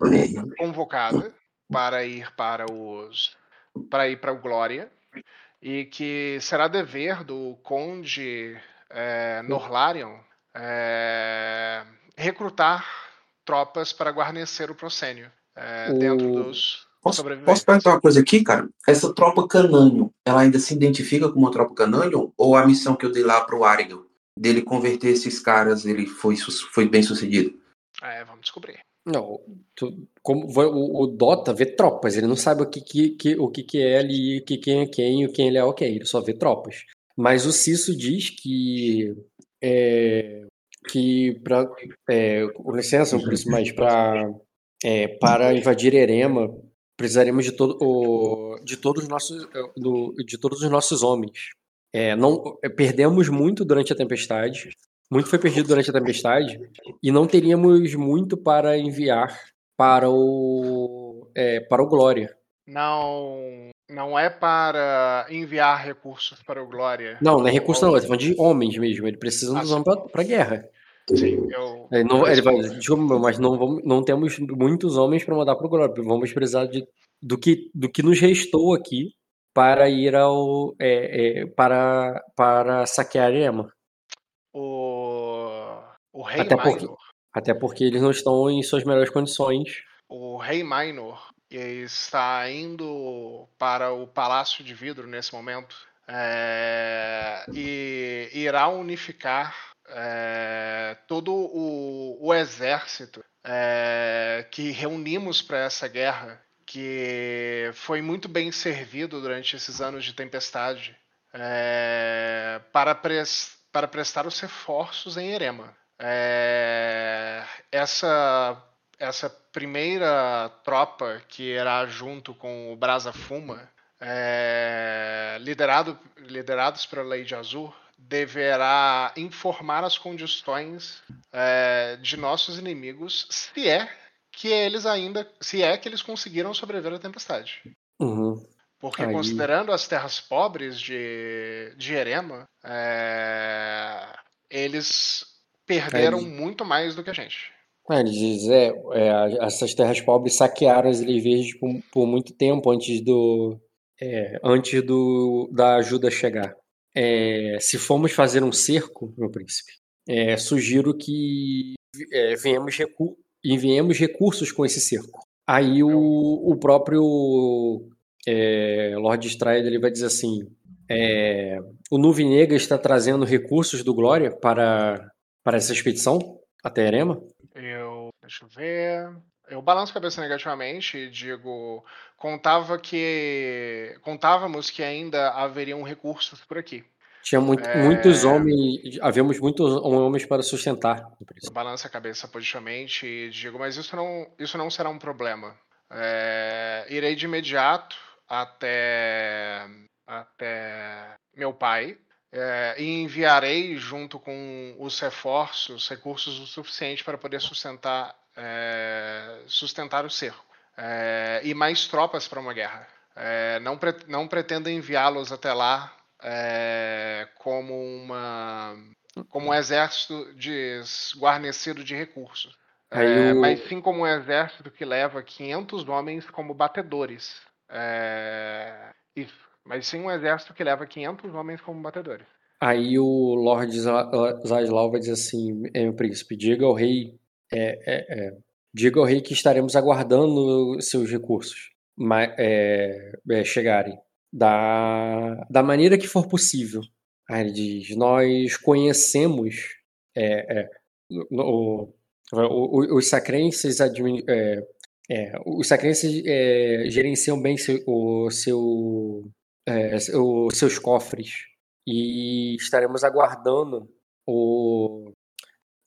convocada para ir para os para ir para o Glória e que será dever do conde é, Norlarion é, recrutar tropas para guarnecer o proscênio é, dentro
O-
dos
Posso,
sobreviventes.
posso perguntar uma coisa aqui, cara? Essa tropa Cananion, ela ainda se identifica como uma tropa Cananion? Ou a missão que eu dei lá pro Ariel, dele converter esses caras, ele foi, su- foi bem sucedido?
É, vamos descobrir.
Não, tu- como, vai- o, o Dota vê tropas, ele não sabe o que, que, que- o que, que é ali, o que, quem é quem, o quem ele é o quem, ele só vê tropas. Mas o Cisso diz que. é, que pra, é, com licença, um príncipe, mas pra, é, para invadir Erema, precisaremos de, todo, o, de, todos, os nossos, é, do- de todos os nossos homens. É, não, é, perdemos muito durante a tempestade, muito foi perdido durante a tempestade, e não teríamos muito para enviar para o é, para o Glória.
Não, não é para enviar recursos para o Glória.
Não, não é recurso não,
Ou-
ele tá falando de homens mesmo, ele precisa
Ah,
dos
sim.
homens pra- pra guerra.
Sim, eu.
Ele, não,
eu
ele vai,
escuto.
desculpa, meu, mas não, vamos, não temos muitos homens para mandar para o Glória, vamos precisar de, do, que, do que nos restou aqui para ir ao é, é, para, para saquear Ema.
O, o Rei
Até porque-
Minor,
Até porque eles não estão em suas melhores condições.
o Rei Minor está indo para o Palácio de Vidro nesse momento é, e irá unificar é, todo o, o exército é, que reunimos para essa guerra, que foi muito bem servido durante esses anos de tempestade, é, para, pres- para prestar os reforços em Erema. É, essa essa primeira tropa que irá junto com o Brasa Fuma, é, liderado, liderados pela Lady Azul, deverá informar as condições é, de nossos inimigos, se é que eles ainda, se é que eles conseguiram sobreviver à tempestade.
Uhum.
Porque
Aí.
considerando as terras pobres de, de Erema, é, eles perderam
Aí.
muito mais do que a gente.
Ah, Ele diz, é, é, a- essas terras pobres saquearam as Ilhas Verdes por, por muito tempo antes do, é, antes do da ajuda chegar. É, se formos fazer um cerco, meu príncipe, é, sugiro que é, venhamos recu- enviemos recursos com esse cerco. Aí o, o próprio é, Lord Stride ele vai dizer assim, é, o Nuvem Negra está trazendo recursos do Glória para, para essa expedição até Erema?
Eu. Deixa eu ver. Eu balanço a cabeça negativamente e digo. Contava que. Contávamos que ainda haveriam recursos por aqui.
Tinha muito- muitos homens, havíamos muitos homens para sustentar. no
Eu
príncipe.
balanço a cabeça positivamente e digo, mas isso não, isso não será um problema. É, irei de imediato até, até meu pai é, e enviarei, junto com os reforços, recursos o suficiente para poder sustentar, é, sustentar o cerco. É, e mais tropas para uma guerra. É, não, pre- não pretendo enviá-los até lá é, como uma como um exército desguarnecido de recursos,
Aí
É,
o-
mas sim como um exército que leva 500 homens como batedores. É, isso. Mas sim um exército que leva 500 homens como batedores.
Aí o Lorde Za- Zaslau vai dizer assim: é, meu príncipe, diga ao rei, é, é, é, Diga ao rei que estaremos aguardando seus recursos ma- é, é, chegarem da, da maneira que for possível. Aí ele diz: Nós conhecemos é, é, o- o- o- os sacrenses, admi- é, é, os sacrenses é, gerenciam bem seu- o seu, é, o- seus cofres e estaremos aguardando o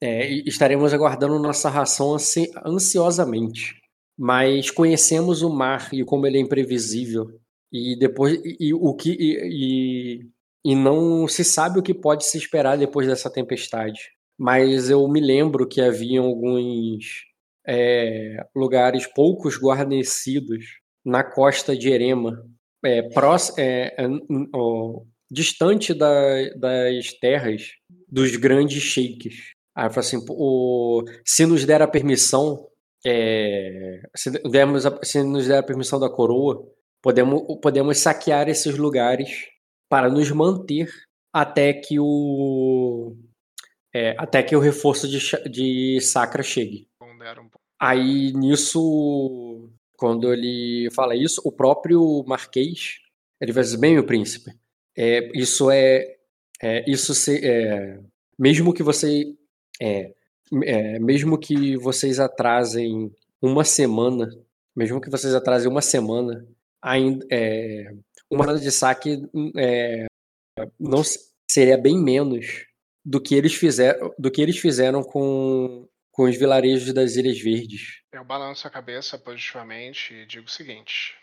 é, e estaremos aguardando nossa ração ansi- ansiosamente. Mas conhecemos o mar e como ele é imprevisível e depois e, e o que e, e- e não se sabe o que pode se esperar depois dessa tempestade. Mas eu me lembro que haviam alguns é, lugares poucos guarnecidos na costa de Erema, é, prós- é, é, n- n- ó, distante da- das terras dos grandes sheiks. Aí eu falo assim, pô, o- se nos der a permissão, é, se, dermos a- se nos der a permissão da coroa, podemos, podemos saquear esses lugares para nos manter até que o é, até que o reforço de, Cha- de Sacra chegue.
Pondera um pouco.
Aí nisso, quando ele fala isso, o próprio Marquês, ele vai dizer, bem, meu príncipe, é, isso é, é, isso se, é, mesmo que você, é, m- é, mesmo que vocês atrasem uma semana, mesmo que vocês atrasem uma semana, ainda, é, uma semana de saque hum, é, não se- seria bem menos do que eles fizeram, do que eles fizeram com com os vilarejos das Ilhas Verdes.
Eu balanço a cabeça positivamente e digo o seguinte.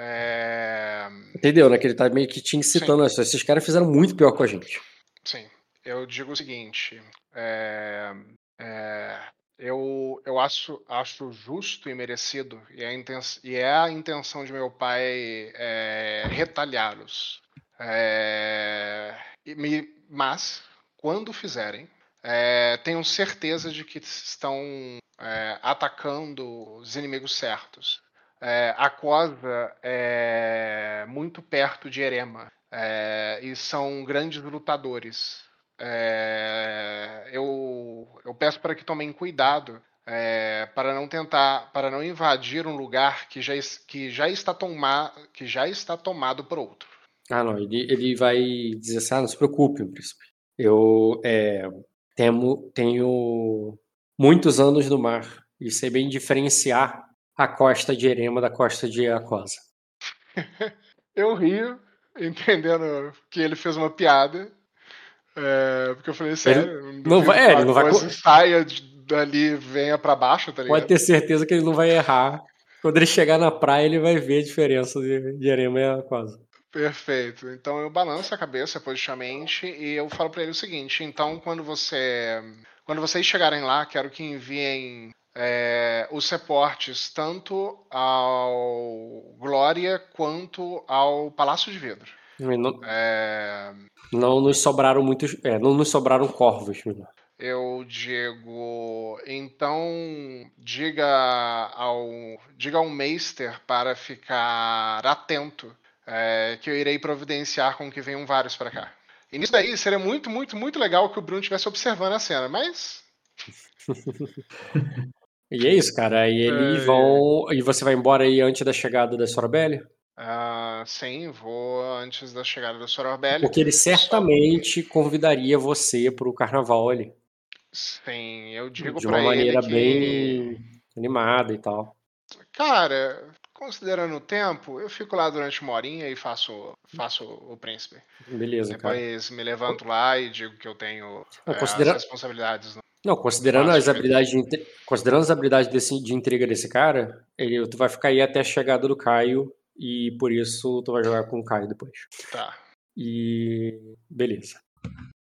É,
Entendeu, né? Que ele tá meio que te incitando. assim, Esses caras fizeram muito pior com a gente.
Sim, eu digo o seguinte. é, é, eu eu acho, acho justo e merecido, e é a, inten- e é a intenção de meu pai é, retalhá-los. É, e me- mas, quando fizerem, é, tenham certeza de que estão é, atacando os inimigos certos. É, a Cosa é muito perto de Erema é, e são grandes lutadores. É, eu, eu peço para que tomem cuidado é, para não tentar, para não invadir um lugar que já, es- que já está toma, que já está tomado por outro.
Ah, não. Ele, ele vai dizer assim: ah, não se preocupe, príncipe. Eu é, temo, tenho muitos anos no mar e sei bem diferenciar a costa de Erema da costa de Acosa.
Eu rio, entendendo que ele fez uma piada, é, porque eu falei sério. eu
não vai-
duvido
é, ele não
que a
vai
coisa
co-
saia de- dali, venha para baixo, tá ligado?
Pode ter certeza que ele não vai errar. Quando ele chegar na praia, ele vai ver a diferença de, de Erema e Acosa.
Perfeito. Então eu balanço a cabeça positivamente e eu falo pra ele o seguinte: então quando você quando vocês chegarem lá, quero que enviem é, os reportes tanto ao Glória quanto ao Palácio de Vidro.
Não,
É,
não nos sobraram muitos. é, não nos sobraram corvos, né? menino.
eu digo, então diga ao diga ao Meister para ficar atento, é, que eu irei providenciar com que venham vários pra cá. E nisso daí seria muito, muito, muito legal que o Bruno estivesse observando a cena, mas
E é isso, cara. E eles
Ai,
vão. E você vai embora aí antes da chegada da Sorabelli?
ah, sim, vou antes da chegada do Sororbelli.
Porque ele certamente convidaria você pro carnaval ali.
Sim, eu digo
de uma
pra ele
maneira
que,
bem animada e tal.
cara, considerando o tempo, eu fico lá durante uma horinha e faço, faço o príncipe. É,
Beleza, cara.
Depois me levanto lá e digo que eu tenho
Não,
eh, as
considera-
responsabilidades. né? no-
Não, considerando
Passo
as
de-
habilidades de, inte- considerando as habilidades desse, de intriga desse cara, ele, tu vai ficar aí até a chegada do Caio e por isso tu vai jogar com o Caio depois.
Tá.
E beleza.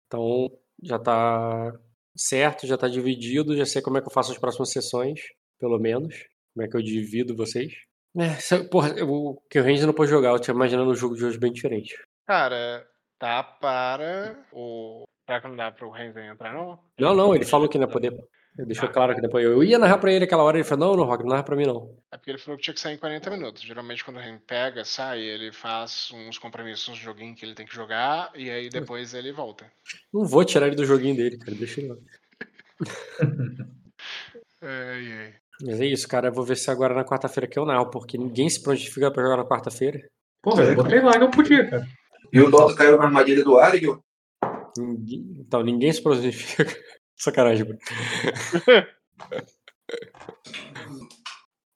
Então já tá certo, já tá dividido, já sei como é que eu faço as próximas sessões, pelo menos. Como é que eu divido vocês. É, se- porra, eu- o que o Range não pôde jogar, eu tinha imaginando um jogo de hoje bem diferente.
Cara, tá para o. Será que não dá pro Renzen entrar, não?
Não, não, ele falou que não ia poder. Ele deixou claro que depois eu ia narrar pra ele aquela hora, ele falou, não, não, Rock, não narra pra mim não.
É porque ele falou que tinha que sair em 40 minutos. Geralmente, quando o Ren pega, sai, ele faz uns compromissos, uns joguinhos que ele tem que jogar, e aí depois ele volta.
Não vou tirar ele do joguinho dele, cara, deixa ele lá.
Ai, ai.
Mas é isso, cara. Eu vou ver se agora na quarta-feira que eu narro, porque ninguém se prontifica pra jogar na quarta-feira.
Pô, velho, eu entrei lá e não podia, cara.
E o Dota caiu na armadilha do Arigel.
Ninguém- Então, ninguém se prontifica. Sacanagem, Bruno.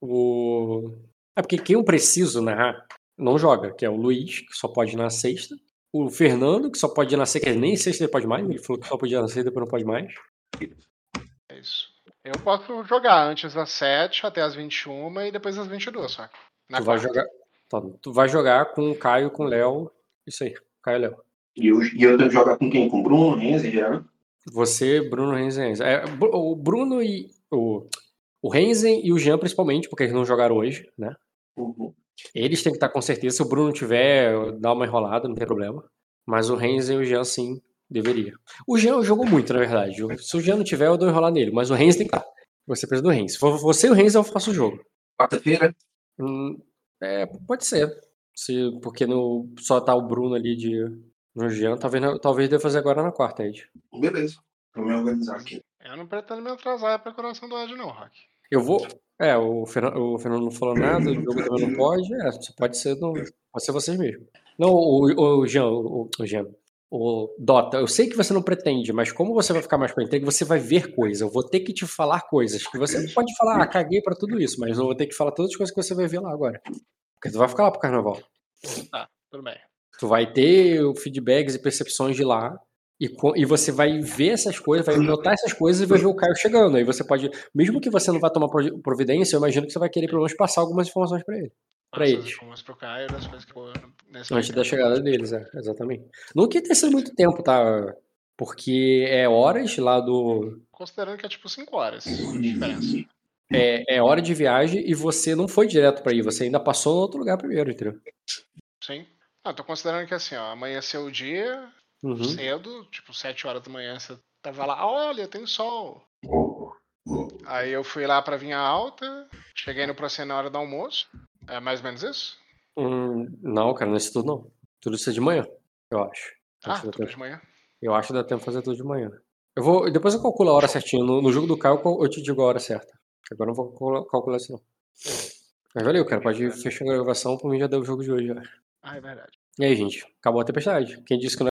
o... É porque quem eu preciso narrar não joga, que é o Luiz, que só pode ir na sexta. O Fernando, que só pode ir na sexta, ele nem sexta ele pode mais. Ele falou que só podia ir na sexta, depois não pode mais.
É isso. Eu posso jogar antes das 7 até as 21 e depois das 22, só. Na
Tu vai,
quarta.
jogar... tá, tu vai jogar com o Caio, com o Léo. Isso aí, Caio e Léo.
E eu, e eu tenho que jogar com quem? Com o Bruno, Renzi, em geral?
Você, Bruno Renzen. É, Bru- o Bruno e. O, o Renzen e o Jean, principalmente, porque eles não jogaram hoje, né?
Uhum.
Eles têm que estar com certeza. Se o Bruno tiver, dá uma enrolada, não tem problema. Mas o Renzen e o Jean, sim, deveria. O Jean jogou muito, na verdade. Eu- Se o Jean não tiver, eu dou enrolar nele. Mas o Renzen tem que estar. Você precisa do Renzen. Se for você e o Renzen, eu faço o jogo.
Quarta-feira?
Hum, é, pode ser. Se, porque no, só tá o Bruno ali de. No Jean, talvez, não- talvez deva fazer agora na quarta, Ed.
Beleza. Vou me organizar aqui.
Eu não pretendo me atrasar pra coração do Ed, não, Rock.
Eu vou. É, o Fernan- o Fernando, não falou nada, o Diogo também não pode. É, só pode ser, no, pode ser vocês mesmos. Não, o, o Jean, o, o Jean, o Dota, eu sei que você não pretende, mas como você vai ficar mais pra entrega, você vai ver coisa. Eu vou ter que te falar coisas que você não pode falar, ah, caguei pra tudo isso, mas eu vou ter que falar todas as coisas que você vai ver lá agora. Porque tu vai ficar lá pro carnaval.
Tudo bem.
Tu vai ter feedbacks e percepções de lá. E, co- e você vai ver essas coisas, vai notar essas coisas e vai ver o Caio chegando. Aí você pode, mesmo que você não vá tomar provi- providência, eu imagino que você vai querer pelo menos passar algumas informações para ele. Pra
Faço as
eles.
reformas pro Caio, das coisas que eu, nesse
Antes da
momento.
chegada deles, é, exatamente. Não que tenha sido muito tempo, tá? Porque é horas lá do.
Considerando que é tipo 5 horas de diferença.
É, é hora de viagem e você não foi direto pra ir, você ainda passou em outro lugar primeiro, entendeu?
Sim. Ah, tô considerando que assim, ó, amanheceu o dia,
Uhum.
cedo, tipo 7 horas da manhã, você tava lá, olha, tem sol. Aí eu fui lá pra vinha alta, cheguei no Procena na hora do almoço. É mais ou menos isso?
Hum, não, cara, não é isso tudo não. Tudo isso é de manhã, eu acho. Então,
Ah,
você vai
tudo
ter-
de manhã.
Eu acho que dá tempo de fazer tudo de manhã. Eu vou, depois eu calculo a hora certinha. No, no jogo do Caio eu cal- eu te digo a hora certa. Agora eu não vou calcular, calcular isso não. Mas valeu, cara. Pode ir fechando a gravação. Por mim já deu o jogo de hoje. Já.
Ah, é verdade.
E aí, gente? Acabou a tempestade. Quem disse que não